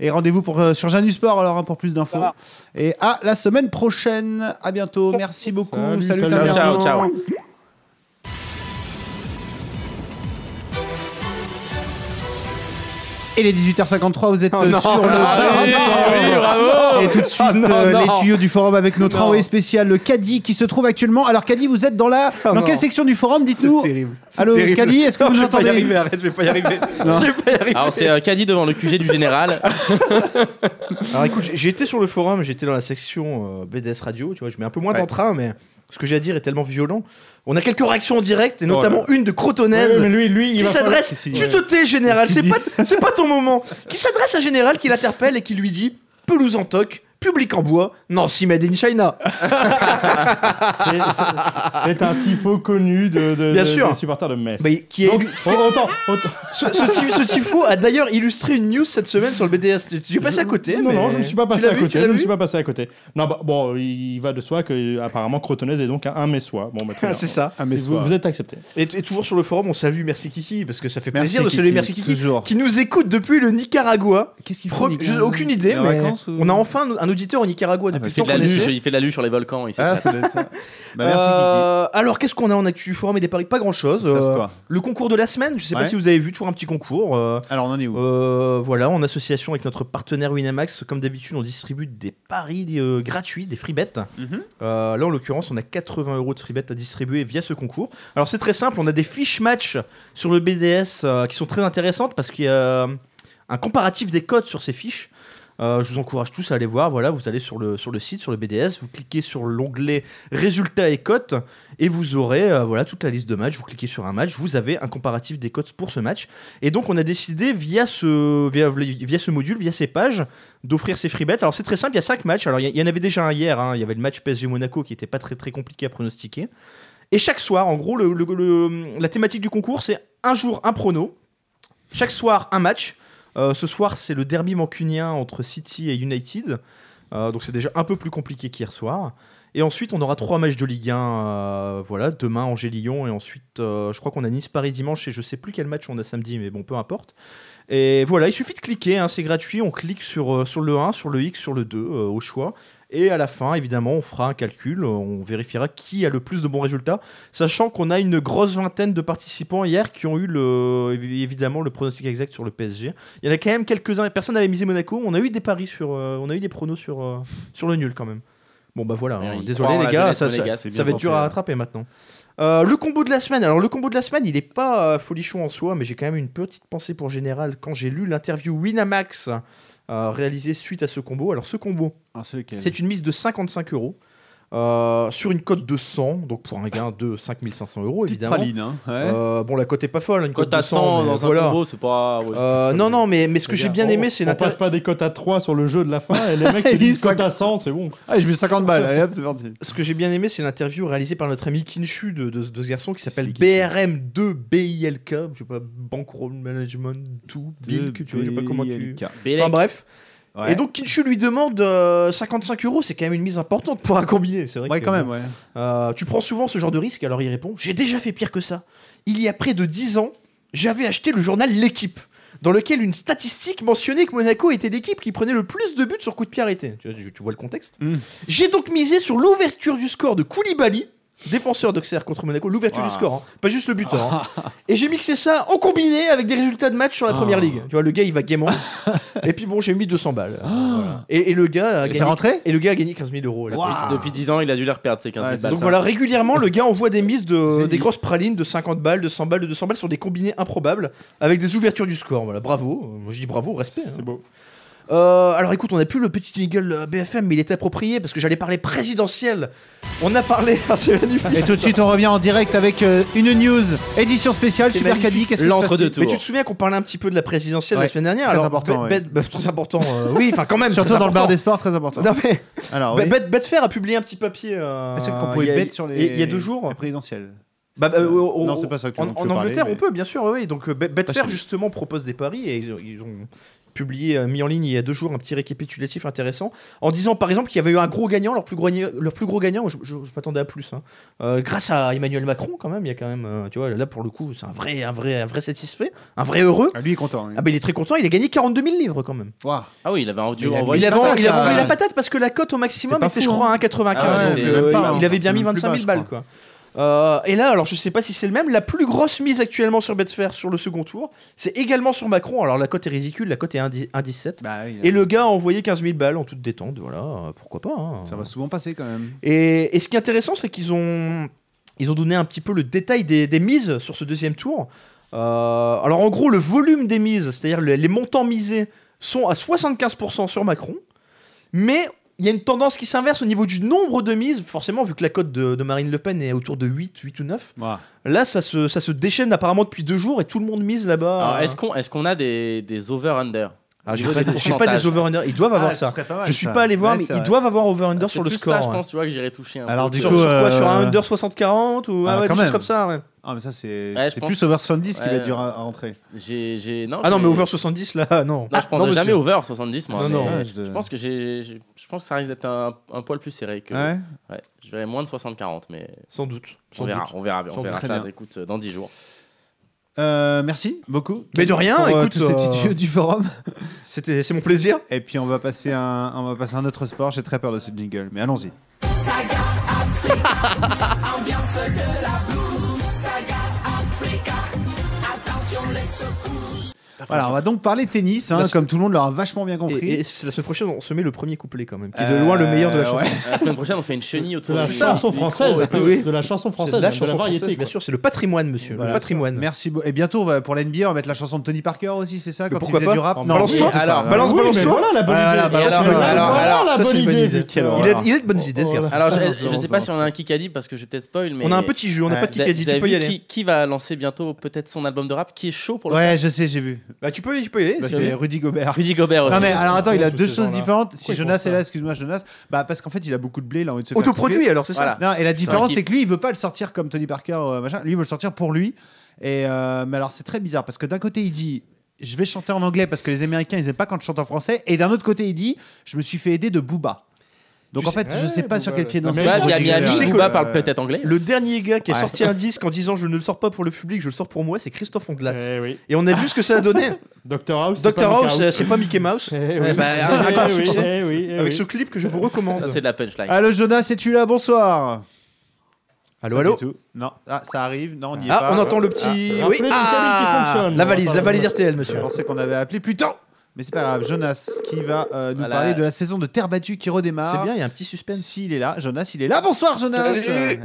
[SPEAKER 3] Et rendez-vous pour, euh, sur Janus Sport alors hein, pour plus
[SPEAKER 8] Ça
[SPEAKER 3] d'infos.
[SPEAKER 8] va.
[SPEAKER 3] Et à la semaine prochaine. À bientôt. Merci beaucoup. Salut,
[SPEAKER 5] Salut, salut.
[SPEAKER 3] Tamerlan.
[SPEAKER 6] Ciao, ciao.
[SPEAKER 3] Il est 18h53, vous êtes euh, sur le bar
[SPEAKER 6] oui,
[SPEAKER 3] des sports.
[SPEAKER 6] oui,
[SPEAKER 3] Et tout de suite, euh, les tuyaux du forum avec notre envoyé spécial, le Caddy, qui se trouve actuellement. Alors, Caddy, vous êtes dans la. dans
[SPEAKER 4] non.
[SPEAKER 3] quelle section du forum Dites-nous.
[SPEAKER 4] terrible.
[SPEAKER 3] Allô,
[SPEAKER 4] terrible.
[SPEAKER 3] Caddy, est-ce que vous
[SPEAKER 4] je
[SPEAKER 3] nous
[SPEAKER 4] vais pas y
[SPEAKER 3] entendez
[SPEAKER 4] arriver, arrête, je vais pas y arriver.
[SPEAKER 3] Non.
[SPEAKER 4] Je vais pas y arriver.
[SPEAKER 6] Alors c'est euh, Caddy devant le QG du général.
[SPEAKER 4] Alors écoute, j'ai- j'étais sur le forum, j'étais dans la section euh, BDS Radio, tu vois, je mets un peu moins
[SPEAKER 3] Ouais.
[SPEAKER 4] d'entrain, mais ce que j'ai à dire est tellement violent. On a quelques réactions en direct, et notamment une de Crotonaise.
[SPEAKER 5] Ouais, mais lui, lui, il
[SPEAKER 4] qui
[SPEAKER 5] va falloir-
[SPEAKER 4] s'adresse,
[SPEAKER 3] si, si.
[SPEAKER 4] tu te tais général,
[SPEAKER 3] Si,
[SPEAKER 4] c'est
[SPEAKER 3] si.
[SPEAKER 4] pas, c'est pas ton moment. Qui s'adresse à général, qui l'interpelle et qui lui dit pelouse en toc, public en bois, Nancy made in China.
[SPEAKER 5] C'est- c'est- C'est un tifo connu de, de,
[SPEAKER 4] Bien
[SPEAKER 5] de-
[SPEAKER 4] sûr. Bah,
[SPEAKER 5] des supporters de Metz.
[SPEAKER 4] Mais qui est
[SPEAKER 5] Donc,
[SPEAKER 4] élu-
[SPEAKER 5] autant, autant-
[SPEAKER 4] ce, ce, ti- ce tifo a d'ailleurs illustré une news cette semaine sur le BDS. Tu- Tu es passé à côté
[SPEAKER 5] Non,
[SPEAKER 4] mais-
[SPEAKER 5] non, je ne suis pas
[SPEAKER 4] Tu
[SPEAKER 5] passé
[SPEAKER 4] l'as
[SPEAKER 5] à
[SPEAKER 4] vu, tu
[SPEAKER 5] côté.
[SPEAKER 4] l'as
[SPEAKER 5] Je ne
[SPEAKER 4] vu
[SPEAKER 5] suis pas passé à côté. Non, bah, bon, il va de soi que apparemment Crotonnaise est donc un, un messois. Bon, bah, très
[SPEAKER 4] Ah,
[SPEAKER 5] bien.
[SPEAKER 4] C'est ça.
[SPEAKER 3] Ah,
[SPEAKER 5] Et
[SPEAKER 3] mais
[SPEAKER 5] vous, vous êtes accepté.
[SPEAKER 4] Et, et toujours sur le forum, on salue Merci Kiki parce que ça fait
[SPEAKER 3] Merci,
[SPEAKER 4] plaisir de saluer
[SPEAKER 3] Kiki,
[SPEAKER 4] Merci Kiki
[SPEAKER 3] toujours.
[SPEAKER 4] qui nous écoute depuis le Nicaragua.
[SPEAKER 3] Qu'est-ce qu'il
[SPEAKER 4] Pro- je- aucune idée, mais on a enfin un auditeur au Nicaragua
[SPEAKER 3] bah,
[SPEAKER 4] depuis
[SPEAKER 6] Il fait
[SPEAKER 4] le
[SPEAKER 6] de
[SPEAKER 4] temps
[SPEAKER 6] la
[SPEAKER 4] qu'on
[SPEAKER 6] luge,
[SPEAKER 4] essaie.
[SPEAKER 6] il fait de la luge sur les volcans. Il
[SPEAKER 3] Ah,
[SPEAKER 6] s'éclate.
[SPEAKER 3] ça doit être ça. Bah, merci,
[SPEAKER 4] Euh, alors qu'est-ce qu'on a en actu forum et des paris Pas grand chose.
[SPEAKER 3] Kiki. Ça se passe quoi
[SPEAKER 4] le concours de la semaine, je sais
[SPEAKER 3] Ouais.
[SPEAKER 4] pas si vous avez vu, toujours un petit concours. euh,
[SPEAKER 3] Alors, on en est où
[SPEAKER 4] euh, voilà, en association avec notre partenaire Winamax, comme d'habitude, on distribue des paris euh, gratuits, des free bets.
[SPEAKER 3] Mhm.
[SPEAKER 4] Euh, là, en l'occurrence, on a 80 euros de free bet à distribuer via ce concours. Alors, c'est très simple, on a des fiches match sur le BDS euh, qui sont très intéressantes parce qu'il y a euh, un comparatif des codes sur ces fiches. Euh, je vous encourage tous à aller voir. Voilà, vous allez sur le, sur le site, sur le BDS, vous cliquez sur l'onglet résultats et cotes et vous aurez euh, voilà toute la liste de matchs. Vous cliquez sur un match, vous avez un comparatif des cotes pour ce match. Et donc, on a décidé via ce, via, via ce module, via ces pages, d'offrir ces free bets. Alors, c'est très simple, il y a 5 matchs. Alors, il y, il y en avait déjà un hier. hein. Il y avait le match PSG-Monaco qui n'était pas très, très compliqué à pronostiquer. Et chaque soir, en gros, le- le- le- la thématique du concours, c'est un jour, un prono. Chaque soir, un match. Euh, ce soir, c'est le derby mancunien entre City et United. Euh, donc, c'est déjà un peu plus compliqué qu'hier soir. Et ensuite, on aura trois matchs de Ligue 1. euh, voilà, demain, Angers-Lyon. Et ensuite, euh, je crois qu'on a Nice-Paris dimanche. Et je sais plus quel match on a samedi, mais bon, peu importe. Et voilà, il suffit de cliquer, hein, c'est gratuit, on clique sur, euh, sur le 1, sur le X, sur le 2, euh, au choix. Et à la fin, évidemment, on fera un calcul, euh, on vérifiera qui a le plus de bons résultats, sachant qu'on a une grosse vingtaine de participants hier qui ont eu le, évidemment le pronostic exact sur le PSG. Il y en a quand même quelques-uns, personne n'avait misé Monaco, on a eu des paris sur, euh, on a eu des pronos sur, euh, sur le nul quand même. Bon bah voilà,
[SPEAKER 6] Mais
[SPEAKER 4] hein,
[SPEAKER 6] il
[SPEAKER 4] désolé
[SPEAKER 6] croit en
[SPEAKER 4] les
[SPEAKER 6] la
[SPEAKER 4] gars,
[SPEAKER 6] jeunesse
[SPEAKER 4] ça, ça,
[SPEAKER 6] monégasque,
[SPEAKER 4] ça
[SPEAKER 6] c'est
[SPEAKER 4] va
[SPEAKER 6] bien
[SPEAKER 4] être dur à
[SPEAKER 6] pensé.
[SPEAKER 4] rattraper maintenant. Euh, le combo de la semaine. Alors le combo de la semaine, il est pas euh, folichon en soi, mais j'ai quand même une petite pensée pour Général quand j'ai lu l'interview Winamax euh, réalisée suite à ce combo. Alors ce combo,
[SPEAKER 3] Ah, c'est lequel
[SPEAKER 4] Mmh. c'est une mise de 55 euros euh, sur une cote de 100, donc pour un gain de 5500 euros
[SPEAKER 3] Petite
[SPEAKER 4] évidemment.
[SPEAKER 3] praline, hein, ouais.
[SPEAKER 4] Euh, bon la cote est pas folle, une cote
[SPEAKER 6] Cote
[SPEAKER 4] de
[SPEAKER 6] à
[SPEAKER 4] 100
[SPEAKER 6] 100
[SPEAKER 4] mais
[SPEAKER 6] dans
[SPEAKER 4] voilà.
[SPEAKER 6] un combo, c'est pas. ouais, c'est pas
[SPEAKER 4] Euh,
[SPEAKER 6] fou.
[SPEAKER 4] non non, mais mais ce que
[SPEAKER 5] Les
[SPEAKER 4] j'ai
[SPEAKER 5] gars,
[SPEAKER 4] bien
[SPEAKER 5] on-
[SPEAKER 4] aimé, c'est
[SPEAKER 5] On
[SPEAKER 4] l'inter-
[SPEAKER 5] passe pas des cotes à 3 sur le jeu de la fin et les mecs
[SPEAKER 3] Ils
[SPEAKER 5] qui disent
[SPEAKER 3] sont-
[SPEAKER 5] cotes à 100, c'est bon.
[SPEAKER 3] Ah, je mets 50 balles, allez hop, c'est parti.
[SPEAKER 4] ce que j'ai bien aimé, c'est l'interview réalisée par notre ami Kinshu de, de- de ce garçon qui s'appelle
[SPEAKER 3] C'est qui, ça
[SPEAKER 4] BRM2BILK, je sais pas, Bankroll Management 2, Bill, que tu vois, je sais pas comment tu.
[SPEAKER 3] BLK.
[SPEAKER 6] Bélec.
[SPEAKER 4] Enfin bref.
[SPEAKER 3] Ouais.
[SPEAKER 4] Et donc Kinshu lui demande euh, 55 euros, c'est quand même une mise importante pour un combiné, c'est vrai.
[SPEAKER 3] Ouais,
[SPEAKER 4] que-
[SPEAKER 3] quand même, ouais.
[SPEAKER 4] Euh, tu prends souvent ce genre de risque Alors il répond J'ai déjà fait pire que ça. Il y a près de 10 ans, j'avais acheté le journal L'équipe. dans lequel une statistique mentionnait que Monaco était l'équipe qui prenait le plus de buts sur coup de pied arrêté. Tu, vois- tu vois le contexte
[SPEAKER 3] Mm.
[SPEAKER 4] J'ai donc misé sur l'ouverture du score de Koulibaly, défenseur d'Auxerre contre Monaco, l'ouverture du
[SPEAKER 5] Ah.
[SPEAKER 4] score, hein, pas juste le buteur. hein. Et j'ai mixé ça en combiné avec des résultats de match sur la première
[SPEAKER 3] Ah.
[SPEAKER 4] ligue. Tu vois, le gars il va gaiement. et puis bon, j'ai mis 200 balles. Voilà. Et, et le gars a
[SPEAKER 3] Ah. Et c'est
[SPEAKER 4] gagné.
[SPEAKER 3] rentré
[SPEAKER 4] Et le gars a gagné 15 000 euros. là.
[SPEAKER 3] Waouh.
[SPEAKER 6] Et Depuis 10 ans, il a dû les reperdre, ces 15
[SPEAKER 3] Ouais,
[SPEAKER 6] 000
[SPEAKER 3] c'est
[SPEAKER 6] balles.
[SPEAKER 4] Donc
[SPEAKER 3] ça.
[SPEAKER 4] voilà, régulièrement, le gars envoie des mises de
[SPEAKER 3] hein. C'est-
[SPEAKER 4] des grosses pralines de 50 balles, de 100 balles, de 200 balles sur des combinés improbables avec des ouvertures du score. Voilà, bravo. Euh, Moi je dis bravo, respect. hein.
[SPEAKER 5] C'est beau.
[SPEAKER 4] Euh, alors écoute, on a plus le petit jingle euh, BFM, mais il était approprié parce que j'allais parler présidentiel. On a parlé. Ah, c'est la nuit.
[SPEAKER 3] Et tout de suite, on revient en direct avec euh, une news édition spéciale
[SPEAKER 4] C'est
[SPEAKER 3] Super
[SPEAKER 4] magnifique.
[SPEAKER 3] Caddy. Qu'est-ce que
[SPEAKER 6] L'entre deux
[SPEAKER 3] se passe
[SPEAKER 4] Mais
[SPEAKER 6] Tour.
[SPEAKER 4] tu te souviens qu'on parlait un petit peu de la présidentielle
[SPEAKER 3] Ouais,
[SPEAKER 4] la semaine dernière
[SPEAKER 3] très
[SPEAKER 4] alors,
[SPEAKER 3] important,
[SPEAKER 4] Bet- Bet- bah, Très important. euh, oui, enfin quand même.
[SPEAKER 3] Surtout
[SPEAKER 4] très
[SPEAKER 3] dans le bar
[SPEAKER 4] important.
[SPEAKER 3] des sports, très important. bah,
[SPEAKER 4] Non mais
[SPEAKER 3] Alors,
[SPEAKER 4] Bet-
[SPEAKER 3] Ah oui. Ah,
[SPEAKER 4] Bet- Betfair a publié un petit papier. euh,
[SPEAKER 3] C'est qu'on
[SPEAKER 4] il y
[SPEAKER 3] pouvait
[SPEAKER 4] a-
[SPEAKER 3] bet sur les.
[SPEAKER 4] Il y a deux jours.
[SPEAKER 3] les présidentielles.
[SPEAKER 4] Bah, bah,
[SPEAKER 3] C'est ça.
[SPEAKER 4] euh, au-
[SPEAKER 3] non,
[SPEAKER 4] au-
[SPEAKER 3] c'est pas ça que tu
[SPEAKER 4] en,
[SPEAKER 3] tu
[SPEAKER 4] en
[SPEAKER 3] veux parler,
[SPEAKER 4] Angleterre,
[SPEAKER 3] mais-
[SPEAKER 4] on peut, bien sûr, oui. Donc, euh, Bet- Betfair,
[SPEAKER 3] sûr.
[SPEAKER 4] justement, propose des paris et ils ont, ils ont publié, euh, mis en ligne il y a deux jours un petit récapitulatif intéressant en disant, par exemple, qu'il y avait eu un gros gagnant, leur plus gros, gagna- leur plus gros gagnant, je, je- je m'attendais à plus, hein. Euh, grâce à Emmanuel Macron, quand même, il y a quand même, euh, tu vois, là, pour le coup, c'est un vrai, un, vrai, un vrai satisfait, un vrai heureux.
[SPEAKER 3] Ah, lui il est content. lui.
[SPEAKER 4] Ah, bah, il est très content, il a gagné 42 000 livres quand même.
[SPEAKER 3] Waouh.
[SPEAKER 6] Ah oui, il avait un audio
[SPEAKER 3] Il a
[SPEAKER 6] envoyé.
[SPEAKER 4] il,
[SPEAKER 3] la
[SPEAKER 4] avait,
[SPEAKER 3] patate,
[SPEAKER 4] il avait envoyé
[SPEAKER 3] là.
[SPEAKER 4] la patate parce que la cote au maximum
[SPEAKER 3] C'était pas
[SPEAKER 4] était, je
[SPEAKER 3] fou,
[SPEAKER 4] crois, à 1,95.
[SPEAKER 3] Ah
[SPEAKER 6] ouais,
[SPEAKER 4] donc,
[SPEAKER 6] c'est
[SPEAKER 4] euh,
[SPEAKER 3] même pas,
[SPEAKER 4] il-
[SPEAKER 3] hein.
[SPEAKER 4] il avait bien
[SPEAKER 3] C'était
[SPEAKER 4] mis
[SPEAKER 3] même plus
[SPEAKER 4] 25 000
[SPEAKER 3] bas, je
[SPEAKER 4] balles, quoi. Euh, et là, alors je sais pas si c'est le même, la plus grosse mise actuellement sur Betfair sur le second tour, c'est également sur Macron. Alors la cote est ridicule, la cote est 1,10 1,17.
[SPEAKER 3] Bah, oui, il a-
[SPEAKER 4] Et le gars a envoyé 15 000 balles en toute détente, voilà, euh, pourquoi pas. hein.
[SPEAKER 3] Ça va souvent passer quand même.
[SPEAKER 4] Et, et ce qui est intéressant, c'est qu'ils ont, ils ont donné un petit peu le détail des, des mises sur ce deuxième tour. Euh, alors en gros, le volume des mises, c'est-à-dire le- les montants misés, sont à 75% sur Macron. Mais il y a une tendance qui s'inverse au niveau du nombre de mises. Forcément, vu que la cote de, de Marine Le Pen est autour de 8, 8 ou 9,
[SPEAKER 3] Waouh.
[SPEAKER 4] là, ça se, ça se déchaîne apparemment depuis deux jours et tout le monde mise là-bas.
[SPEAKER 6] Alors, est-ce qu'on est qu'on a des, des over-under
[SPEAKER 4] Alors, j'ai
[SPEAKER 6] au
[SPEAKER 4] pas,
[SPEAKER 6] niveau des
[SPEAKER 4] j'ai pas des
[SPEAKER 6] pourcentages
[SPEAKER 4] over-under. Ils doivent avoir
[SPEAKER 3] Ah, ce
[SPEAKER 4] ça.
[SPEAKER 3] serait pas mal,
[SPEAKER 4] Je suis
[SPEAKER 3] ça.
[SPEAKER 4] pas allé voir,
[SPEAKER 3] Ouais,
[SPEAKER 4] mais
[SPEAKER 3] c'est
[SPEAKER 4] ils
[SPEAKER 3] vrai.
[SPEAKER 4] doivent avoir over-under
[SPEAKER 6] Ah, C'est
[SPEAKER 4] sur le
[SPEAKER 6] plus
[SPEAKER 4] score.
[SPEAKER 6] ça, je
[SPEAKER 4] ouais.
[SPEAKER 6] pense, tu vois, que j'irai toucher hein. un peu.
[SPEAKER 3] Alors, du
[SPEAKER 4] sur,
[SPEAKER 3] coup,
[SPEAKER 4] sur quoi
[SPEAKER 3] euh,
[SPEAKER 4] Sur un under 60-40 ou
[SPEAKER 3] Ah,
[SPEAKER 4] ah ouais,
[SPEAKER 3] quand
[SPEAKER 4] des choses
[SPEAKER 3] même.
[SPEAKER 4] comme ça. ouais.
[SPEAKER 3] Ah, mais ça, c'est
[SPEAKER 6] Ouais, je
[SPEAKER 3] c'est
[SPEAKER 6] pense-
[SPEAKER 3] plus over 70 qui va
[SPEAKER 6] Ouais.
[SPEAKER 3] être dur à, à rentrer.
[SPEAKER 6] J'ai, j'ai... Non,
[SPEAKER 4] Ah non,
[SPEAKER 6] j'ai-
[SPEAKER 4] mais over 70 là, non.
[SPEAKER 6] Non, je prendrai
[SPEAKER 4] monsieur.
[SPEAKER 6] jamais over 70, moi.
[SPEAKER 4] Non,
[SPEAKER 6] mais
[SPEAKER 4] non.
[SPEAKER 3] Ouais, je-
[SPEAKER 6] je pense que j'ai, j'ai- je pense que ça risque d'être un, un poil plus serré que.
[SPEAKER 3] Ouais.
[SPEAKER 6] Ouais, je verrai moins de 60-40, mais
[SPEAKER 4] Sans doute.
[SPEAKER 6] on
[SPEAKER 4] Sans
[SPEAKER 6] verra,
[SPEAKER 4] doute.
[SPEAKER 6] on verra, bien,
[SPEAKER 3] Sans
[SPEAKER 6] on verra
[SPEAKER 3] doute.
[SPEAKER 6] ça.
[SPEAKER 3] Très bien.
[SPEAKER 6] Écoute, euh, dans 10 jours.
[SPEAKER 3] Euh, merci beaucoup.
[SPEAKER 4] Mais de rien,
[SPEAKER 3] pour, euh,
[SPEAKER 4] écoute,
[SPEAKER 3] tous ces petits
[SPEAKER 4] euh,
[SPEAKER 3] dieux du forum.
[SPEAKER 4] C'était, c'est mon plaisir.
[SPEAKER 3] Et puis on va passer à un, on va passer à un autre sport. J'ai très peur de ce jingle, mais allons-y. Voilà, on va donc parler tennis, hein,
[SPEAKER 4] Parce que-
[SPEAKER 3] comme tout le monde l'aura vachement bien compris.
[SPEAKER 4] Et, et c'est la semaine prochaine, on se met le premier couplet quand même, qui est de
[SPEAKER 3] Euh,
[SPEAKER 4] loin le meilleur de la chanson.
[SPEAKER 3] ouais.
[SPEAKER 6] La semaine prochaine, on fait une chenille autour
[SPEAKER 5] De la
[SPEAKER 6] du-
[SPEAKER 5] chanson française,
[SPEAKER 4] ouais.
[SPEAKER 5] de,
[SPEAKER 4] Oui.
[SPEAKER 5] de la chanson
[SPEAKER 4] C'est
[SPEAKER 5] française,
[SPEAKER 4] de
[SPEAKER 5] de la,
[SPEAKER 4] la chanson
[SPEAKER 5] variété.
[SPEAKER 4] française, bien
[SPEAKER 5] quoi.
[SPEAKER 4] sûr, c'est le patrimoine, monsieur,
[SPEAKER 3] Voilà.
[SPEAKER 4] le patrimoine.
[SPEAKER 3] Merci beaucoup. Et bientôt, on va- pour la NBA, on va mettre la chanson de Tony Parker aussi, c'est ça
[SPEAKER 4] Mais
[SPEAKER 3] Quand il
[SPEAKER 4] pourquoi
[SPEAKER 3] faisait
[SPEAKER 4] pas
[SPEAKER 3] du rap
[SPEAKER 5] En
[SPEAKER 4] balance
[SPEAKER 6] oui,
[SPEAKER 4] toi,
[SPEAKER 3] euh,
[SPEAKER 6] alors,
[SPEAKER 4] balance,
[SPEAKER 5] Oui,
[SPEAKER 4] balance
[SPEAKER 5] mais
[SPEAKER 4] toi.
[SPEAKER 5] voilà la bonne
[SPEAKER 3] Voilà,
[SPEAKER 5] idée.
[SPEAKER 3] la balance,
[SPEAKER 5] Voilà,
[SPEAKER 3] voilà.
[SPEAKER 5] voilà
[SPEAKER 6] Alors,
[SPEAKER 5] la
[SPEAKER 4] ça, c'est
[SPEAKER 5] bonne
[SPEAKER 4] une Ah, bonne
[SPEAKER 5] idée.
[SPEAKER 4] idée.
[SPEAKER 5] putain.
[SPEAKER 3] Alors,
[SPEAKER 4] Il a,
[SPEAKER 3] voilà.
[SPEAKER 4] il a de bonnes idées, ce
[SPEAKER 5] Oh,
[SPEAKER 4] gars.
[SPEAKER 5] voilà.
[SPEAKER 6] Alors, je,
[SPEAKER 3] Balance,
[SPEAKER 6] je
[SPEAKER 3] balance,
[SPEAKER 6] sais pas
[SPEAKER 3] balance,
[SPEAKER 6] si on a un Kikadi parce que je vais peut-être spoil, Ah, mais.
[SPEAKER 4] On a un petit jeu, on n'a
[SPEAKER 3] Ouais.
[SPEAKER 4] pas de
[SPEAKER 6] Vous avez-
[SPEAKER 4] Kikadi,
[SPEAKER 6] vous avez
[SPEAKER 4] tu peux y
[SPEAKER 6] vu
[SPEAKER 4] aller.
[SPEAKER 6] Qui, qui va lancer bientôt peut-être son album de rap qui est chaud pour le.
[SPEAKER 3] Ouais, je sais, j'ai vu.
[SPEAKER 4] Bah, tu peux, tu peux y aller.
[SPEAKER 3] Bah,
[SPEAKER 4] si-
[SPEAKER 3] c'est Rudy Gobert.
[SPEAKER 6] Rudy Gobert aussi.
[SPEAKER 3] Non mais
[SPEAKER 4] ah,
[SPEAKER 3] alors attends, il a
[SPEAKER 5] tous
[SPEAKER 3] deux
[SPEAKER 5] ces
[SPEAKER 3] choses
[SPEAKER 5] gens-là.
[SPEAKER 4] hein.
[SPEAKER 3] différentes.
[SPEAKER 5] Pourquoi
[SPEAKER 3] Si
[SPEAKER 5] ils font
[SPEAKER 3] Jonas est
[SPEAKER 5] ça
[SPEAKER 3] là, excuse-moi Jonas, bah parce qu'en fait il a beaucoup de blé, il a envie de se faire kiffer.
[SPEAKER 4] Autoproduit, alors, c'est ça
[SPEAKER 6] Voilà.
[SPEAKER 3] Non, et la différence
[SPEAKER 6] kiffe.
[SPEAKER 3] c'est que lui il veut pas le sortir comme Tony Parker, euh, machin. Lui il veut le sortir pour lui. Et euh, mais alors c'est très bizarre parce que d'un côté il dit je vais chanter en anglais parce que les Américains ils aiment pas quand je chante en français et d'un autre côté il dit je me suis fait aider de Booba. Donc
[SPEAKER 5] Tu
[SPEAKER 3] en
[SPEAKER 5] sais-
[SPEAKER 3] fait je sais pas
[SPEAKER 5] Booba,
[SPEAKER 3] sur quel
[SPEAKER 5] ouais.
[SPEAKER 3] pied
[SPEAKER 5] Non,
[SPEAKER 3] danser.
[SPEAKER 5] mais
[SPEAKER 6] Booba
[SPEAKER 3] pour
[SPEAKER 6] vit à
[SPEAKER 3] Rudy Gobert.
[SPEAKER 6] Miami,
[SPEAKER 4] Tu sais
[SPEAKER 6] Booba
[SPEAKER 4] que-
[SPEAKER 6] parle peut-être anglais.
[SPEAKER 4] Le dernier gars qui a
[SPEAKER 3] Ouais.
[SPEAKER 4] sorti un disque en disant je ne le sors pas pour le public, je le sors pour moi, c'est Christophe Ondelat.
[SPEAKER 5] Eh oui.
[SPEAKER 4] Et on a vu ce que ça a donné.
[SPEAKER 5] Dr House. c'est
[SPEAKER 4] Dr
[SPEAKER 5] pas
[SPEAKER 4] House,
[SPEAKER 5] Mickey
[SPEAKER 4] euh, c'est pas Mickey Mouse.
[SPEAKER 5] Eh oui.
[SPEAKER 4] Eh ben, un- un
[SPEAKER 5] Eh
[SPEAKER 4] grand
[SPEAKER 5] oui,
[SPEAKER 4] succès.
[SPEAKER 5] eh oui, eh
[SPEAKER 4] Avec
[SPEAKER 5] oui.
[SPEAKER 4] ce clip que je vous
[SPEAKER 6] Ça,
[SPEAKER 4] recommande.
[SPEAKER 6] c'est de la punchline.
[SPEAKER 3] Allô Jonas, es-tu là Bonsoir.
[SPEAKER 4] Allô,
[SPEAKER 3] Pas
[SPEAKER 4] allô
[SPEAKER 3] du tout. Non, ah, ça arrive. Non, on n'y est
[SPEAKER 4] Ah,
[SPEAKER 3] pas.
[SPEAKER 4] on entend le petit.
[SPEAKER 5] Ah,
[SPEAKER 4] oui,
[SPEAKER 5] rappelez le
[SPEAKER 4] ah,
[SPEAKER 5] cabine qui fonctionne.
[SPEAKER 4] la valise,
[SPEAKER 5] Enfin,
[SPEAKER 4] la valise
[SPEAKER 5] voilà.
[SPEAKER 4] RTL,
[SPEAKER 3] Je
[SPEAKER 4] monsieur.
[SPEAKER 3] pensais qu'on avait appelé plus tôt. Mais c'est pas grave, Jonas qui va euh, nous
[SPEAKER 6] Voilà.
[SPEAKER 3] parler de la saison de terre battue qui redémarre.
[SPEAKER 4] C'est bien, il y a un petit suspense.
[SPEAKER 3] S'il est là, Jonas, il est là. Bonsoir Jonas.
[SPEAKER 4] Ouais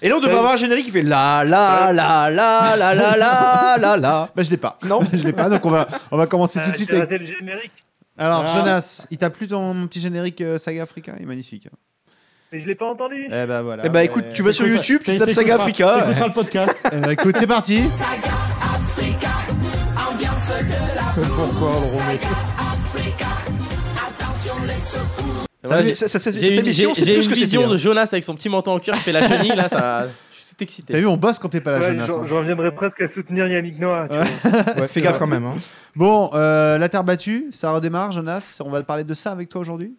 [SPEAKER 4] Et là, on devrait avoir un générique qui fait la la la la la la la la la.
[SPEAKER 3] Bah je l'ai pas. Non, je l'ai pas. Donc on va on va commencer tout de suite. avec-
[SPEAKER 9] Ah, le générique,
[SPEAKER 3] Alors
[SPEAKER 5] Ah.
[SPEAKER 3] Jonas, il t'a plu ton petit générique euh, Saga Africa, il est magnifique. hein.
[SPEAKER 9] mais je l'ai pas entendu.
[SPEAKER 3] Eh bah voilà.
[SPEAKER 4] Eh bah écoute, tu vas sur
[SPEAKER 5] T'écouteras-
[SPEAKER 4] YouTube, tu tapes
[SPEAKER 5] t'écouteras-
[SPEAKER 4] Saga Africa.
[SPEAKER 5] T'écouteras le podcast.
[SPEAKER 3] Eh bah, écoute, c'est parti.
[SPEAKER 4] T'as
[SPEAKER 6] Voilà,
[SPEAKER 4] vu, Ah, ça- ça- ça- Cette
[SPEAKER 6] J'ai une,
[SPEAKER 4] émission,
[SPEAKER 6] j'ai-
[SPEAKER 4] c'est
[SPEAKER 6] j'ai
[SPEAKER 4] plus
[SPEAKER 6] une
[SPEAKER 4] que c'est
[SPEAKER 6] vision
[SPEAKER 4] bien.
[SPEAKER 6] de Jonas avec son petit menton en cuir qui fait la chenille, là, ça. Je suis tout excité.
[SPEAKER 3] T'as vu, on bosse quand t'es pas là,
[SPEAKER 9] Ouais,
[SPEAKER 3] Jonas.
[SPEAKER 9] j'en-
[SPEAKER 3] hein.
[SPEAKER 9] j'en reviendrai presque à soutenir Yannick Noah. tu
[SPEAKER 3] Ouais.
[SPEAKER 9] vois.
[SPEAKER 4] Ouais, Fais gaffe quand même. hein.
[SPEAKER 3] Bon, euh, la terre battue, ça redémarre, Jonas. On va parler de ça avec toi aujourd'hui.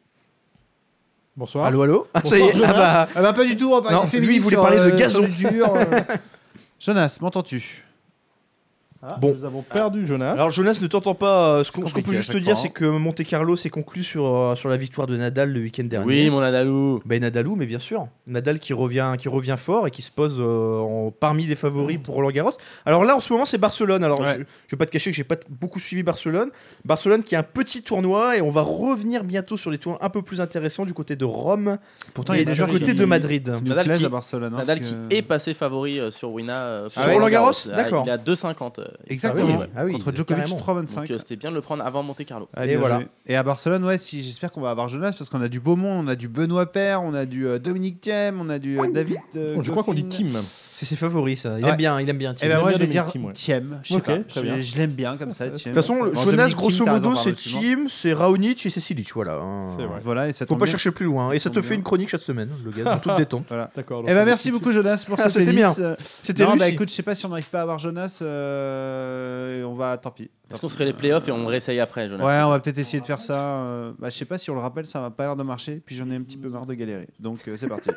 [SPEAKER 5] Bonsoir.
[SPEAKER 4] Allô, allô Ah, ça y
[SPEAKER 5] Bonsoir,
[SPEAKER 4] est, ah bah.
[SPEAKER 3] Ah bah pas du tout. On va parler
[SPEAKER 4] Non,
[SPEAKER 3] de
[SPEAKER 4] lui, il
[SPEAKER 3] féminisme
[SPEAKER 4] voulait
[SPEAKER 3] euh, sur,
[SPEAKER 4] parler de
[SPEAKER 3] euh, sur
[SPEAKER 4] gazon.
[SPEAKER 3] le dur, euh. Jonas, m'entends-tu
[SPEAKER 5] Ah,
[SPEAKER 4] Bon.
[SPEAKER 5] Nous avons perdu Jonas.
[SPEAKER 4] Alors Jonas, ne t'entends pas. euh, Ce qu'on ce qu'on
[SPEAKER 3] compliqué
[SPEAKER 4] peut
[SPEAKER 3] à
[SPEAKER 4] juste te
[SPEAKER 3] chaque
[SPEAKER 4] dire,
[SPEAKER 3] fois,
[SPEAKER 4] c'est que Monte Carlo s'est conclu sur, euh, sur la victoire de Nadal le week-end dernier.
[SPEAKER 6] Oui, mon Nadalou.
[SPEAKER 4] Ben Nadalou, mais bien sûr. Nadal qui revient, qui revient fort et qui se pose euh, en- parmi les favoris pour Roland Garros. Alors là, en ce moment, c'est Barcelone. Alors
[SPEAKER 3] Ouais.
[SPEAKER 4] je, je vais pas te cacher que j'ai pas t- beaucoup suivi Barcelone. Barcelone qui est un petit tournoi et on va revenir bientôt sur les tournois un peu plus intéressants du côté de Rome
[SPEAKER 3] Pourtant,
[SPEAKER 4] et
[SPEAKER 3] il y a des
[SPEAKER 4] du
[SPEAKER 3] joueurs
[SPEAKER 4] côté
[SPEAKER 3] qui-
[SPEAKER 4] de Madrid.
[SPEAKER 3] qui nous
[SPEAKER 6] Nadal
[SPEAKER 3] plaisent
[SPEAKER 6] qui-
[SPEAKER 3] à Barcelone. hein,
[SPEAKER 6] Nadal
[SPEAKER 3] parce
[SPEAKER 6] qui
[SPEAKER 3] que-
[SPEAKER 6] est passé favori euh, sur Wina. euh,
[SPEAKER 4] Ah
[SPEAKER 6] pour
[SPEAKER 4] ouais.
[SPEAKER 6] Roland Garros,
[SPEAKER 4] Garros,
[SPEAKER 6] là,
[SPEAKER 4] d'accord.
[SPEAKER 6] Il est à 2,50. euh,
[SPEAKER 3] Exactement.
[SPEAKER 6] Ah oui,
[SPEAKER 4] ah oui,
[SPEAKER 3] Contre Djokovic,
[SPEAKER 4] carrément.
[SPEAKER 6] Donc
[SPEAKER 3] 3,25.
[SPEAKER 6] euh, c'était bien de le prendre avant Monte Carlo.
[SPEAKER 3] Ah,
[SPEAKER 4] Et
[SPEAKER 3] bien
[SPEAKER 4] voilà.
[SPEAKER 3] joué. Et à Barcelone, ouais, si, j'espère qu'on va avoir Jonas parce qu'on a du Beaumont, on a du Benoît Père, on a du euh, Dominique Thiem, on a du euh, David. euh,
[SPEAKER 5] Oh, je crois qu'on dit
[SPEAKER 3] Goffin.
[SPEAKER 5] team.
[SPEAKER 4] C'est ses favoris, ça. Il
[SPEAKER 3] Ouais.
[SPEAKER 4] aime bien, il aime bien.
[SPEAKER 3] Eh
[SPEAKER 4] Thiem.
[SPEAKER 3] ben
[SPEAKER 5] J'aime
[SPEAKER 3] moi
[SPEAKER 5] bien
[SPEAKER 3] je vais
[SPEAKER 5] Dominique
[SPEAKER 3] dire
[SPEAKER 5] Thiem, ouais.
[SPEAKER 3] Thiem, je sais
[SPEAKER 5] Ok,
[SPEAKER 3] pas,
[SPEAKER 5] très bien.
[SPEAKER 3] je, je l'aime bien comme ça. Thiem.
[SPEAKER 4] de toute façon,
[SPEAKER 3] Bon,
[SPEAKER 4] Jonas,
[SPEAKER 3] Dominique
[SPEAKER 4] grosso
[SPEAKER 3] Thiem, t'as raison,
[SPEAKER 4] modo,
[SPEAKER 3] par
[SPEAKER 4] c'est
[SPEAKER 3] le suivant.
[SPEAKER 4] Tim, c'est Raonic et c'est Silic, voilà. hein.
[SPEAKER 5] C'est vrai.
[SPEAKER 3] Voilà, et ça
[SPEAKER 4] Faut
[SPEAKER 3] tombe
[SPEAKER 4] pas
[SPEAKER 3] bien.
[SPEAKER 4] chercher plus loin. hein. Et ça te
[SPEAKER 3] Tombe
[SPEAKER 4] fait
[SPEAKER 3] bien.
[SPEAKER 4] une chronique chaque semaine, le gars, en toute détente.
[SPEAKER 5] D'accord.
[SPEAKER 3] Eh ben merci beaucoup Jonas pour
[SPEAKER 4] Ah,
[SPEAKER 3] cette
[SPEAKER 4] c'était
[SPEAKER 3] hélice.
[SPEAKER 4] C'était
[SPEAKER 3] Non, bah
[SPEAKER 4] réussi.
[SPEAKER 3] écoute, je sais pas si on n'arrive pas à avoir Jonas, euh, on va, tant pis.
[SPEAKER 6] Est-ce qu'on se ferait les playoffs et on réessaye après, Jonas
[SPEAKER 3] Ouais, on va peut-être essayer de faire ça. euh, bah, je sais pas si on le rappelle, ça va pas l'air de marcher. Puis j'en ai un petit peu marre de galérer. Donc euh, c'est parti.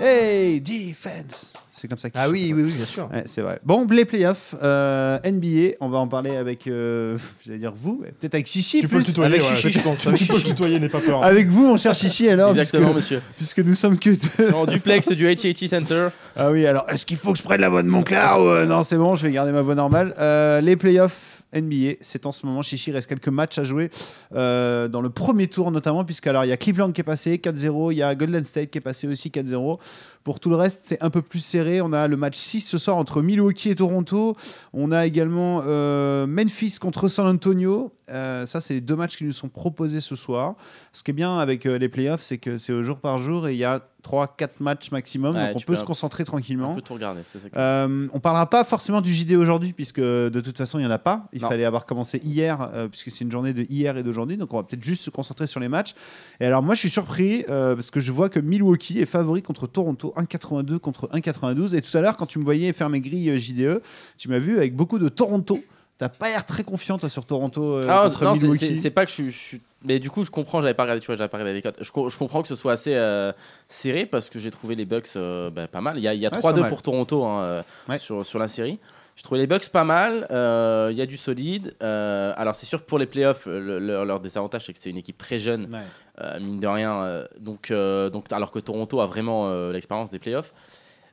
[SPEAKER 3] hey, defense C'est comme ça qu'il
[SPEAKER 4] Ah
[SPEAKER 3] chante,
[SPEAKER 4] oui,
[SPEAKER 3] ouais.
[SPEAKER 4] oui, oui, bien sûr.
[SPEAKER 3] Ouais, c'est vrai. Bon, les playoffs, euh, NBA, on va en parler avec, euh, j'allais dire vous, mais peut-être avec Chichi.
[SPEAKER 5] Tu peux le
[SPEAKER 3] plus.
[SPEAKER 5] tutoyer,
[SPEAKER 3] Avec
[SPEAKER 5] ouais,
[SPEAKER 3] Chichi, Ah
[SPEAKER 5] tu
[SPEAKER 3] je pense.
[SPEAKER 5] Tu peux le tutoyer, n'aie pas peur.
[SPEAKER 3] Avec vous, mon cher Chichi, alors, puisque,
[SPEAKER 6] Exactement, monsieur.
[SPEAKER 3] puisque nous sommes que deux.
[SPEAKER 6] En duplex du AT&T Center.
[SPEAKER 3] Ah oui, alors, est-ce qu'il faut que je prenne la voix de mon clown ou, euh, Non, c'est bon, je vais garder ma voix normale. Euh, les playoffs NBA, c'est en ce moment. Chichi reste quelques matchs à jouer euh, dans le premier tour, notamment, puisqu'alors, il y a Cleveland qui est passé 4-0, il y a Golden State qui est passé aussi 4-0. Pour tout le reste, c'est un peu plus serré. On a le match 6 ce soir entre Milwaukee et Toronto. On a également euh, Memphis contre San Antonio. Euh, ça, c'est les deux matchs qui nous sont proposés ce soir. Ce qui est bien avec euh, les playoffs, c'est que c'est au jour par jour et il y a 3-4 matchs maximum.
[SPEAKER 6] Ouais,
[SPEAKER 3] donc on
[SPEAKER 6] tu
[SPEAKER 3] peut
[SPEAKER 6] peux
[SPEAKER 3] se
[SPEAKER 6] un-
[SPEAKER 3] concentrer
[SPEAKER 6] On
[SPEAKER 3] tranquillement.
[SPEAKER 6] peut tout regarder. ça, c'est cool.
[SPEAKER 3] Euh, on parlera pas forcément du JD aujourd'hui, puisque de toute façon, il n'y en a pas. Il
[SPEAKER 6] Non.
[SPEAKER 3] fallait avoir commencé hier, euh, puisque c'est une journée de hier et d'aujourd'hui. Donc, on va peut-être juste se concentrer sur les matchs. Et alors, moi, je suis surpris, euh, parce que je vois que Milwaukee est favori contre Toronto, 1,82 contre 1,92. Et tout à l'heure, quand tu me voyais faire mes grilles euh, JDE, tu m'as vu avec beaucoup de Toronto. T'as pas l'air très confiant, toi, sur Toronto euh,
[SPEAKER 6] Ah,
[SPEAKER 3] contre
[SPEAKER 6] non, c'est- c'est
[SPEAKER 3] Milwaukee.
[SPEAKER 6] c'est pas que je suis- je suis. Mais du coup, je comprends, j'avais pas regardé, tu vois, j'avais pas regardé les cotes. Je, co- je comprends que ce soit assez euh, serré parce que j'ai trouvé les Bucks euh, bah, pas mal. Il y a, il y a
[SPEAKER 3] Ouais, c'est
[SPEAKER 6] 3-2
[SPEAKER 3] pas mal.
[SPEAKER 6] pour Toronto hein, euh,
[SPEAKER 3] Ouais.
[SPEAKER 6] sur, sur la série. Je trouvais les Bucks pas mal. euh, Il y a du solide. euh, alors, c'est sûr que pour les playoffs, euh, le- leur, leur désavantage, c'est que c'est une équipe très jeune.
[SPEAKER 3] Ouais.
[SPEAKER 6] Euh, mine de rien. euh, donc, euh, donc, alors que Toronto a vraiment euh, l'expérience des playoffs.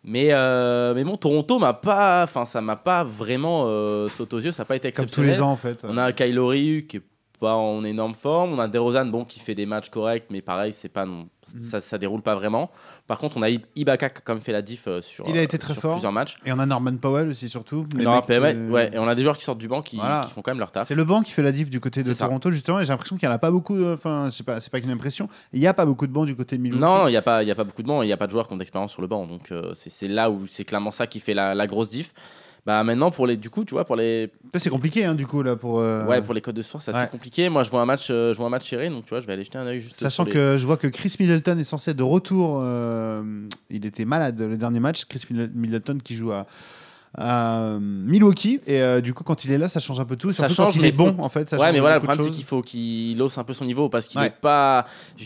[SPEAKER 6] Mais, euh, mais bon, Toronto m'a pas, enfin, ça m'a pas vraiment euh, sauté aux yeux, ça n'a pas été
[SPEAKER 3] Comme tous
[SPEAKER 6] exceptionnel.
[SPEAKER 3] les ans, en fait.
[SPEAKER 6] On a Kyle Lowry qui est pas en énorme forme, on a DeRozan bon qui fait des matchs corrects, mais pareil, c'est pas non,
[SPEAKER 3] Mm.
[SPEAKER 6] ça, ça déroule pas vraiment. Par contre, on a I- Ibaka qui a quand même fait la diff euh, sur,
[SPEAKER 3] Il a
[SPEAKER 6] euh,
[SPEAKER 3] été très
[SPEAKER 6] sur
[SPEAKER 3] fort.
[SPEAKER 6] plusieurs matchs.
[SPEAKER 3] Et on a Norman Powell aussi, surtout. Les
[SPEAKER 6] Non,
[SPEAKER 3] mecs,
[SPEAKER 6] mais ouais,
[SPEAKER 3] euh,
[SPEAKER 6] ouais, et on a des joueurs qui sortent du banc qui,
[SPEAKER 3] Voilà.
[SPEAKER 6] qui font quand même leur taf.
[SPEAKER 3] C'est le banc qui fait la diff du côté de
[SPEAKER 6] C'est ça.
[SPEAKER 3] Toronto, justement, et j'ai l'impression qu'il n'y en a pas beaucoup. euh, Enfin, je sais pas, c'est pas qu'une impression. Il n'y a pas beaucoup de bancs du côté de Milwaukee.
[SPEAKER 6] Non, il n'y a, pas- y a pas beaucoup de bancs, il n'y a pas de joueurs qui ont d'expérience sur le banc. Donc euh, c'est- c'est là où c'est clairement ça qui fait la, la grosse diff. Bah maintenant, pour les, du coup, tu vois, pour les,
[SPEAKER 3] Ça, c'est compliqué, hein, du coup, là, pour. euh,
[SPEAKER 6] ouais, pour les codes de soir, c'est assez
[SPEAKER 3] ouais.
[SPEAKER 6] compliqué. Moi, je vois un match, euh, je vois un match serré, donc tu vois, je vais aller jeter un œil juste
[SPEAKER 3] Sachant
[SPEAKER 6] sur les-
[SPEAKER 3] que je vois que Chris Middleton est censé être de retour. euh, il était malade le dernier match. Chris Middle- Middleton qui joue à, à euh, Milwaukee. Et euh, du coup, quand il est là, ça change un peu tout.
[SPEAKER 6] Ça
[SPEAKER 3] Surtout
[SPEAKER 6] change,
[SPEAKER 3] quand il
[SPEAKER 6] mais
[SPEAKER 3] est bon,
[SPEAKER 6] faut-
[SPEAKER 3] en fait. Ça
[SPEAKER 6] ouais,
[SPEAKER 3] change
[SPEAKER 6] mais voilà, le
[SPEAKER 3] beaucoup de
[SPEAKER 6] problème, c'est
[SPEAKER 3] choses.
[SPEAKER 6] qu'il faut qu'il hausse un peu son niveau parce qu'il n'est
[SPEAKER 3] Ouais.
[SPEAKER 6] pas. Je,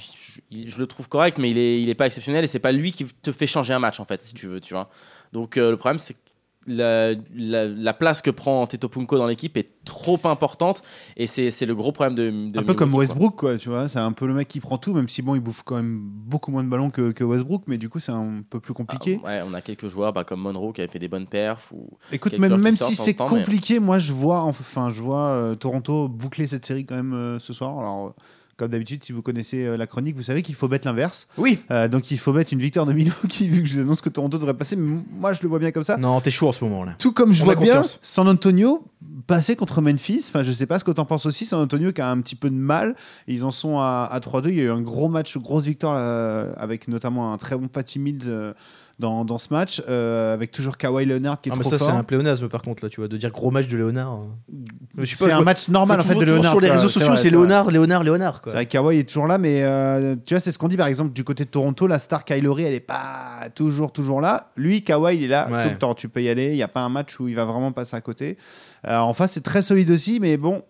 [SPEAKER 6] je- je le trouve correct, mais il est, il est pas exceptionnel et c'est pas lui qui te fait changer un match, en fait, si tu veux, tu vois. Donc, euh, le problème, c'est que. La, la- la place que prend Teto Punko dans l'équipe est trop importante et c'est c'est le gros problème de, de
[SPEAKER 3] Un peu
[SPEAKER 6] Milwaukee,
[SPEAKER 3] comme
[SPEAKER 6] quoi.
[SPEAKER 3] Westbrook, quoi, tu vois. C'est un peu le mec qui prend tout, même si bon, il bouffe quand même beaucoup moins de ballons que, que Westbrook, mais du coup, c'est un peu plus
[SPEAKER 6] Ah,
[SPEAKER 3] compliqué.
[SPEAKER 6] ouais, on a quelques joueurs bah, comme Monroe qui avait fait des bonnes perfs. Ou...
[SPEAKER 3] Écoute,
[SPEAKER 6] Quelques
[SPEAKER 3] même,
[SPEAKER 6] joueurs qui
[SPEAKER 3] même
[SPEAKER 6] sortent
[SPEAKER 3] si
[SPEAKER 6] en
[SPEAKER 3] c'est
[SPEAKER 6] temps, mais-
[SPEAKER 3] compliqué, moi je vois, enfin, je vois euh, Toronto boucler cette série quand même euh, ce soir. Alors, euh, comme d'habitude, si vous connaissez euh, la chronique, vous savez qu'il faut mettre l'inverse.
[SPEAKER 4] Oui.
[SPEAKER 3] Euh, donc, il faut mettre une victoire de Milwaukee, vu que je vous annonce que Toronto devrait passer. Mais m- moi, je le vois bien comme ça.
[SPEAKER 4] Non, t'es chaud en ce moment là.
[SPEAKER 3] Tout comme je
[SPEAKER 4] On
[SPEAKER 3] vois
[SPEAKER 4] a
[SPEAKER 3] bien
[SPEAKER 4] confiance.
[SPEAKER 3] San Antonio passer contre Memphis. Enfin, je sais pas ce que t'en penses aussi. San Antonio qui a un petit peu de mal. Ils en sont à, à 3-2. Il y a eu un gros match, grosse victoire là, avec notamment un très bon Patty Mills euh, dans, dans ce match, euh, avec toujours Kawhi Leonard qui est
[SPEAKER 4] Ah, mais
[SPEAKER 3] trop
[SPEAKER 4] ça, c'est
[SPEAKER 3] fort.
[SPEAKER 4] un pléonasme par contre, là, tu vois, de dire gros match de Léonard. euh. Mais je sais
[SPEAKER 3] C'est
[SPEAKER 4] pas, je
[SPEAKER 3] un
[SPEAKER 4] vois-
[SPEAKER 3] match normal en fait de
[SPEAKER 4] toujours- toujours
[SPEAKER 3] Léonard.
[SPEAKER 4] Sur les
[SPEAKER 3] quoi.
[SPEAKER 4] réseaux
[SPEAKER 3] vrai,
[SPEAKER 4] sociaux, c'est
[SPEAKER 3] vrai.
[SPEAKER 4] Léonard, Léonard, Léonard.
[SPEAKER 3] C'est
[SPEAKER 4] quoi.
[SPEAKER 3] vrai que Kawhi est toujours là, mais euh, tu vois, c'est ce qu'on dit par exemple du côté de Toronto, la star Kyle Lowry, elle est pas toujours toujours là. Lui, Kawhi, il est là
[SPEAKER 4] Ouais.
[SPEAKER 3] tout le temps. Tu peux y aller. Il y a pas un match où il va vraiment passer à côté. Euh, en face, c'est très solide aussi, mais bon,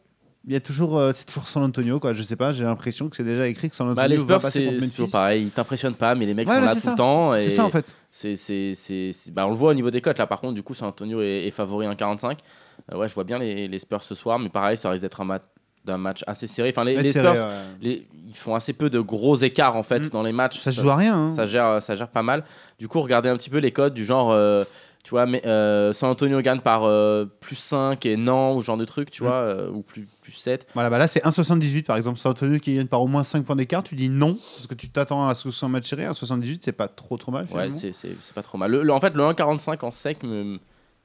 [SPEAKER 3] il y a toujours, euh, c'est toujours San Antonio, quoi. Je sais pas, j'ai l'impression que c'est déjà écrit que San Antonio
[SPEAKER 6] Bah, les
[SPEAKER 3] va
[SPEAKER 6] Spurs,
[SPEAKER 3] passer
[SPEAKER 6] c'est
[SPEAKER 3] contre
[SPEAKER 6] c'est
[SPEAKER 3] Memphis.
[SPEAKER 6] toujours pareil. Ils t'impressionnent pas, mais les mecs
[SPEAKER 3] Ouais,
[SPEAKER 6] sont
[SPEAKER 3] ouais,
[SPEAKER 6] là
[SPEAKER 3] c'est
[SPEAKER 6] tout
[SPEAKER 3] ça.
[SPEAKER 6] le temps.
[SPEAKER 3] C'est
[SPEAKER 6] et
[SPEAKER 3] ça en fait.
[SPEAKER 6] c'est- c'est- c'est- c'est- bah, on le voit au niveau des cotes là. Par contre, du coup, San Antonio est, est favori 1,45. Euh, ouais, je vois bien les, les Spurs ce soir, mais pareil, ça risque d'être un, mat- d'un match assez serré. Enfin, les,
[SPEAKER 3] Ouais,
[SPEAKER 6] les
[SPEAKER 3] serré,
[SPEAKER 6] Spurs,
[SPEAKER 3] ouais.
[SPEAKER 6] les- ils font assez peu de gros écarts en fait
[SPEAKER 3] Mm.
[SPEAKER 6] dans les matchs.
[SPEAKER 3] Ça se joue à rien, hein.
[SPEAKER 6] Ça gère, ça gère pas mal. Du coup, regardez un petit peu les codes du genre, euh, tu vois, mais, euh, San Antonio gagne par euh, plus 5 et non, ou ce genre de truc, tu
[SPEAKER 3] Mm.
[SPEAKER 6] vois, euh, ou plus, plus 7.
[SPEAKER 3] Voilà, bah là c'est 1,78 par exemple. San Antonio qui gagne par au moins 5 points d'écart, tu dis non, parce que tu t'attends à ce que ce soit un match serré. 1,78 c'est pas trop trop mal
[SPEAKER 6] Ouais,
[SPEAKER 3] finalement.
[SPEAKER 6] c'est c'est- c'est pas trop mal. Le- le- en fait, le 1,45 en sec me,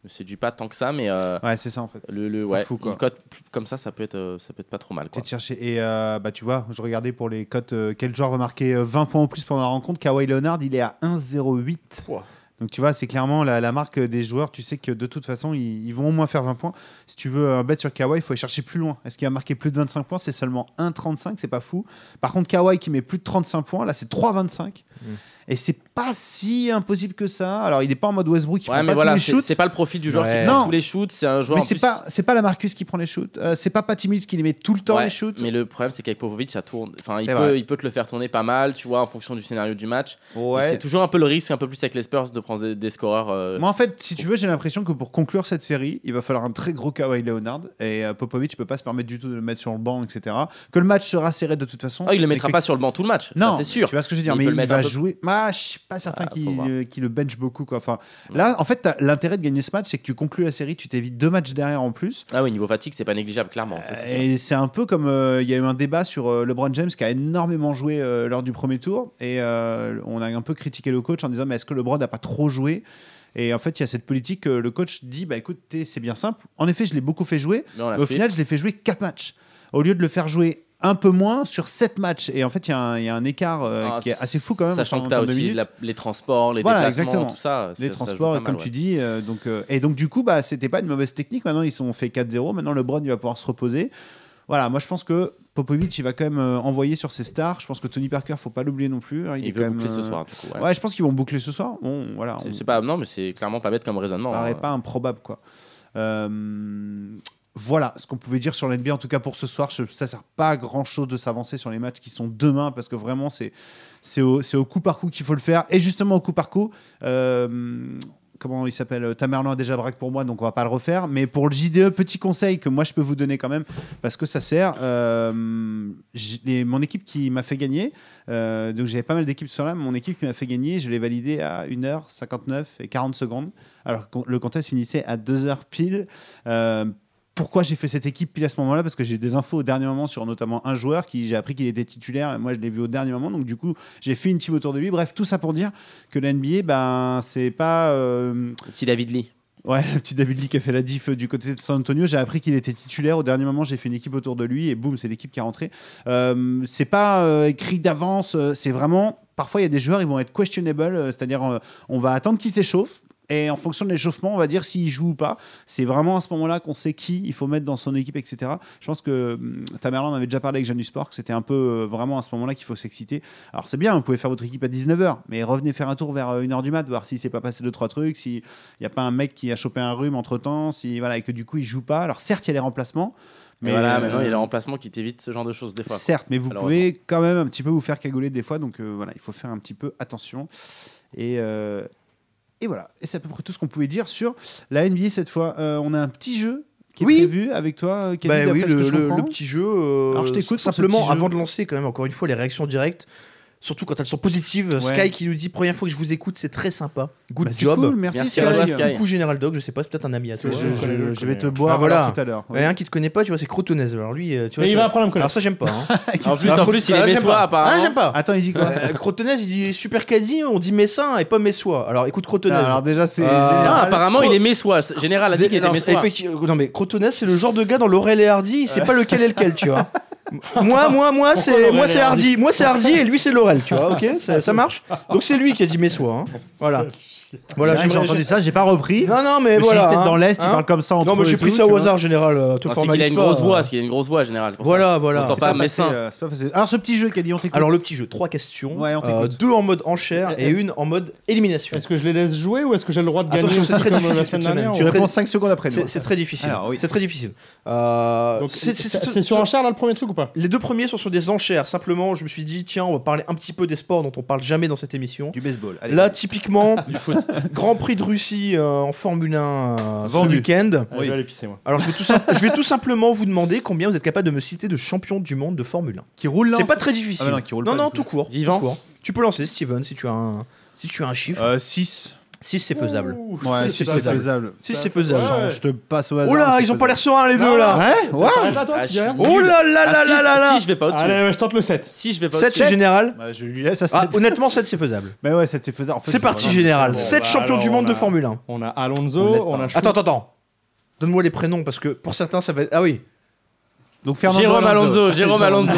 [SPEAKER 6] me séduit pas tant que ça, mais euh,
[SPEAKER 3] Ouais, c'est ça en fait.
[SPEAKER 6] le, le
[SPEAKER 3] pas
[SPEAKER 6] ouais,
[SPEAKER 3] fou, quoi.
[SPEAKER 6] une cote plus- comme ça, ça peut être, euh, ça peut être pas trop mal. Quoi.
[SPEAKER 3] Peut-être chercher. Et euh, bah, tu vois, je regardais pour les cotes, euh, quel joueur va marquer euh, 20 points en plus pendant la rencontre. Kawhi Leonard, il est à 1,08.
[SPEAKER 4] Pouah.
[SPEAKER 3] Donc tu vois, c'est clairement la, la marque des joueurs. Tu sais que de toute façon, ils, ils vont au moins faire 20 points. Si tu veux un bet sur Kawhi, il faut aller chercher plus loin. Est-ce qu'il va marquer plus de 25 points C'est seulement 1,35, c'est pas fou. Par contre, Kawhi qui met plus de 35 points, là c'est 3,25.
[SPEAKER 6] Hmm.
[SPEAKER 4] Mm.
[SPEAKER 3] Et c'est pas si impossible que ça. Alors il n'est pas en mode Westbrook, il
[SPEAKER 6] Ouais,
[SPEAKER 3] prend
[SPEAKER 6] mais
[SPEAKER 3] pas
[SPEAKER 6] voilà,
[SPEAKER 3] tous les
[SPEAKER 6] c'est
[SPEAKER 3] shoots.
[SPEAKER 6] c'est pas le profil du joueur
[SPEAKER 4] Ouais.
[SPEAKER 6] qui prend
[SPEAKER 3] Non.
[SPEAKER 6] tous les shoots, c'est un joueur
[SPEAKER 3] Mais
[SPEAKER 6] en
[SPEAKER 3] c'est
[SPEAKER 6] plus-
[SPEAKER 3] pas, c'est pas la Marcus qui prend les shoots. Euh, c'est pas Patty Mills qui les met tout le temps
[SPEAKER 6] Ouais,
[SPEAKER 3] les shoots.
[SPEAKER 6] Mais le problème, c'est qu'avec Popovic, ça tourne. Enfin, il
[SPEAKER 3] C'est
[SPEAKER 6] peut,
[SPEAKER 3] vrai.
[SPEAKER 6] il peut te le faire tourner pas mal, tu vois, en fonction du scénario du match. Et
[SPEAKER 3] Ouais.
[SPEAKER 6] C'est toujours un peu le risque, un peu plus avec les Spurs, de prendre des, des scoreurs. euh,
[SPEAKER 3] Moi, en fait, si tu veux, j'ai l'impression que pour conclure cette série, il va falloir un très gros Kawhi Leonard. Et euh, Popovic ne peut pas se permettre du tout de le mettre sur le banc, etc. Que le match sera serré de toute façon.
[SPEAKER 6] Ah, il le
[SPEAKER 3] Mais
[SPEAKER 6] mettra
[SPEAKER 3] que-
[SPEAKER 6] pas sur le banc tout le match, ça,
[SPEAKER 3] Non,
[SPEAKER 6] c'est sûr.
[SPEAKER 3] tu vois ce que je veux dire,
[SPEAKER 6] Mais
[SPEAKER 3] mais,
[SPEAKER 6] il
[SPEAKER 3] il
[SPEAKER 6] peut le mettre
[SPEAKER 3] va
[SPEAKER 6] un peu-
[SPEAKER 3] jouer. Bah, je suis pas certain
[SPEAKER 6] Ah,
[SPEAKER 3] qu'il
[SPEAKER 6] faut voir.
[SPEAKER 3] euh, qu'il le bench beaucoup. Quoi. Enfin,
[SPEAKER 6] Ouais.
[SPEAKER 3] là, en fait, t'as- l'intérêt de gagner ce match, c'est que tu conclus la série, tu t'évites deux matchs derrière en plus.
[SPEAKER 6] Ah oui, niveau fatigue, c'est pas négligeable, clairement. ça, c'est sûr.
[SPEAKER 3] Et c'est un peu comme euh, il y a eu un débat sur euh, LeBron James qui a énormément joué euh, lors du premier tour et euh, on a un peu critiqué le coach en disant mais est-ce que LeBron n'a pas trop joué et en fait, il y a cette politique que le coach dit bah écoute, t'es- c'est bien simple. En effet, je l'ai beaucoup fait jouer,
[SPEAKER 6] Mais on l'a
[SPEAKER 3] mais au
[SPEAKER 6] fait.
[SPEAKER 3] final, je l'ai fait jouer 4 matchs au lieu de le faire jouer un peu moins sur 7 matchs. Et en fait, il y, a un- il y a un écart euh,
[SPEAKER 6] Ah,
[SPEAKER 3] qui est assez fou quand même. en
[SPEAKER 6] Sachant que
[SPEAKER 3] termes
[SPEAKER 6] t'as
[SPEAKER 3] de
[SPEAKER 6] aussi
[SPEAKER 3] minutes.
[SPEAKER 6] la- les transports, les
[SPEAKER 3] Voilà,
[SPEAKER 6] déplacements,
[SPEAKER 3] exactement.
[SPEAKER 6] tout ça.
[SPEAKER 3] Les
[SPEAKER 6] ça- ça joue
[SPEAKER 3] transports,
[SPEAKER 6] pas
[SPEAKER 3] comme
[SPEAKER 6] mal,
[SPEAKER 3] tu
[SPEAKER 6] ouais.
[SPEAKER 3] dis. euh, donc, euh, et donc, du coup, bah, c'était pas une mauvaise technique. Maintenant, ils sont fait 4-0. Maintenant, LeBron, il va pouvoir se reposer. Voilà, moi, je pense que Popovic, il va quand même euh, envoyer sur ses stars. Je pense que Tony Parker, faut pas l'oublier non plus. hein,
[SPEAKER 6] Il,
[SPEAKER 3] est
[SPEAKER 6] veut
[SPEAKER 3] quand même,
[SPEAKER 6] boucler ce
[SPEAKER 3] euh,
[SPEAKER 6] soir, du coup. ouais.
[SPEAKER 3] Ouais, je pense qu'ils vont boucler ce soir. Bon, voilà.
[SPEAKER 6] C'est-
[SPEAKER 3] on-
[SPEAKER 6] c'est pas, non, mais c'est clairement pas bête comme raisonnement.
[SPEAKER 3] paraît
[SPEAKER 6] hein.
[SPEAKER 3] pas improbable quoi. Euh, voilà ce qu'on pouvait dire sur l'NBA en tout cas pour ce soir. Je- ça sert pas à grand chose de s'avancer sur les matchs qui sont demain parce que vraiment c'est c'est au, c'est au coup par coup qu'il faut le faire et justement au coup par coup. euh, Comment il s'appelle euh, Tamerlan a déjà braque pour moi, donc on va pas le refaire. Mais pour le JDE, petit conseil que moi je peux vous donner quand même, parce que ça sert. euh, j- les- mon équipe qui m'a fait gagner, euh, donc j'avais pas mal d'équipes sur là, mais mon équipe qui m'a fait gagner, je l'ai validée à 1h59 et 40 secondes alors que le contest finissait à 2h pile. Euh, pourquoi j'ai fait cette équipe pile à ce moment-là Parce que j'ai eu des infos au dernier moment sur notamment un joueur qui j'ai appris qu'il était titulaire et moi je l'ai vu au dernier moment. Donc du coup, j'ai fait une team autour de lui. Bref, tout ça pour dire que la NBA, ben, c'est pas. euh,
[SPEAKER 6] Le Petit David Lee.
[SPEAKER 3] Ouais, le petit David Lee qui a fait la diff euh, du côté de San Antonio. J'ai appris qu'il était titulaire. Au dernier moment, j'ai fait une équipe autour de lui et boum, c'est l'équipe qui est rentrée. Euh, c'est pas euh, écrit d'avance. euh, c'est vraiment. Parfois, il y a des joueurs, ils vont être questionable. euh, C'est-à-dire, euh, on va attendre qu'ils s'échauffent. Et en fonction de l'échauffement, on va dire s'il joue ou pas. C'est vraiment à ce moment-là qu'on sait qui il faut mettre dans son équipe, etc. Je pense que hum, Tamerlan en avait déjà parlé avec Jeanne du Sport, que c'était un peu euh, vraiment à ce moment-là qu'il faut s'exciter. Alors c'est bien, vous pouvez faire votre équipe à 19h, mais revenez faire un tour vers 1h du mat, voir s'il s'est pas passé 2-3 trucs, si il n'y a pas un mec qui a chopé un rhume entre temps, si, voilà, et que du coup il joue pas. Alors certes, il y a les remplacements,
[SPEAKER 6] Mais
[SPEAKER 3] mais
[SPEAKER 6] voilà,
[SPEAKER 3] euh,
[SPEAKER 6] maintenant, il y a le remplacement qui t'évite ce genre de choses, des fois.
[SPEAKER 3] Certes, mais vous
[SPEAKER 6] Alors,
[SPEAKER 3] pouvez quand même un petit peu vous faire cagouler des fois, donc euh, voilà, il faut faire un petit peu attention. Et, euh, et voilà, et c'est à peu près tout ce qu'on pouvait dire sur la NBA cette fois. Euh, on a un petit jeu qui est
[SPEAKER 4] Oui.
[SPEAKER 3] prévu avec toi, Kevin,
[SPEAKER 4] Bah
[SPEAKER 3] d'après
[SPEAKER 4] oui,
[SPEAKER 3] ce
[SPEAKER 4] le,
[SPEAKER 3] que je
[SPEAKER 4] le-
[SPEAKER 3] comprends.
[SPEAKER 4] le petit jeu. euh,
[SPEAKER 3] Alors, je t'écoute pour ce
[SPEAKER 4] Simplement,
[SPEAKER 3] petit jeu.
[SPEAKER 4] avant de lancer, quand même, encore une fois, les réactions directes, surtout quand elles sont positives.
[SPEAKER 3] Ouais.
[SPEAKER 4] Sky qui nous dit Première fois que je vous écoute, c'est très sympa. Good
[SPEAKER 3] Bah, c'est
[SPEAKER 4] job.
[SPEAKER 3] cool, merci,
[SPEAKER 6] Merci,
[SPEAKER 3] Sky.
[SPEAKER 6] Alain
[SPEAKER 4] Merci
[SPEAKER 6] Sky.
[SPEAKER 4] beaucoup, Général Dog. Je sais pas, c'est peut-être un ami à
[SPEAKER 3] Je,
[SPEAKER 4] toi.
[SPEAKER 3] je- je-
[SPEAKER 9] connais,
[SPEAKER 3] je vais te
[SPEAKER 9] connais.
[SPEAKER 3] boire
[SPEAKER 4] Ah, voilà.
[SPEAKER 3] alors, tout à l'heure.
[SPEAKER 4] Ouais, un qui te connaît pas, tu vois, c'est Crotonnaise. Alors lui, euh, tu vois.
[SPEAKER 5] Et il
[SPEAKER 4] ça-
[SPEAKER 5] va apprendre à
[SPEAKER 4] Alors
[SPEAKER 5] me connaître.
[SPEAKER 4] ça, j'aime pas. hein.
[SPEAKER 6] En plus, en
[SPEAKER 4] Ah,
[SPEAKER 6] plus, il
[SPEAKER 4] ah,
[SPEAKER 6] est
[SPEAKER 4] j'aime
[SPEAKER 6] messois,
[SPEAKER 4] pas. Ah,
[SPEAKER 6] apparemment.
[SPEAKER 4] j'aime pas.
[SPEAKER 3] Attends, il dit quoi
[SPEAKER 4] Euh, Crotonnaise, il dit super caddie, on dit messin et pas messois. Alors écoute, Crotonnaise.
[SPEAKER 3] Alors déjà, c'est
[SPEAKER 4] Euh,
[SPEAKER 3] génial.
[SPEAKER 6] Ah, apparemment,
[SPEAKER 4] Cro-
[SPEAKER 6] il est messois. Général a dit qu'il était
[SPEAKER 4] Non, c'est-
[SPEAKER 6] messois.
[SPEAKER 4] effectivement- non, mais Crotonnaise, c'est le genre de gars dans Laurel et Hardy, il sait pas lequel est lequel, tu vois. Moi, moi, moi, c'est
[SPEAKER 5] Laurel
[SPEAKER 4] moi
[SPEAKER 5] et
[SPEAKER 4] c'est
[SPEAKER 5] Hardy
[SPEAKER 4] Hardy, moi c'est Hardy et lui c'est Laurel, tu vois, ok, ça, ça marche. Donc c'est lui qui a dit mes soins. hein. Voilà.
[SPEAKER 3] Voilà,
[SPEAKER 4] Voilà,
[SPEAKER 3] j'ai
[SPEAKER 4] j'aimerais-
[SPEAKER 3] entendu ça, j'ai pas repris.
[SPEAKER 4] Non, non,
[SPEAKER 3] Je
[SPEAKER 4] mais
[SPEAKER 3] suis
[SPEAKER 4] voilà.
[SPEAKER 3] peut-être
[SPEAKER 4] hein,
[SPEAKER 3] dans l'Est,
[SPEAKER 4] hein.
[SPEAKER 3] ils parlent comme ça entre
[SPEAKER 4] Non, mais
[SPEAKER 3] eux
[SPEAKER 4] j'ai
[SPEAKER 3] et
[SPEAKER 4] pris
[SPEAKER 3] tout,
[SPEAKER 4] ça
[SPEAKER 3] tu
[SPEAKER 4] au
[SPEAKER 3] vois.
[SPEAKER 4] hasard, général. euh, Tout
[SPEAKER 6] Non, Ah, c'est qu'il a
[SPEAKER 4] formalise
[SPEAKER 6] une
[SPEAKER 4] pas,
[SPEAKER 6] grosse
[SPEAKER 4] euh.
[SPEAKER 6] voix, parce qu'il a une grosse voix en général. c'est pour ça.
[SPEAKER 4] Voilà, voilà.
[SPEAKER 6] T'entends
[SPEAKER 3] C'est
[SPEAKER 6] pas
[SPEAKER 3] pas passé,
[SPEAKER 6] Messin.
[SPEAKER 3] euh, c'est pas passé. Alors, ce petit jeu qu'a dit, on t'écoute.
[SPEAKER 4] Alors, le petit jeu, trois questions. Euh,
[SPEAKER 3] Ouais, on t'écoute.
[SPEAKER 4] deux en mode enchère et une en mode élimination.
[SPEAKER 5] Est-ce que je les laisse jouer ou est-ce que j'ai le droit de gagner
[SPEAKER 4] Attention, c'est
[SPEAKER 5] aussi
[SPEAKER 4] très
[SPEAKER 5] comme
[SPEAKER 4] difficile
[SPEAKER 5] la
[SPEAKER 4] cette
[SPEAKER 5] semaine
[SPEAKER 4] semaine.
[SPEAKER 5] dernière
[SPEAKER 3] tu
[SPEAKER 5] ou-
[SPEAKER 4] très-
[SPEAKER 3] réponds 5 secondes après
[SPEAKER 4] C'est
[SPEAKER 3] nous.
[SPEAKER 4] c'est très difficile.
[SPEAKER 3] Alors, oui.
[SPEAKER 4] C'est très difficile. Euh,
[SPEAKER 5] Donc,
[SPEAKER 4] c'est-
[SPEAKER 5] C'est
[SPEAKER 4] c'est-
[SPEAKER 5] c'est sur enchère là le premier truc ou pas
[SPEAKER 4] Les deux premiers sont sur des enchères. Simplement, je me suis dit, tiens, on va parler un petit peu des sports dont on parle jamais dans cette émission.
[SPEAKER 3] Du baseball. Allez,
[SPEAKER 4] Là, typiquement, Grand Prix de Russie euh, en Formule 1 euh, ce
[SPEAKER 3] Vendu.
[SPEAKER 4] week-end.
[SPEAKER 5] Allez,
[SPEAKER 3] Oui.
[SPEAKER 5] Je vais aller pisser moi.
[SPEAKER 4] Alors, je vais, tout sim- je vais tout simplement vous demander combien vous êtes capable de me citer de champion du monde de Formule
[SPEAKER 3] qui roule
[SPEAKER 4] 1.
[SPEAKER 3] là
[SPEAKER 4] C'est
[SPEAKER 3] en
[SPEAKER 4] pas
[SPEAKER 3] ce-
[SPEAKER 4] très difficile.
[SPEAKER 3] Ah bah non, qui roule
[SPEAKER 4] non,
[SPEAKER 3] pas,
[SPEAKER 4] non,
[SPEAKER 3] du coup.
[SPEAKER 4] tout court. tout
[SPEAKER 6] Vivant.
[SPEAKER 4] court. Tu peux lancer, Steven, si tu as un, si tu as un chiffre.
[SPEAKER 3] Euh, 6.
[SPEAKER 4] 6, c'est faisable.
[SPEAKER 3] Ouais, 6 c'est
[SPEAKER 4] faisable.
[SPEAKER 3] faisable.
[SPEAKER 4] Si, c'est faisable.
[SPEAKER 3] Genre,
[SPEAKER 5] Ouais.
[SPEAKER 3] Je te passe au hasard.
[SPEAKER 4] Oh là,
[SPEAKER 3] c'est
[SPEAKER 4] ils ont pas
[SPEAKER 3] faisable.
[SPEAKER 4] l'air sereins, les deux, là.
[SPEAKER 3] Ouais, ouais.
[SPEAKER 5] T'arrêtes là, toi, tu
[SPEAKER 6] Ah, je
[SPEAKER 5] dis
[SPEAKER 6] suis
[SPEAKER 5] rien
[SPEAKER 6] nul.
[SPEAKER 4] Oh là là
[SPEAKER 6] Ah,
[SPEAKER 4] là
[SPEAKER 6] si,
[SPEAKER 4] là là là
[SPEAKER 6] Si, je vais pas
[SPEAKER 5] Allez,
[SPEAKER 6] au-dessus.
[SPEAKER 5] ouais, je tente le 7.
[SPEAKER 6] Si, je vais pas
[SPEAKER 4] 7,
[SPEAKER 6] au-dessus.
[SPEAKER 4] c'est général.
[SPEAKER 3] Bah, je lui laisse à 7.
[SPEAKER 4] Ah, honnêtement, 7, c'est faisable.
[SPEAKER 3] Mais ouais, 7 c'est faisable. En fait,
[SPEAKER 4] C'est
[SPEAKER 3] je
[SPEAKER 4] parti,
[SPEAKER 3] vois
[SPEAKER 4] général.
[SPEAKER 3] Bon,
[SPEAKER 4] 7
[SPEAKER 5] bah,
[SPEAKER 4] champions du
[SPEAKER 5] alors,
[SPEAKER 4] monde de
[SPEAKER 5] on a-
[SPEAKER 4] formule 1.
[SPEAKER 5] On a
[SPEAKER 3] On
[SPEAKER 5] Alonso,
[SPEAKER 3] l'aide
[SPEAKER 5] on,
[SPEAKER 3] pas.
[SPEAKER 5] a Schultz.
[SPEAKER 4] Attends, attends, attends. Donne-moi les prénoms parce que pour certains ça va être. Ah oui,
[SPEAKER 3] Donc Fernando
[SPEAKER 6] Jérôme Alonso,
[SPEAKER 3] Jérôme
[SPEAKER 6] Jérôme Alonso.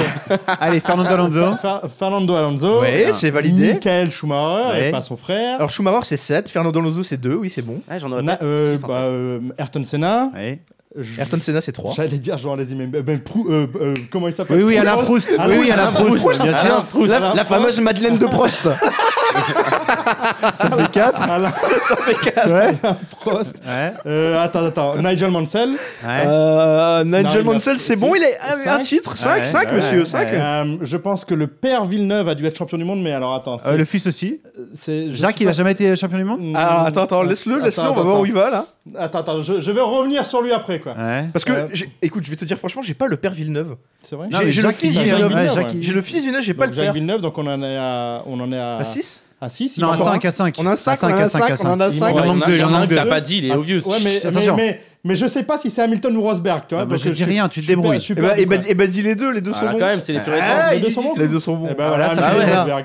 [SPEAKER 3] Allez, Fernando Alonso.
[SPEAKER 5] Fer- Fernando Alonso.
[SPEAKER 4] ouais, c'est validé.
[SPEAKER 5] Michael Schumacher
[SPEAKER 4] Ouais.
[SPEAKER 5] et pas son frère.
[SPEAKER 4] Alors Schumacher c'est 7, Fernando Alonso c'est 2, oui c'est bon.
[SPEAKER 6] Ah, j'en aurais
[SPEAKER 5] Na-
[SPEAKER 6] pas.
[SPEAKER 5] euh,
[SPEAKER 6] six, en fait.
[SPEAKER 5] bah, euh, Ayrton Senna.
[SPEAKER 3] Ouais.
[SPEAKER 5] Je-
[SPEAKER 4] Ayrton Senna c'est 3.
[SPEAKER 5] J'allais dire Jean les même. ben, Prou- euh, euh, comment il s'appelle
[SPEAKER 3] Oui, oui, Alain Proust. Oui, oui, Alain Proust, bien
[SPEAKER 5] Alain
[SPEAKER 3] sûr.
[SPEAKER 5] Proust,
[SPEAKER 4] Ah, La,
[SPEAKER 5] Alain
[SPEAKER 4] la
[SPEAKER 5] Proust.
[SPEAKER 4] fameuse Madeleine de Prost.
[SPEAKER 3] Ça fait 4.
[SPEAKER 5] Alain
[SPEAKER 4] ça fait 4.
[SPEAKER 3] Ouais.
[SPEAKER 5] Prost.
[SPEAKER 3] Ouais.
[SPEAKER 5] Euh, attends, attends. Nigel Mansell.
[SPEAKER 3] Ouais.
[SPEAKER 4] Euh,
[SPEAKER 5] Non,
[SPEAKER 4] Nigel
[SPEAKER 5] il a-
[SPEAKER 4] Mansell c'est bon, il a un- un,
[SPEAKER 5] Cinq.
[SPEAKER 4] titre. 5,
[SPEAKER 3] Ouais,
[SPEAKER 4] 5
[SPEAKER 3] ouais,
[SPEAKER 4] monsieur,
[SPEAKER 3] ouais.
[SPEAKER 4] 5.
[SPEAKER 5] Euh, je pense que le père Villeneuve a dû être champion du monde, mais alors attends. c'est-
[SPEAKER 3] Euh, Le fils aussi.
[SPEAKER 5] c'est- je
[SPEAKER 3] Jacques,
[SPEAKER 5] sais
[SPEAKER 3] il a
[SPEAKER 5] pas-
[SPEAKER 3] jamais été champion du monde
[SPEAKER 5] Mm,
[SPEAKER 4] Ah, attends, attends, laisse-le,
[SPEAKER 5] attends,
[SPEAKER 4] laisse-le, on va
[SPEAKER 5] attends,
[SPEAKER 4] voir où il va là.
[SPEAKER 5] Attends, attends, je, je vais revenir sur lui après, quoi.
[SPEAKER 3] Ouais.
[SPEAKER 4] Parce que,
[SPEAKER 5] Euh,
[SPEAKER 4] j'ai- écoute, je vais te dire franchement, j'ai pas le père Villeneuve.
[SPEAKER 5] C'est vrai
[SPEAKER 3] Non,
[SPEAKER 4] J'ai-
[SPEAKER 3] mais
[SPEAKER 4] j'ai le
[SPEAKER 3] Jacques,
[SPEAKER 4] fils
[SPEAKER 3] il dit,
[SPEAKER 5] Villeneuve,
[SPEAKER 3] ouais,
[SPEAKER 5] ouais.
[SPEAKER 3] Jacques, il-
[SPEAKER 4] J'ai le fils Villeneuve, j'ai pas
[SPEAKER 5] Donc,
[SPEAKER 4] le
[SPEAKER 5] Jacques
[SPEAKER 4] père.
[SPEAKER 5] Villeneuve, donc on en est à, on en est à,
[SPEAKER 4] À 6
[SPEAKER 5] à 6.
[SPEAKER 3] Non, à 5, à 5.
[SPEAKER 4] On a un Ah, cinq, on a un cinq, on en a un cinq.
[SPEAKER 6] Ouais,
[SPEAKER 3] Il en manque
[SPEAKER 6] a-
[SPEAKER 3] deux, il
[SPEAKER 6] y
[SPEAKER 3] en
[SPEAKER 6] a un
[SPEAKER 3] manque
[SPEAKER 6] que t'as
[SPEAKER 3] deux.
[SPEAKER 6] pas dit, il est obvious.
[SPEAKER 5] Ouais, Ah, mais,
[SPEAKER 3] Chut,
[SPEAKER 5] mais-
[SPEAKER 3] attention.
[SPEAKER 5] mais, mais je sais pas si c'est Hamilton ou Rosberg, tu vois.
[SPEAKER 3] Ah bah,
[SPEAKER 5] parce
[SPEAKER 3] Je
[SPEAKER 5] que
[SPEAKER 3] dis
[SPEAKER 5] je-
[SPEAKER 3] rien, tu te
[SPEAKER 5] super-
[SPEAKER 3] débrouilles.
[SPEAKER 4] Et
[SPEAKER 5] super
[SPEAKER 4] bah, et bah,
[SPEAKER 5] doué, quoi.
[SPEAKER 4] et bah, dis les deux, les deux sont
[SPEAKER 6] Voilà,
[SPEAKER 4] bons.
[SPEAKER 6] Ah, quand même, c'est les plus récents.
[SPEAKER 5] Ah,
[SPEAKER 4] les,
[SPEAKER 5] les
[SPEAKER 4] deux
[SPEAKER 5] deux sont bons.
[SPEAKER 4] les deux sont bons.
[SPEAKER 5] Eh ben voilà,
[SPEAKER 3] Ah,
[SPEAKER 5] ça
[SPEAKER 3] ouais.
[SPEAKER 5] fait Rosberg.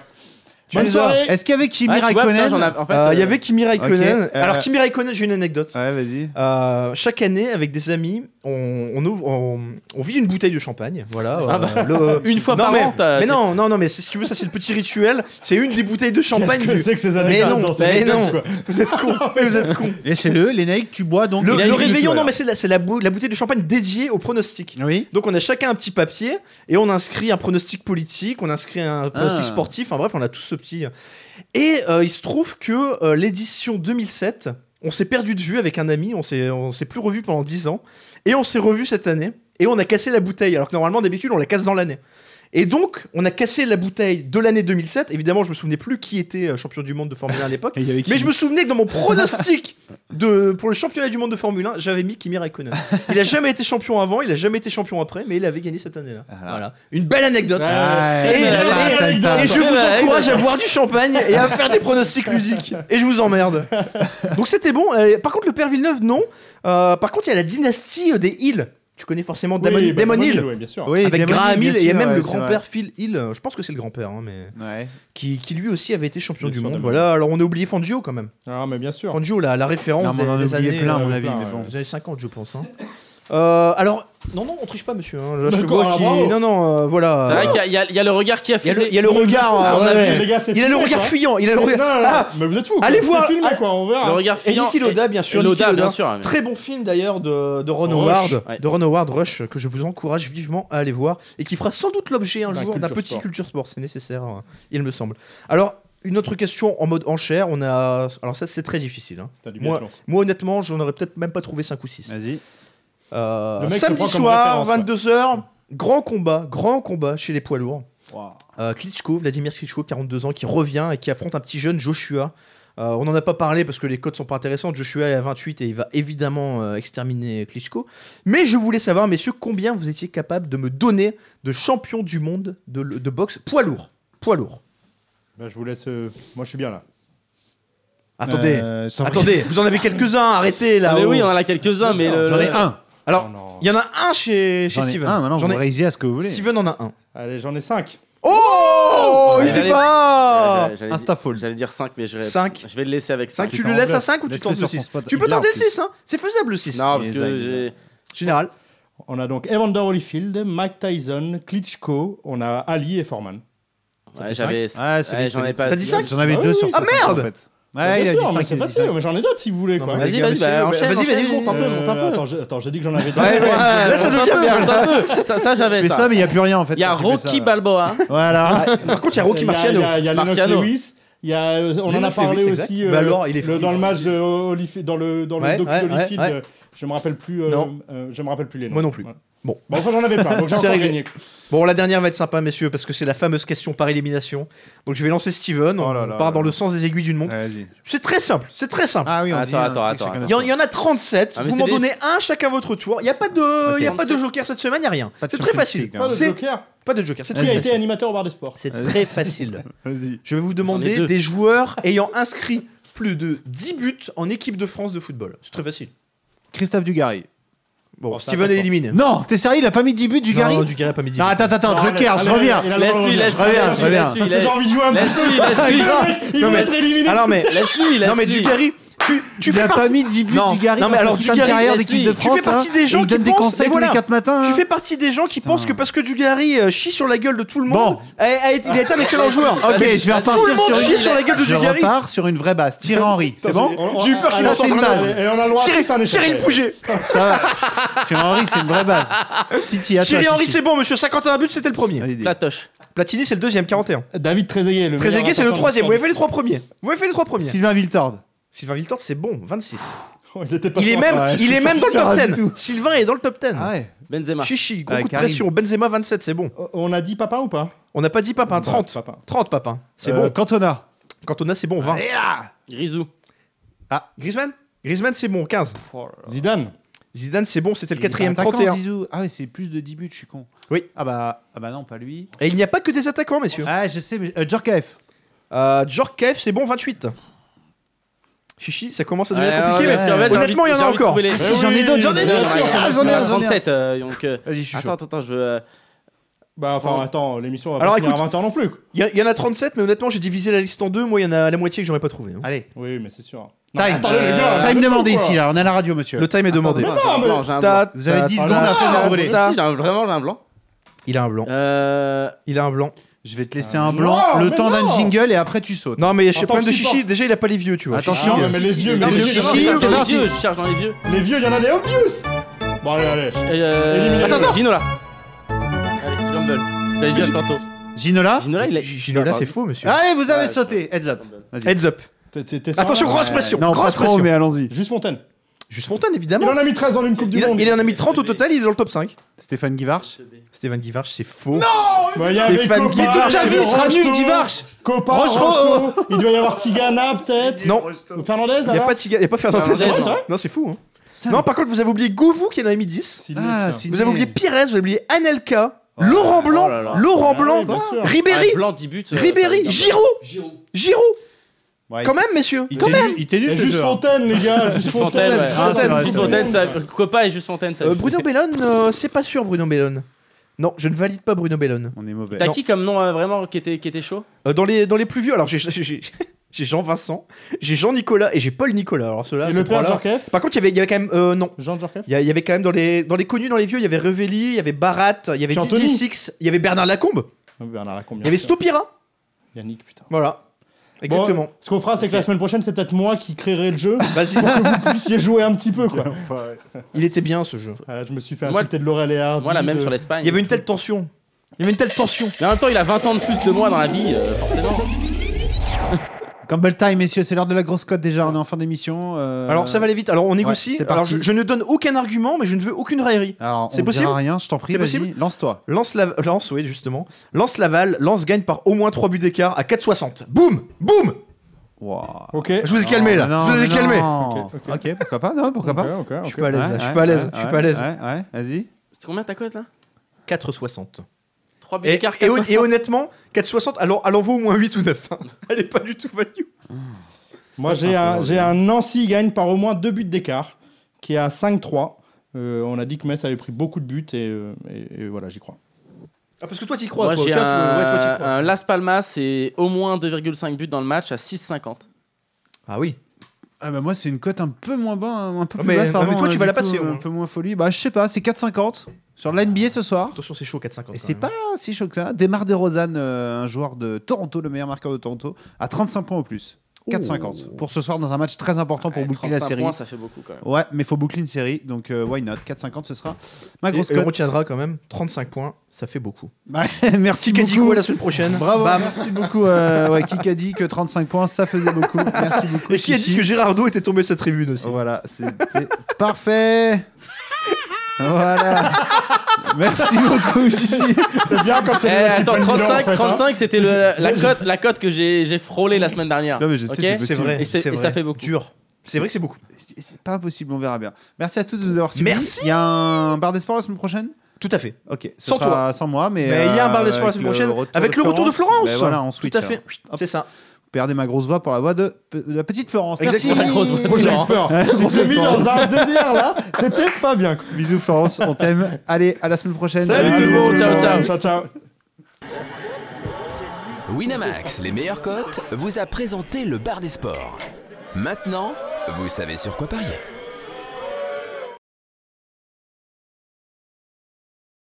[SPEAKER 3] Tu les
[SPEAKER 5] Bonne soirée.
[SPEAKER 3] as. Est-ce qu'il y avait Kimi
[SPEAKER 6] Ouais, tu vois, putain,
[SPEAKER 3] Raikkonen
[SPEAKER 6] j'en ai- en fait,
[SPEAKER 4] Euh, Il y
[SPEAKER 6] euh,
[SPEAKER 4] avait Kimi Raikkonen.
[SPEAKER 3] Ok, euh,
[SPEAKER 4] Alors Kimi Raikkonen, j'ai une anecdote.
[SPEAKER 3] Ouais, vas-y.
[SPEAKER 4] Euh, chaque année, avec des amis, on, on ouvre, on, on vide une bouteille de champagne. Voilà. euh, le-
[SPEAKER 6] Une fois
[SPEAKER 4] non,
[SPEAKER 6] par
[SPEAKER 4] mais,
[SPEAKER 6] an, t'as-
[SPEAKER 4] mais non, non, non, mais c'est- si tu veux, ça c'est le petit rituel. C'est une des bouteilles de champagne.
[SPEAKER 5] Qu'est-ce que
[SPEAKER 4] du-
[SPEAKER 5] c'est que ces
[SPEAKER 4] Mais
[SPEAKER 5] anecdotes
[SPEAKER 4] non,
[SPEAKER 5] dans ces
[SPEAKER 4] mais
[SPEAKER 5] anecdotes,
[SPEAKER 4] non.
[SPEAKER 5] quoi
[SPEAKER 4] Vous êtes con. vous êtes con.
[SPEAKER 3] Laissez-le, les naïcs, tu bois donc.
[SPEAKER 4] Le,
[SPEAKER 6] Il a
[SPEAKER 4] le
[SPEAKER 6] une minute,
[SPEAKER 4] réveillon, non,
[SPEAKER 6] voilà.
[SPEAKER 4] mais c'est la, c'est la, bou- la bouteille de champagne dédiée au pronostic.
[SPEAKER 3] Oui.
[SPEAKER 4] Donc on a chacun un petit papier et on inscrit un pronostic politique, on inscrit un pronostic
[SPEAKER 3] Ah.
[SPEAKER 4] sportif, enfin bref, on a tous ce petit. Et euh, il se trouve que euh, l'édition 2007, on s'est perdu de vue avec un ami, on s'est on s'est plus revu pendant 10 ans et on s'est revu cette année et on a cassé la bouteille alors que normalement d'habitude on la casse dans l'année. Et donc, on a cassé la bouteille de l'année 2007. Évidemment, je me souvenais plus qui était euh, champion du monde de Formule 1 à l'époque.
[SPEAKER 3] Et il y avait
[SPEAKER 4] Mais
[SPEAKER 3] Kimi.
[SPEAKER 4] je me souvenais que dans mon pronostic de, pour le championnat du monde de Formule 1, j'avais mis Kimi Raikkonen. Il a jamais été champion avant, il a jamais été champion après, mais il avait gagné cette année-là.
[SPEAKER 3] Voilà.
[SPEAKER 4] Voilà. Une belle anecdote.
[SPEAKER 3] Euh,
[SPEAKER 5] Ouais,
[SPEAKER 4] Ah, Et-
[SPEAKER 5] ouais,
[SPEAKER 4] et-
[SPEAKER 5] ouais,
[SPEAKER 4] et-
[SPEAKER 5] anecdote.
[SPEAKER 4] Et je
[SPEAKER 6] Ouais,
[SPEAKER 4] vous
[SPEAKER 6] ouais,
[SPEAKER 4] encourage à
[SPEAKER 6] ouais.
[SPEAKER 4] boire du champagne et à faire des pronostics ludiques. Et je vous emmerde. Donc c'était bon. Euh, Par contre, le père Villeneuve, non. Euh, par contre, il y a la dynastie euh, des Hill. Tu connais forcément Damon,
[SPEAKER 5] Oui, bah,
[SPEAKER 4] Damon Hill.
[SPEAKER 5] oui, bien sûr.
[SPEAKER 3] Oui,
[SPEAKER 4] Avec
[SPEAKER 3] Damon
[SPEAKER 4] Graham
[SPEAKER 3] bien
[SPEAKER 4] Hill et il y a
[SPEAKER 3] sûr,
[SPEAKER 4] même
[SPEAKER 3] ouais,
[SPEAKER 4] le
[SPEAKER 3] c'est
[SPEAKER 4] grand-père Phil Hill, euh, je pense que c'est le grand-père, hein, mais
[SPEAKER 3] vrai. Ouais.
[SPEAKER 4] qui, qui lui aussi avait été champion
[SPEAKER 5] Bien
[SPEAKER 4] du
[SPEAKER 5] sûr,
[SPEAKER 4] monde.
[SPEAKER 5] Damon.
[SPEAKER 4] Voilà, alors on a oublié Fangio quand même.
[SPEAKER 5] Ah, mais bien sûr.
[SPEAKER 4] Fangio, la, la référence
[SPEAKER 3] Non, mais on en a
[SPEAKER 4] des, des
[SPEAKER 3] oublié
[SPEAKER 4] années,
[SPEAKER 3] plein, à
[SPEAKER 4] euh,
[SPEAKER 3] mon
[SPEAKER 5] euh,
[SPEAKER 3] avis,
[SPEAKER 5] plein,
[SPEAKER 3] mais
[SPEAKER 5] ouais.
[SPEAKER 3] bon.
[SPEAKER 4] des années 50, je pense. hein. Euh, alors, non, non, on triche pas, monsieur. hein. Là, je te
[SPEAKER 5] D'accord,
[SPEAKER 4] vois
[SPEAKER 5] ah,
[SPEAKER 4] qui-
[SPEAKER 5] bravo.
[SPEAKER 4] Non, non, euh,
[SPEAKER 6] C'est vrai
[SPEAKER 4] voilà.
[SPEAKER 6] qu'il y a- il y, a- il y a le regard qui a
[SPEAKER 4] Il y a
[SPEAKER 6] fait.
[SPEAKER 4] le, il y a le regard.
[SPEAKER 5] Ah,
[SPEAKER 4] euh,
[SPEAKER 5] on a
[SPEAKER 4] ouais.
[SPEAKER 5] vu, les gars, c'est
[SPEAKER 4] Il a le
[SPEAKER 5] filmé,
[SPEAKER 4] regard
[SPEAKER 5] quoi.
[SPEAKER 4] fuyant. Il a le
[SPEAKER 5] Non, non,
[SPEAKER 4] regard.
[SPEAKER 5] non,
[SPEAKER 4] Ah,
[SPEAKER 5] mais vous êtes fous.
[SPEAKER 4] Allez
[SPEAKER 5] C'est
[SPEAKER 4] voir- ah
[SPEAKER 5] filmé, quoi, on verra.
[SPEAKER 6] Le regard
[SPEAKER 4] et
[SPEAKER 6] fuyant.
[SPEAKER 4] Niki Loda, bien sûr.
[SPEAKER 6] Et
[SPEAKER 4] Niki
[SPEAKER 6] Loda,
[SPEAKER 4] Loda.
[SPEAKER 6] bien sûr. hein.
[SPEAKER 4] Très bon film d'ailleurs de, de Ron
[SPEAKER 5] Rush,
[SPEAKER 4] Howard,
[SPEAKER 6] ouais.
[SPEAKER 4] de Ron Howard Rush, que je vous encourage vivement à aller voir et qui fera sans doute l'objet un
[SPEAKER 5] D'un
[SPEAKER 4] jour d'un
[SPEAKER 5] culture
[SPEAKER 4] petit
[SPEAKER 5] sport.
[SPEAKER 4] culture sport, c'est nécessaire, euh, il me semble. Alors, une autre question en mode enchère, on a. Alors, ça, c'est très difficile. hein.
[SPEAKER 5] T'as du
[SPEAKER 4] Moi-
[SPEAKER 5] biathlon.
[SPEAKER 4] Moi, honnêtement, j'en aurais peut-être même pas trouvé 5 ou 6.
[SPEAKER 3] Vas-y.
[SPEAKER 4] Euh,
[SPEAKER 5] Le mec se
[SPEAKER 4] samedi
[SPEAKER 5] prend comme
[SPEAKER 4] soir,
[SPEAKER 5] référence, quoi.
[SPEAKER 4] 22h, grand combat, grand combat chez les poids lourds.
[SPEAKER 3] Wow.
[SPEAKER 4] Euh, Klitschko, Vladimir Klitschko, 42 ans, qui revient et qui affronte un petit jeune Joshua. Euh, on n'en a pas parlé parce que les codes sont pas intéressantes. Joshua est à 28 et il va évidemment euh, exterminer Klitschko. Mais je voulais savoir, messieurs, combien vous étiez capable de me donner de champion du monde de, de boxe poids lourd. Poids lourd.
[SPEAKER 5] Bah, je vous laisse. euh, Moi, je suis bien là.
[SPEAKER 4] Attendez,
[SPEAKER 3] Euh, sans-
[SPEAKER 4] attendez, vous en avez quelques-uns, arrêtez là.
[SPEAKER 6] Mais
[SPEAKER 4] oh.
[SPEAKER 6] oui, on en a quelques-uns, mais le-
[SPEAKER 3] J'en ai un.
[SPEAKER 4] Alors,
[SPEAKER 5] Oh, non.
[SPEAKER 4] il y en a un chez, chez
[SPEAKER 3] J'en ai
[SPEAKER 4] Steven.
[SPEAKER 3] un. Maintenant, vous
[SPEAKER 4] J'en ai-
[SPEAKER 3] réalisez à ce que vous voulez.
[SPEAKER 4] Steven en a un.
[SPEAKER 5] Allez, j'en ai 5.
[SPEAKER 4] Oh,
[SPEAKER 6] Ouais,
[SPEAKER 4] il
[SPEAKER 6] j'allais-
[SPEAKER 4] y va
[SPEAKER 3] ah,
[SPEAKER 6] Ouais, j'allais- j'allais-
[SPEAKER 3] Instafall.
[SPEAKER 6] J'allais dire 5, mais je vais,
[SPEAKER 4] Cinq.
[SPEAKER 6] je vais le laisser avec 5.
[SPEAKER 4] tu
[SPEAKER 3] t'en
[SPEAKER 4] le laisses à
[SPEAKER 3] laisses.
[SPEAKER 4] 5 ou tu
[SPEAKER 3] Laisse-le
[SPEAKER 4] tentes le
[SPEAKER 3] sur son
[SPEAKER 4] 6
[SPEAKER 3] spot.
[SPEAKER 4] Tu peux
[SPEAKER 3] Bien,
[SPEAKER 4] tenter le
[SPEAKER 3] en plus.
[SPEAKER 4] 6, hein C'est faisable le 6.
[SPEAKER 6] Non,
[SPEAKER 3] Mais
[SPEAKER 6] parce
[SPEAKER 3] ça,
[SPEAKER 6] que
[SPEAKER 3] il-
[SPEAKER 6] j'ai.
[SPEAKER 4] Général.
[SPEAKER 5] On a donc Evander Holyfield, Mike Tyson, Klitschko, on a Ali et Forman.
[SPEAKER 6] Ouais, j'avais.
[SPEAKER 3] Ah, celui
[SPEAKER 6] ouais,
[SPEAKER 3] que
[SPEAKER 6] j'en ai
[SPEAKER 3] j'avais-
[SPEAKER 6] pas.
[SPEAKER 4] T'as dit
[SPEAKER 6] six.
[SPEAKER 4] cinq
[SPEAKER 3] J'en avais
[SPEAKER 5] Ah,
[SPEAKER 3] deux
[SPEAKER 5] oui,
[SPEAKER 3] sur
[SPEAKER 5] oui.
[SPEAKER 4] Ah,
[SPEAKER 3] ça, cinq, en
[SPEAKER 4] merde
[SPEAKER 3] fait. Ouais, il
[SPEAKER 5] Bien
[SPEAKER 3] a
[SPEAKER 5] sûr,
[SPEAKER 3] dit
[SPEAKER 5] mais
[SPEAKER 3] 5,
[SPEAKER 5] c'est
[SPEAKER 3] il a dit
[SPEAKER 5] facile,
[SPEAKER 3] 5.
[SPEAKER 5] mais j'en ai d'autres si vous voulez.
[SPEAKER 4] Non,
[SPEAKER 5] quoi.
[SPEAKER 4] mais
[SPEAKER 6] Vas-y,
[SPEAKER 4] les gars,
[SPEAKER 6] vas-y,
[SPEAKER 4] mais c'est-
[SPEAKER 6] bah, enchaîne,
[SPEAKER 4] vas-y,
[SPEAKER 6] enchaîne,
[SPEAKER 4] vas-y,
[SPEAKER 6] monte un peu, monte un peu.
[SPEAKER 5] Euh, Attends, j'ai- attends, j'ai dit que j'en avais d'autres.
[SPEAKER 4] Ouais, ouais. Là,
[SPEAKER 6] Ouais,
[SPEAKER 4] ça
[SPEAKER 6] monte un
[SPEAKER 4] devient
[SPEAKER 6] peu,
[SPEAKER 4] bien,
[SPEAKER 6] monte
[SPEAKER 4] là.
[SPEAKER 6] un peu. Ça, ça, j'avais
[SPEAKER 3] Fais ça, Ah,
[SPEAKER 6] ça.
[SPEAKER 3] mais il n'y a plus rien en fait.
[SPEAKER 6] Il y a
[SPEAKER 3] quand tu fais
[SPEAKER 6] Rocky
[SPEAKER 3] ça.
[SPEAKER 6] Balboa.
[SPEAKER 3] Voilà.
[SPEAKER 4] Par contre, il y a Rocky
[SPEAKER 5] Il y a-
[SPEAKER 4] Marciano.
[SPEAKER 5] Il y a, il y a Lennox
[SPEAKER 6] Marciano.
[SPEAKER 5] Lewis. Il y a, euh, on en a
[SPEAKER 4] Lennox
[SPEAKER 5] parlé
[SPEAKER 4] Lewis, exact.
[SPEAKER 5] aussi euh,
[SPEAKER 4] Bah alors, il est
[SPEAKER 5] le-
[SPEAKER 4] fou.
[SPEAKER 5] dans le match de Holyfield, dans le dans le
[SPEAKER 4] Ouais,
[SPEAKER 5] docu
[SPEAKER 4] ouais,
[SPEAKER 5] Holyfield.
[SPEAKER 4] ouais, ouais.
[SPEAKER 5] euh, Je me rappelle plus. euh,
[SPEAKER 4] Non.
[SPEAKER 5] euh, je me rappelle plus les noms.
[SPEAKER 4] Moi non plus.
[SPEAKER 5] Ouais.
[SPEAKER 4] Bon.
[SPEAKER 5] Bon, enfin j'en avais pas. Donc j'ai
[SPEAKER 4] C'est
[SPEAKER 5] encore
[SPEAKER 4] réglé.
[SPEAKER 5] gagné.
[SPEAKER 4] Bon, la dernière va être sympa, messieurs, parce que c'est la fameuse question par élimination. Donc, je vais lancer Steven.
[SPEAKER 3] Oh là
[SPEAKER 4] on
[SPEAKER 3] là
[SPEAKER 4] part
[SPEAKER 3] là
[SPEAKER 4] dans
[SPEAKER 3] là.
[SPEAKER 4] le sens des aiguilles d'une montre.
[SPEAKER 3] Vas-y.
[SPEAKER 4] C'est très simple. C'est très simple.
[SPEAKER 3] Ah oui, on
[SPEAKER 6] Attends,
[SPEAKER 3] dit un
[SPEAKER 6] attends,
[SPEAKER 3] truc
[SPEAKER 6] attends,
[SPEAKER 3] chacun
[SPEAKER 6] attends.
[SPEAKER 4] Il y, en- il y en a 37,
[SPEAKER 6] Ah, mais
[SPEAKER 4] vous
[SPEAKER 6] c'est
[SPEAKER 4] m'en
[SPEAKER 6] des-
[SPEAKER 4] donnez un chacun votre tour. Il n'y a, pas de...
[SPEAKER 3] Ok.
[SPEAKER 4] il y a pas de joker cette semaine, il n'y a rien.
[SPEAKER 3] Pas de
[SPEAKER 4] C'est très
[SPEAKER 3] surprise
[SPEAKER 4] facile.
[SPEAKER 3] technique, hein.
[SPEAKER 5] Pas de
[SPEAKER 4] C'est-
[SPEAKER 5] Joker.
[SPEAKER 4] Pas de joker, c'est
[SPEAKER 5] Qui a
[SPEAKER 4] très
[SPEAKER 5] été
[SPEAKER 4] facile.
[SPEAKER 5] animateur au bar des sports
[SPEAKER 4] C'est très facile.
[SPEAKER 3] Vas-y.
[SPEAKER 4] Je vais vous
[SPEAKER 6] J'en ai
[SPEAKER 4] demander
[SPEAKER 6] deux.
[SPEAKER 4] des joueurs ayant inscrit plus de 10 buts en équipe de France de football. C'est très facile.
[SPEAKER 3] Christophe Dugarry.
[SPEAKER 4] Bon,
[SPEAKER 6] Oh, ça
[SPEAKER 4] Steven
[SPEAKER 6] va,
[SPEAKER 4] est éliminé.
[SPEAKER 3] Non, t'es sérieux, il a pas mis 10 buts Dugarry
[SPEAKER 4] Non, Dugarry a pas mis 10
[SPEAKER 3] Non,
[SPEAKER 4] buts.
[SPEAKER 3] attends, attends, attends,
[SPEAKER 5] Non,
[SPEAKER 3] Joker,
[SPEAKER 5] allez,
[SPEAKER 3] je
[SPEAKER 5] allez,
[SPEAKER 3] reviens.
[SPEAKER 5] allez, allez,
[SPEAKER 6] Laisse-lui,
[SPEAKER 5] allez,
[SPEAKER 6] laisse-lui.
[SPEAKER 3] Je reviens, je
[SPEAKER 6] laisse-lui,
[SPEAKER 3] reviens.
[SPEAKER 6] laisse-lui,
[SPEAKER 5] Parce que j'ai envie de jouer un peu.
[SPEAKER 6] Laisse-lui,
[SPEAKER 3] Ah,
[SPEAKER 6] laisse-lui.
[SPEAKER 5] Il
[SPEAKER 4] Non,
[SPEAKER 5] va
[SPEAKER 4] mais-
[SPEAKER 5] être éliminé.
[SPEAKER 4] Alors, mais,
[SPEAKER 6] Laisse-lui, laisse-lui.
[SPEAKER 4] non, mais Dugarry, tu, tu
[SPEAKER 3] Il
[SPEAKER 4] fais
[SPEAKER 3] a
[SPEAKER 4] partie-
[SPEAKER 3] pas mis 10 buts
[SPEAKER 4] Non,
[SPEAKER 3] Dugarry.
[SPEAKER 4] non, mais
[SPEAKER 3] dans
[SPEAKER 4] alors,
[SPEAKER 3] sa putain de
[SPEAKER 4] Dugarry,
[SPEAKER 3] carrière
[SPEAKER 6] laisse-lui.
[SPEAKER 3] d'équipe de
[SPEAKER 6] Tu
[SPEAKER 3] France.
[SPEAKER 4] fais partie
[SPEAKER 3] là.
[SPEAKER 4] des gens
[SPEAKER 3] Il donne
[SPEAKER 4] qui
[SPEAKER 3] des
[SPEAKER 4] pensent-
[SPEAKER 3] conseils
[SPEAKER 4] et
[SPEAKER 3] tous les
[SPEAKER 4] voilà.
[SPEAKER 3] 4 matins.
[SPEAKER 4] Tu
[SPEAKER 3] hein.
[SPEAKER 4] fais partie des gens qui pensent que parce que Dugarry euh, chie sur la gueule de tout le monde,
[SPEAKER 3] Bon.
[SPEAKER 4] a- a été- il est un excellent joueur.
[SPEAKER 3] Ok, je vais
[SPEAKER 4] Tout le
[SPEAKER 3] repartir
[SPEAKER 4] monde
[SPEAKER 3] sur
[SPEAKER 4] chie
[SPEAKER 3] une.
[SPEAKER 4] sur la gueule de
[SPEAKER 3] Je
[SPEAKER 4] Dugarry.
[SPEAKER 3] repars sur une vraie base. Thierry Henry, c'est bon
[SPEAKER 5] J'ai eu peur qu'il
[SPEAKER 3] Ça,
[SPEAKER 5] en
[SPEAKER 3] c'est
[SPEAKER 5] sorte
[SPEAKER 3] une
[SPEAKER 5] un
[SPEAKER 3] base.
[SPEAKER 5] Et on a le droit.
[SPEAKER 4] Cyril,
[SPEAKER 5] c'est un échec.
[SPEAKER 4] Cyril Pouget.
[SPEAKER 3] Ça va. Thierry Henry, c'est une vraie base. Titi, à toi,
[SPEAKER 4] Thierry Henry,
[SPEAKER 3] Chichi.
[SPEAKER 4] c'est bon, monsieur. 51 buts, c'était le premier.
[SPEAKER 3] Vas-y, dis.
[SPEAKER 6] Platoche.
[SPEAKER 4] Platini, c'est le deuxième, 41.
[SPEAKER 5] David Trezeguet, le
[SPEAKER 4] Trezeguet,
[SPEAKER 5] meilleur
[SPEAKER 4] c'est le
[SPEAKER 5] attaquant de
[SPEAKER 4] troisième. Vous avez
[SPEAKER 5] l'histoire
[SPEAKER 4] fait les trois premiers. Vous avez fait les trois premiers.
[SPEAKER 3] Sylvain Viltord.
[SPEAKER 4] Sylvain Viltord, c'est bon, 26.
[SPEAKER 5] du- Il était pas
[SPEAKER 4] Il est
[SPEAKER 5] sûr.
[SPEAKER 4] même,
[SPEAKER 3] ouais, je
[SPEAKER 4] il
[SPEAKER 3] suis
[SPEAKER 4] est
[SPEAKER 3] pas
[SPEAKER 4] même dans le
[SPEAKER 3] sûr
[SPEAKER 4] top
[SPEAKER 3] du
[SPEAKER 4] 10.
[SPEAKER 3] tout.
[SPEAKER 4] Sylvain est dans le top 10.
[SPEAKER 3] ouais
[SPEAKER 6] Benzema.
[SPEAKER 4] Chichi, gros
[SPEAKER 3] Ah,
[SPEAKER 4] coup de
[SPEAKER 3] Karim.
[SPEAKER 4] pression. Benzema, 27, c'est bon.
[SPEAKER 5] On a dit papa ou pas
[SPEAKER 4] On n'a pas dit hein. Papin, 30.
[SPEAKER 5] Papa.
[SPEAKER 4] 30, Papin. C'est
[SPEAKER 3] Bah. Euh,
[SPEAKER 4] bon.
[SPEAKER 3] Cantona.
[SPEAKER 4] Quand on a, c'est bon, 20.
[SPEAKER 6] Grisou.
[SPEAKER 4] Ah, Griezmann Griezmann, c'est bon, 15.
[SPEAKER 5] Zidane.
[SPEAKER 4] Zidane, c'est bon, c'était le quatrième,
[SPEAKER 3] Attaquant,
[SPEAKER 4] 31.
[SPEAKER 3] Zizou. Ah ouais, c'est plus de 10 buts, je suis con.
[SPEAKER 4] Oui.
[SPEAKER 3] Ah bah, ah bah non, pas lui.
[SPEAKER 4] Et il n'y a pas que des attaquants, messieurs.
[SPEAKER 3] Ah, je sais, mais. euh, Djorkaeff.
[SPEAKER 4] Euh, Djorkaeff, c'est bon, 28. Chichi, ça commence à devenir
[SPEAKER 6] Ouais,
[SPEAKER 4] compliqué,
[SPEAKER 6] ouais,
[SPEAKER 4] mais
[SPEAKER 6] parce qu'en fait, j'ai
[SPEAKER 4] honnêtement, il
[SPEAKER 6] envie-
[SPEAKER 4] y en
[SPEAKER 6] j'ai
[SPEAKER 4] a
[SPEAKER 6] envie de
[SPEAKER 4] encore.
[SPEAKER 6] trouver les-
[SPEAKER 3] Ah si, j'en ai d'autres, j'en ai
[SPEAKER 6] Il y en
[SPEAKER 3] d'autres.
[SPEAKER 6] a- il y en a
[SPEAKER 3] Ah, J'en ai un, j'en ai un.
[SPEAKER 6] 37, euh, donc. euh,
[SPEAKER 4] Vas-y, je suis
[SPEAKER 6] Attends,
[SPEAKER 4] chaud.
[SPEAKER 6] attends, attends, je veux. euh,
[SPEAKER 5] Bah, enfin, attends, l'émission va
[SPEAKER 4] Alors,
[SPEAKER 5] pas finir
[SPEAKER 4] écoute.
[SPEAKER 5] à 20 ans non plus.
[SPEAKER 4] Il y a- il y, en a 37, mais honnêtement, j'ai divisé la liste en deux. Moi, il y en a la moitié que j'aurais pas trouvé. hein.
[SPEAKER 3] Allez.
[SPEAKER 5] Oui, mais c'est sûr. Non,
[SPEAKER 3] Time. Euh,
[SPEAKER 5] attendez, les gars,
[SPEAKER 3] Time
[SPEAKER 5] arrêtez,
[SPEAKER 3] demandé
[SPEAKER 5] quoi.
[SPEAKER 3] ici, là. On a la radio, monsieur.
[SPEAKER 4] Le time est demandé.
[SPEAKER 6] attends, j'ai un
[SPEAKER 5] mais-
[SPEAKER 6] blanc, j'ai un
[SPEAKER 4] Ta-
[SPEAKER 3] Ah,
[SPEAKER 6] blanc.
[SPEAKER 3] Vous avez
[SPEAKER 4] ta-
[SPEAKER 3] 10
[SPEAKER 4] ta-
[SPEAKER 3] secondes après,
[SPEAKER 4] ta-
[SPEAKER 3] ça va
[SPEAKER 4] ta-
[SPEAKER 3] brûler.
[SPEAKER 4] ta-
[SPEAKER 6] Si, Ah, j'ai un- vraiment, j'ai un blanc.
[SPEAKER 4] Il a un blanc.
[SPEAKER 6] Euh,
[SPEAKER 4] Il a un blanc.
[SPEAKER 3] Je vais te
[SPEAKER 4] Ah.
[SPEAKER 3] laisser un blanc, le
[SPEAKER 5] mais
[SPEAKER 3] temps d'un
[SPEAKER 5] non.
[SPEAKER 3] jingle et après tu sautes.
[SPEAKER 4] Non, mais je
[SPEAKER 5] En
[SPEAKER 4] sais
[SPEAKER 5] tant
[SPEAKER 4] problème
[SPEAKER 5] que
[SPEAKER 4] de Chichi.
[SPEAKER 5] support.
[SPEAKER 4] Déjà, il a pas les vieux, tu vois.
[SPEAKER 3] Attention.
[SPEAKER 5] Ah, ouais, mais les vieux, mais
[SPEAKER 6] non, mais
[SPEAKER 5] les
[SPEAKER 6] je
[SPEAKER 5] vieux,
[SPEAKER 6] cherche
[SPEAKER 3] si,
[SPEAKER 6] dans
[SPEAKER 3] c'est
[SPEAKER 6] les
[SPEAKER 3] parti.
[SPEAKER 6] vieux, je cherche dans les vieux.
[SPEAKER 5] les vieux, il y en a des obvious. Bon, allez, allez.
[SPEAKER 6] Euh,
[SPEAKER 5] Éliminez-le.
[SPEAKER 6] attends, Ginola. Allez, Rumble. J'avais dit à Quanto.
[SPEAKER 3] Ginola
[SPEAKER 6] Ginola, Ah. il a.
[SPEAKER 4] euh, Ginola, c'est faux, monsieur.
[SPEAKER 3] Allez, vous avez
[SPEAKER 6] Ouais,
[SPEAKER 3] sauté. Heads up. Vas-y.
[SPEAKER 4] Heads up.
[SPEAKER 5] T'es- t'es- t'es sûr,
[SPEAKER 4] Attention,
[SPEAKER 5] là
[SPEAKER 4] grosse pression.
[SPEAKER 3] Non, pas
[SPEAKER 4] grosse
[SPEAKER 3] trop,
[SPEAKER 4] pression.
[SPEAKER 3] mais allons-y.
[SPEAKER 5] Juste Fontaine.
[SPEAKER 4] Juste Fontaine,
[SPEAKER 5] Il
[SPEAKER 4] évidemment.
[SPEAKER 5] en a mis 13 dans une Coupe du
[SPEAKER 4] Il, a-
[SPEAKER 5] Monde.
[SPEAKER 4] il en a mis 30 au total, il est dans le top 5.
[SPEAKER 3] Stéphane Guivarch.
[SPEAKER 4] Stéphane Guivarch, c'est faux.
[SPEAKER 5] Bah, il y avait
[SPEAKER 4] Stéphane
[SPEAKER 5] Copa,
[SPEAKER 4] Guy, toute
[SPEAKER 3] sa
[SPEAKER 5] il y
[SPEAKER 3] vie
[SPEAKER 5] avait
[SPEAKER 3] sera nul,
[SPEAKER 5] Rocheteau,
[SPEAKER 3] Guivarch.
[SPEAKER 5] Copa,
[SPEAKER 3] Rochereau.
[SPEAKER 5] Rocheteau. Il doit y avoir Tigana, peut-être.
[SPEAKER 4] Non,
[SPEAKER 5] Fernandez,
[SPEAKER 4] il n'y a
[SPEAKER 5] alors
[SPEAKER 4] pas Tiga- il y a pas Fernandez.
[SPEAKER 6] Non, c'est vrai, c'est
[SPEAKER 4] Non, c'est fou. hein. Non, par contre, vous avez oublié Govou qui en a mis 10.
[SPEAKER 5] Sidney,
[SPEAKER 3] Ah,
[SPEAKER 5] putain.
[SPEAKER 3] si.
[SPEAKER 4] Vous avez oublié Pires, vous avez oublié Anelka,
[SPEAKER 3] Oh.
[SPEAKER 4] Laurent Blanc,
[SPEAKER 6] Oh là là.
[SPEAKER 4] Laurent
[SPEAKER 5] Ah
[SPEAKER 4] Blanc,
[SPEAKER 5] oui, bien sûr.
[SPEAKER 4] Ribéry,
[SPEAKER 6] Un blanc, 10 buts. euh,
[SPEAKER 4] Ribéry,
[SPEAKER 6] ça-
[SPEAKER 4] Giroud, Giroud, quand même, messieurs.
[SPEAKER 3] Ah, Il
[SPEAKER 4] Quand
[SPEAKER 3] t'est
[SPEAKER 4] même.
[SPEAKER 3] nul- Il t'est
[SPEAKER 5] Il y
[SPEAKER 3] nul
[SPEAKER 5] a
[SPEAKER 3] ce
[SPEAKER 5] juste
[SPEAKER 3] jeu.
[SPEAKER 5] Fontaine, les gars. Juste
[SPEAKER 6] Fontaine,
[SPEAKER 5] Fontaine.
[SPEAKER 6] ouais.
[SPEAKER 5] juste
[SPEAKER 3] Ah, c'est
[SPEAKER 5] Fontaine,
[SPEAKER 3] vrai,
[SPEAKER 5] juste
[SPEAKER 3] c'est vrai.
[SPEAKER 5] Fontaine,
[SPEAKER 6] Fontaine, ça.
[SPEAKER 5] ça-
[SPEAKER 6] Copa et juste Fontaine, ça.
[SPEAKER 4] Euh, Bruno Bellone, euh, c'est pas sûr, Bruno Bellone. Non, je ne valide pas Bruno Bellone.
[SPEAKER 3] On est mauvais.
[SPEAKER 6] T'as
[SPEAKER 4] Non.
[SPEAKER 6] qui comme nom euh, vraiment qui était, qui était chaud
[SPEAKER 4] Euh, dans, les, dans les plus vieux, alors j'ai- j'ai j'ai Jean-Vincent, j'ai Jean-Nicolas et j'ai Paul-Nicolas. Alors ceux-là,
[SPEAKER 5] Et
[SPEAKER 4] ces
[SPEAKER 5] le père
[SPEAKER 4] trois-là.
[SPEAKER 5] Djorkaeff
[SPEAKER 4] Par contre, il y avait- il y avait quand même. euh, non.
[SPEAKER 5] Jean Djorkaeff
[SPEAKER 4] Il y a- il y avait quand même dans les, dans les connus, dans les vieux, il y avait Revelli, il y avait Barat, il y avait
[SPEAKER 5] Anthony.
[SPEAKER 4] Didier Six, il y avait Bernard Lacombe,
[SPEAKER 5] Ah, Bernard Lacombe,
[SPEAKER 4] il y
[SPEAKER 5] bien
[SPEAKER 4] avait
[SPEAKER 5] sûr.
[SPEAKER 4] Stopira.
[SPEAKER 5] Yannick, putain.
[SPEAKER 4] Voilà. Exactement.
[SPEAKER 5] Bon, ce qu'on fera, c'est que la semaine prochaine, c'est peut-être moi qui créerai le jeu.
[SPEAKER 4] Vas-y.
[SPEAKER 5] Vous puissiez jouer un petit peu, quoi.
[SPEAKER 4] il était bien ce jeu.
[SPEAKER 5] Ah, je me suis fait
[SPEAKER 6] Moi-
[SPEAKER 5] insulter de Laurel et Hardy.
[SPEAKER 6] Moi, la même
[SPEAKER 5] de-
[SPEAKER 6] sur l'Espagne.
[SPEAKER 4] Il y avait une telle tension. Il y avait une telle tension.
[SPEAKER 5] Euh,
[SPEAKER 6] Mais en même temps, il a 20 ans de plus de moi dans la vie, euh, forcément.
[SPEAKER 3] Campbell Time, messieurs, c'est l'heure de la grosse cote déjà. On est en fin d'émission. euh,
[SPEAKER 4] Alors ça va aller vite. Alors on négocie.
[SPEAKER 3] c'est
[SPEAKER 4] Alors
[SPEAKER 3] parti.
[SPEAKER 4] je, je ne donne aucun argument, mais je ne veux aucune raillerie.
[SPEAKER 3] Alors,
[SPEAKER 4] C'est
[SPEAKER 3] on
[SPEAKER 4] possible
[SPEAKER 3] dira rien, je t'en prie,
[SPEAKER 4] C'est
[SPEAKER 3] vas-y,
[SPEAKER 4] possible
[SPEAKER 3] lance-toi.
[SPEAKER 4] Lance, la... Lance, oui, justement. Lance Laval, Lance gagne par au moins 3 buts d'écart à 4,60. Boum Boum
[SPEAKER 3] Wow.
[SPEAKER 5] Ok.
[SPEAKER 4] Je vous ai calmé là.
[SPEAKER 3] Oh, Non,
[SPEAKER 4] je vous ai
[SPEAKER 3] mais
[SPEAKER 4] calmé.
[SPEAKER 3] non.
[SPEAKER 5] Ok, ok.
[SPEAKER 3] ok, pourquoi pas, non, pourquoi pas.
[SPEAKER 5] Ok, ok,
[SPEAKER 4] Ah bah. Je suis
[SPEAKER 5] ok.
[SPEAKER 4] pas à l'aise
[SPEAKER 3] Ouais,
[SPEAKER 4] là. Je
[SPEAKER 3] ouais,
[SPEAKER 4] suis pas à l'aise.
[SPEAKER 3] ouais,
[SPEAKER 4] Je suis pas à l'aise.
[SPEAKER 3] Ouais, ouais, vas-y.
[SPEAKER 6] C'est combien ta cote là
[SPEAKER 4] 4,60.
[SPEAKER 6] 3 buts
[SPEAKER 4] Et,
[SPEAKER 6] d'écart,
[SPEAKER 4] et hon-
[SPEAKER 6] 4,60.
[SPEAKER 4] et honnêtement, 4,60, alors, alors vaut au moins 8 ou 9. hein. Elle est pas du tout value.
[SPEAKER 5] Moi, j'ai un, j'ai un Nancy gagne par au moins deux buts d'écart, qui est à 5-3. Euh, on a dit que Metz avait pris beaucoup de buts et, euh, et- et voilà, j'y crois.
[SPEAKER 4] Ah, parce que toi, t'y crois.
[SPEAKER 6] Moi,
[SPEAKER 4] toi.
[SPEAKER 6] j'ai
[SPEAKER 4] Tiens, tu- ouais, toi, t'y
[SPEAKER 6] un,
[SPEAKER 4] crois.
[SPEAKER 6] un Las Palmas et au moins 2,5 buts dans le match à 6,50.
[SPEAKER 4] Ah oui.
[SPEAKER 3] Ah bah moi c'est une cote un peu moins bas, un un peu
[SPEAKER 4] Ah,
[SPEAKER 3] plus
[SPEAKER 4] mais-
[SPEAKER 3] basse
[SPEAKER 4] ah,
[SPEAKER 3] pardon.
[SPEAKER 4] mais toi, tu
[SPEAKER 3] euh,
[SPEAKER 4] vas
[SPEAKER 3] du
[SPEAKER 4] la
[SPEAKER 3] coup,
[SPEAKER 4] passer, au moins.
[SPEAKER 3] Un peu moins folie. Bah je sais pas, c'est 4,50 sur la NBA ce soir.
[SPEAKER 4] Attention, c'est chaud 4,50.
[SPEAKER 3] Et
[SPEAKER 4] quand
[SPEAKER 3] c'est
[SPEAKER 4] même.
[SPEAKER 3] pas si chaud que ça. Démarre DeRozan, euh, un joueur de Toronto, le meilleur marqueur de Toronto, à 35 points au plus. 4,50 pour ce soir dans un match très important pour
[SPEAKER 6] Ouais,
[SPEAKER 3] boucler la
[SPEAKER 6] 35
[SPEAKER 3] série.
[SPEAKER 6] points, ça fait beaucoup quand même.
[SPEAKER 3] Ouais, mais faut boucler une série, donc euh, why not 4,50 ce sera ma
[SPEAKER 4] Et,
[SPEAKER 3] grosse
[SPEAKER 4] et on
[SPEAKER 3] cote.
[SPEAKER 4] retiendra quand même 35 points, ça fait beaucoup.
[SPEAKER 3] Ouais, merci
[SPEAKER 4] Kikadiko
[SPEAKER 3] beaucoup. Bah,
[SPEAKER 4] à la semaine prochaine.
[SPEAKER 3] Bravo,
[SPEAKER 4] Bam.
[SPEAKER 3] merci beaucoup. Euh, ouais, qui a dit que 35 points, ça faisait beaucoup. Merci beaucoup.
[SPEAKER 4] Et qui a dit
[SPEAKER 3] Chichi.
[SPEAKER 4] que Gérardo était tombé de sa tribune aussi
[SPEAKER 3] Voilà, c'était parfait. Voilà. Merci beaucoup, Chichi.
[SPEAKER 5] C'est bien quand
[SPEAKER 6] Eh,
[SPEAKER 5] c'est le mec qui
[SPEAKER 6] attends,
[SPEAKER 5] fait le bilan,
[SPEAKER 6] 35,
[SPEAKER 5] en fait, hein.
[SPEAKER 6] 35 c'était le- la cote, la cote que j'ai j'ai frôlé la semaine dernière.
[SPEAKER 3] Non, mais je sais,
[SPEAKER 6] Ok
[SPEAKER 3] c'est
[SPEAKER 4] C'est
[SPEAKER 3] possible.
[SPEAKER 4] vrai.
[SPEAKER 6] Et, c'est-
[SPEAKER 4] c'est
[SPEAKER 6] et
[SPEAKER 4] vrai.
[SPEAKER 6] ça fait beaucoup.
[SPEAKER 4] Dur. C'est vrai que c'est beaucoup.
[SPEAKER 3] C'est pas possible, on verra bien. Merci à tous de nous avoir suivis.
[SPEAKER 4] Merci.
[SPEAKER 3] Il y a un bar d'espoir la semaine prochaine
[SPEAKER 4] Tout à fait.
[SPEAKER 3] Ok, ce
[SPEAKER 4] Sans
[SPEAKER 3] sera sans moi, mais.
[SPEAKER 4] Mais il y a un
[SPEAKER 3] euh,
[SPEAKER 4] bar d'espoir la semaine
[SPEAKER 3] avec le
[SPEAKER 4] prochaine
[SPEAKER 3] retour
[SPEAKER 4] avec le retour de Florence.
[SPEAKER 3] Ben voilà, on
[SPEAKER 4] Tout
[SPEAKER 3] switch,
[SPEAKER 4] à
[SPEAKER 3] alors.
[SPEAKER 4] fait.
[SPEAKER 3] Hop.
[SPEAKER 4] C'est ça.
[SPEAKER 3] Perdez ma grosse voix pour la voix de, de la petite Florence.
[SPEAKER 4] Exactement.
[SPEAKER 3] Merci. Hein,
[SPEAKER 6] La grosse voix.
[SPEAKER 5] Moi, j'ai eu
[SPEAKER 6] Florence.
[SPEAKER 5] peur. On s'est mis dans un délire là. C'était pas bien.
[SPEAKER 3] Bisous Florence, on t'aime. Allez, à la semaine prochaine.
[SPEAKER 6] Salut tout le monde, ciao, ciao.
[SPEAKER 5] Ciao, ciao.
[SPEAKER 1] Winamax, les meilleures cotes, vous a présenté le bar des sports. Maintenant, vous savez sur quoi parier.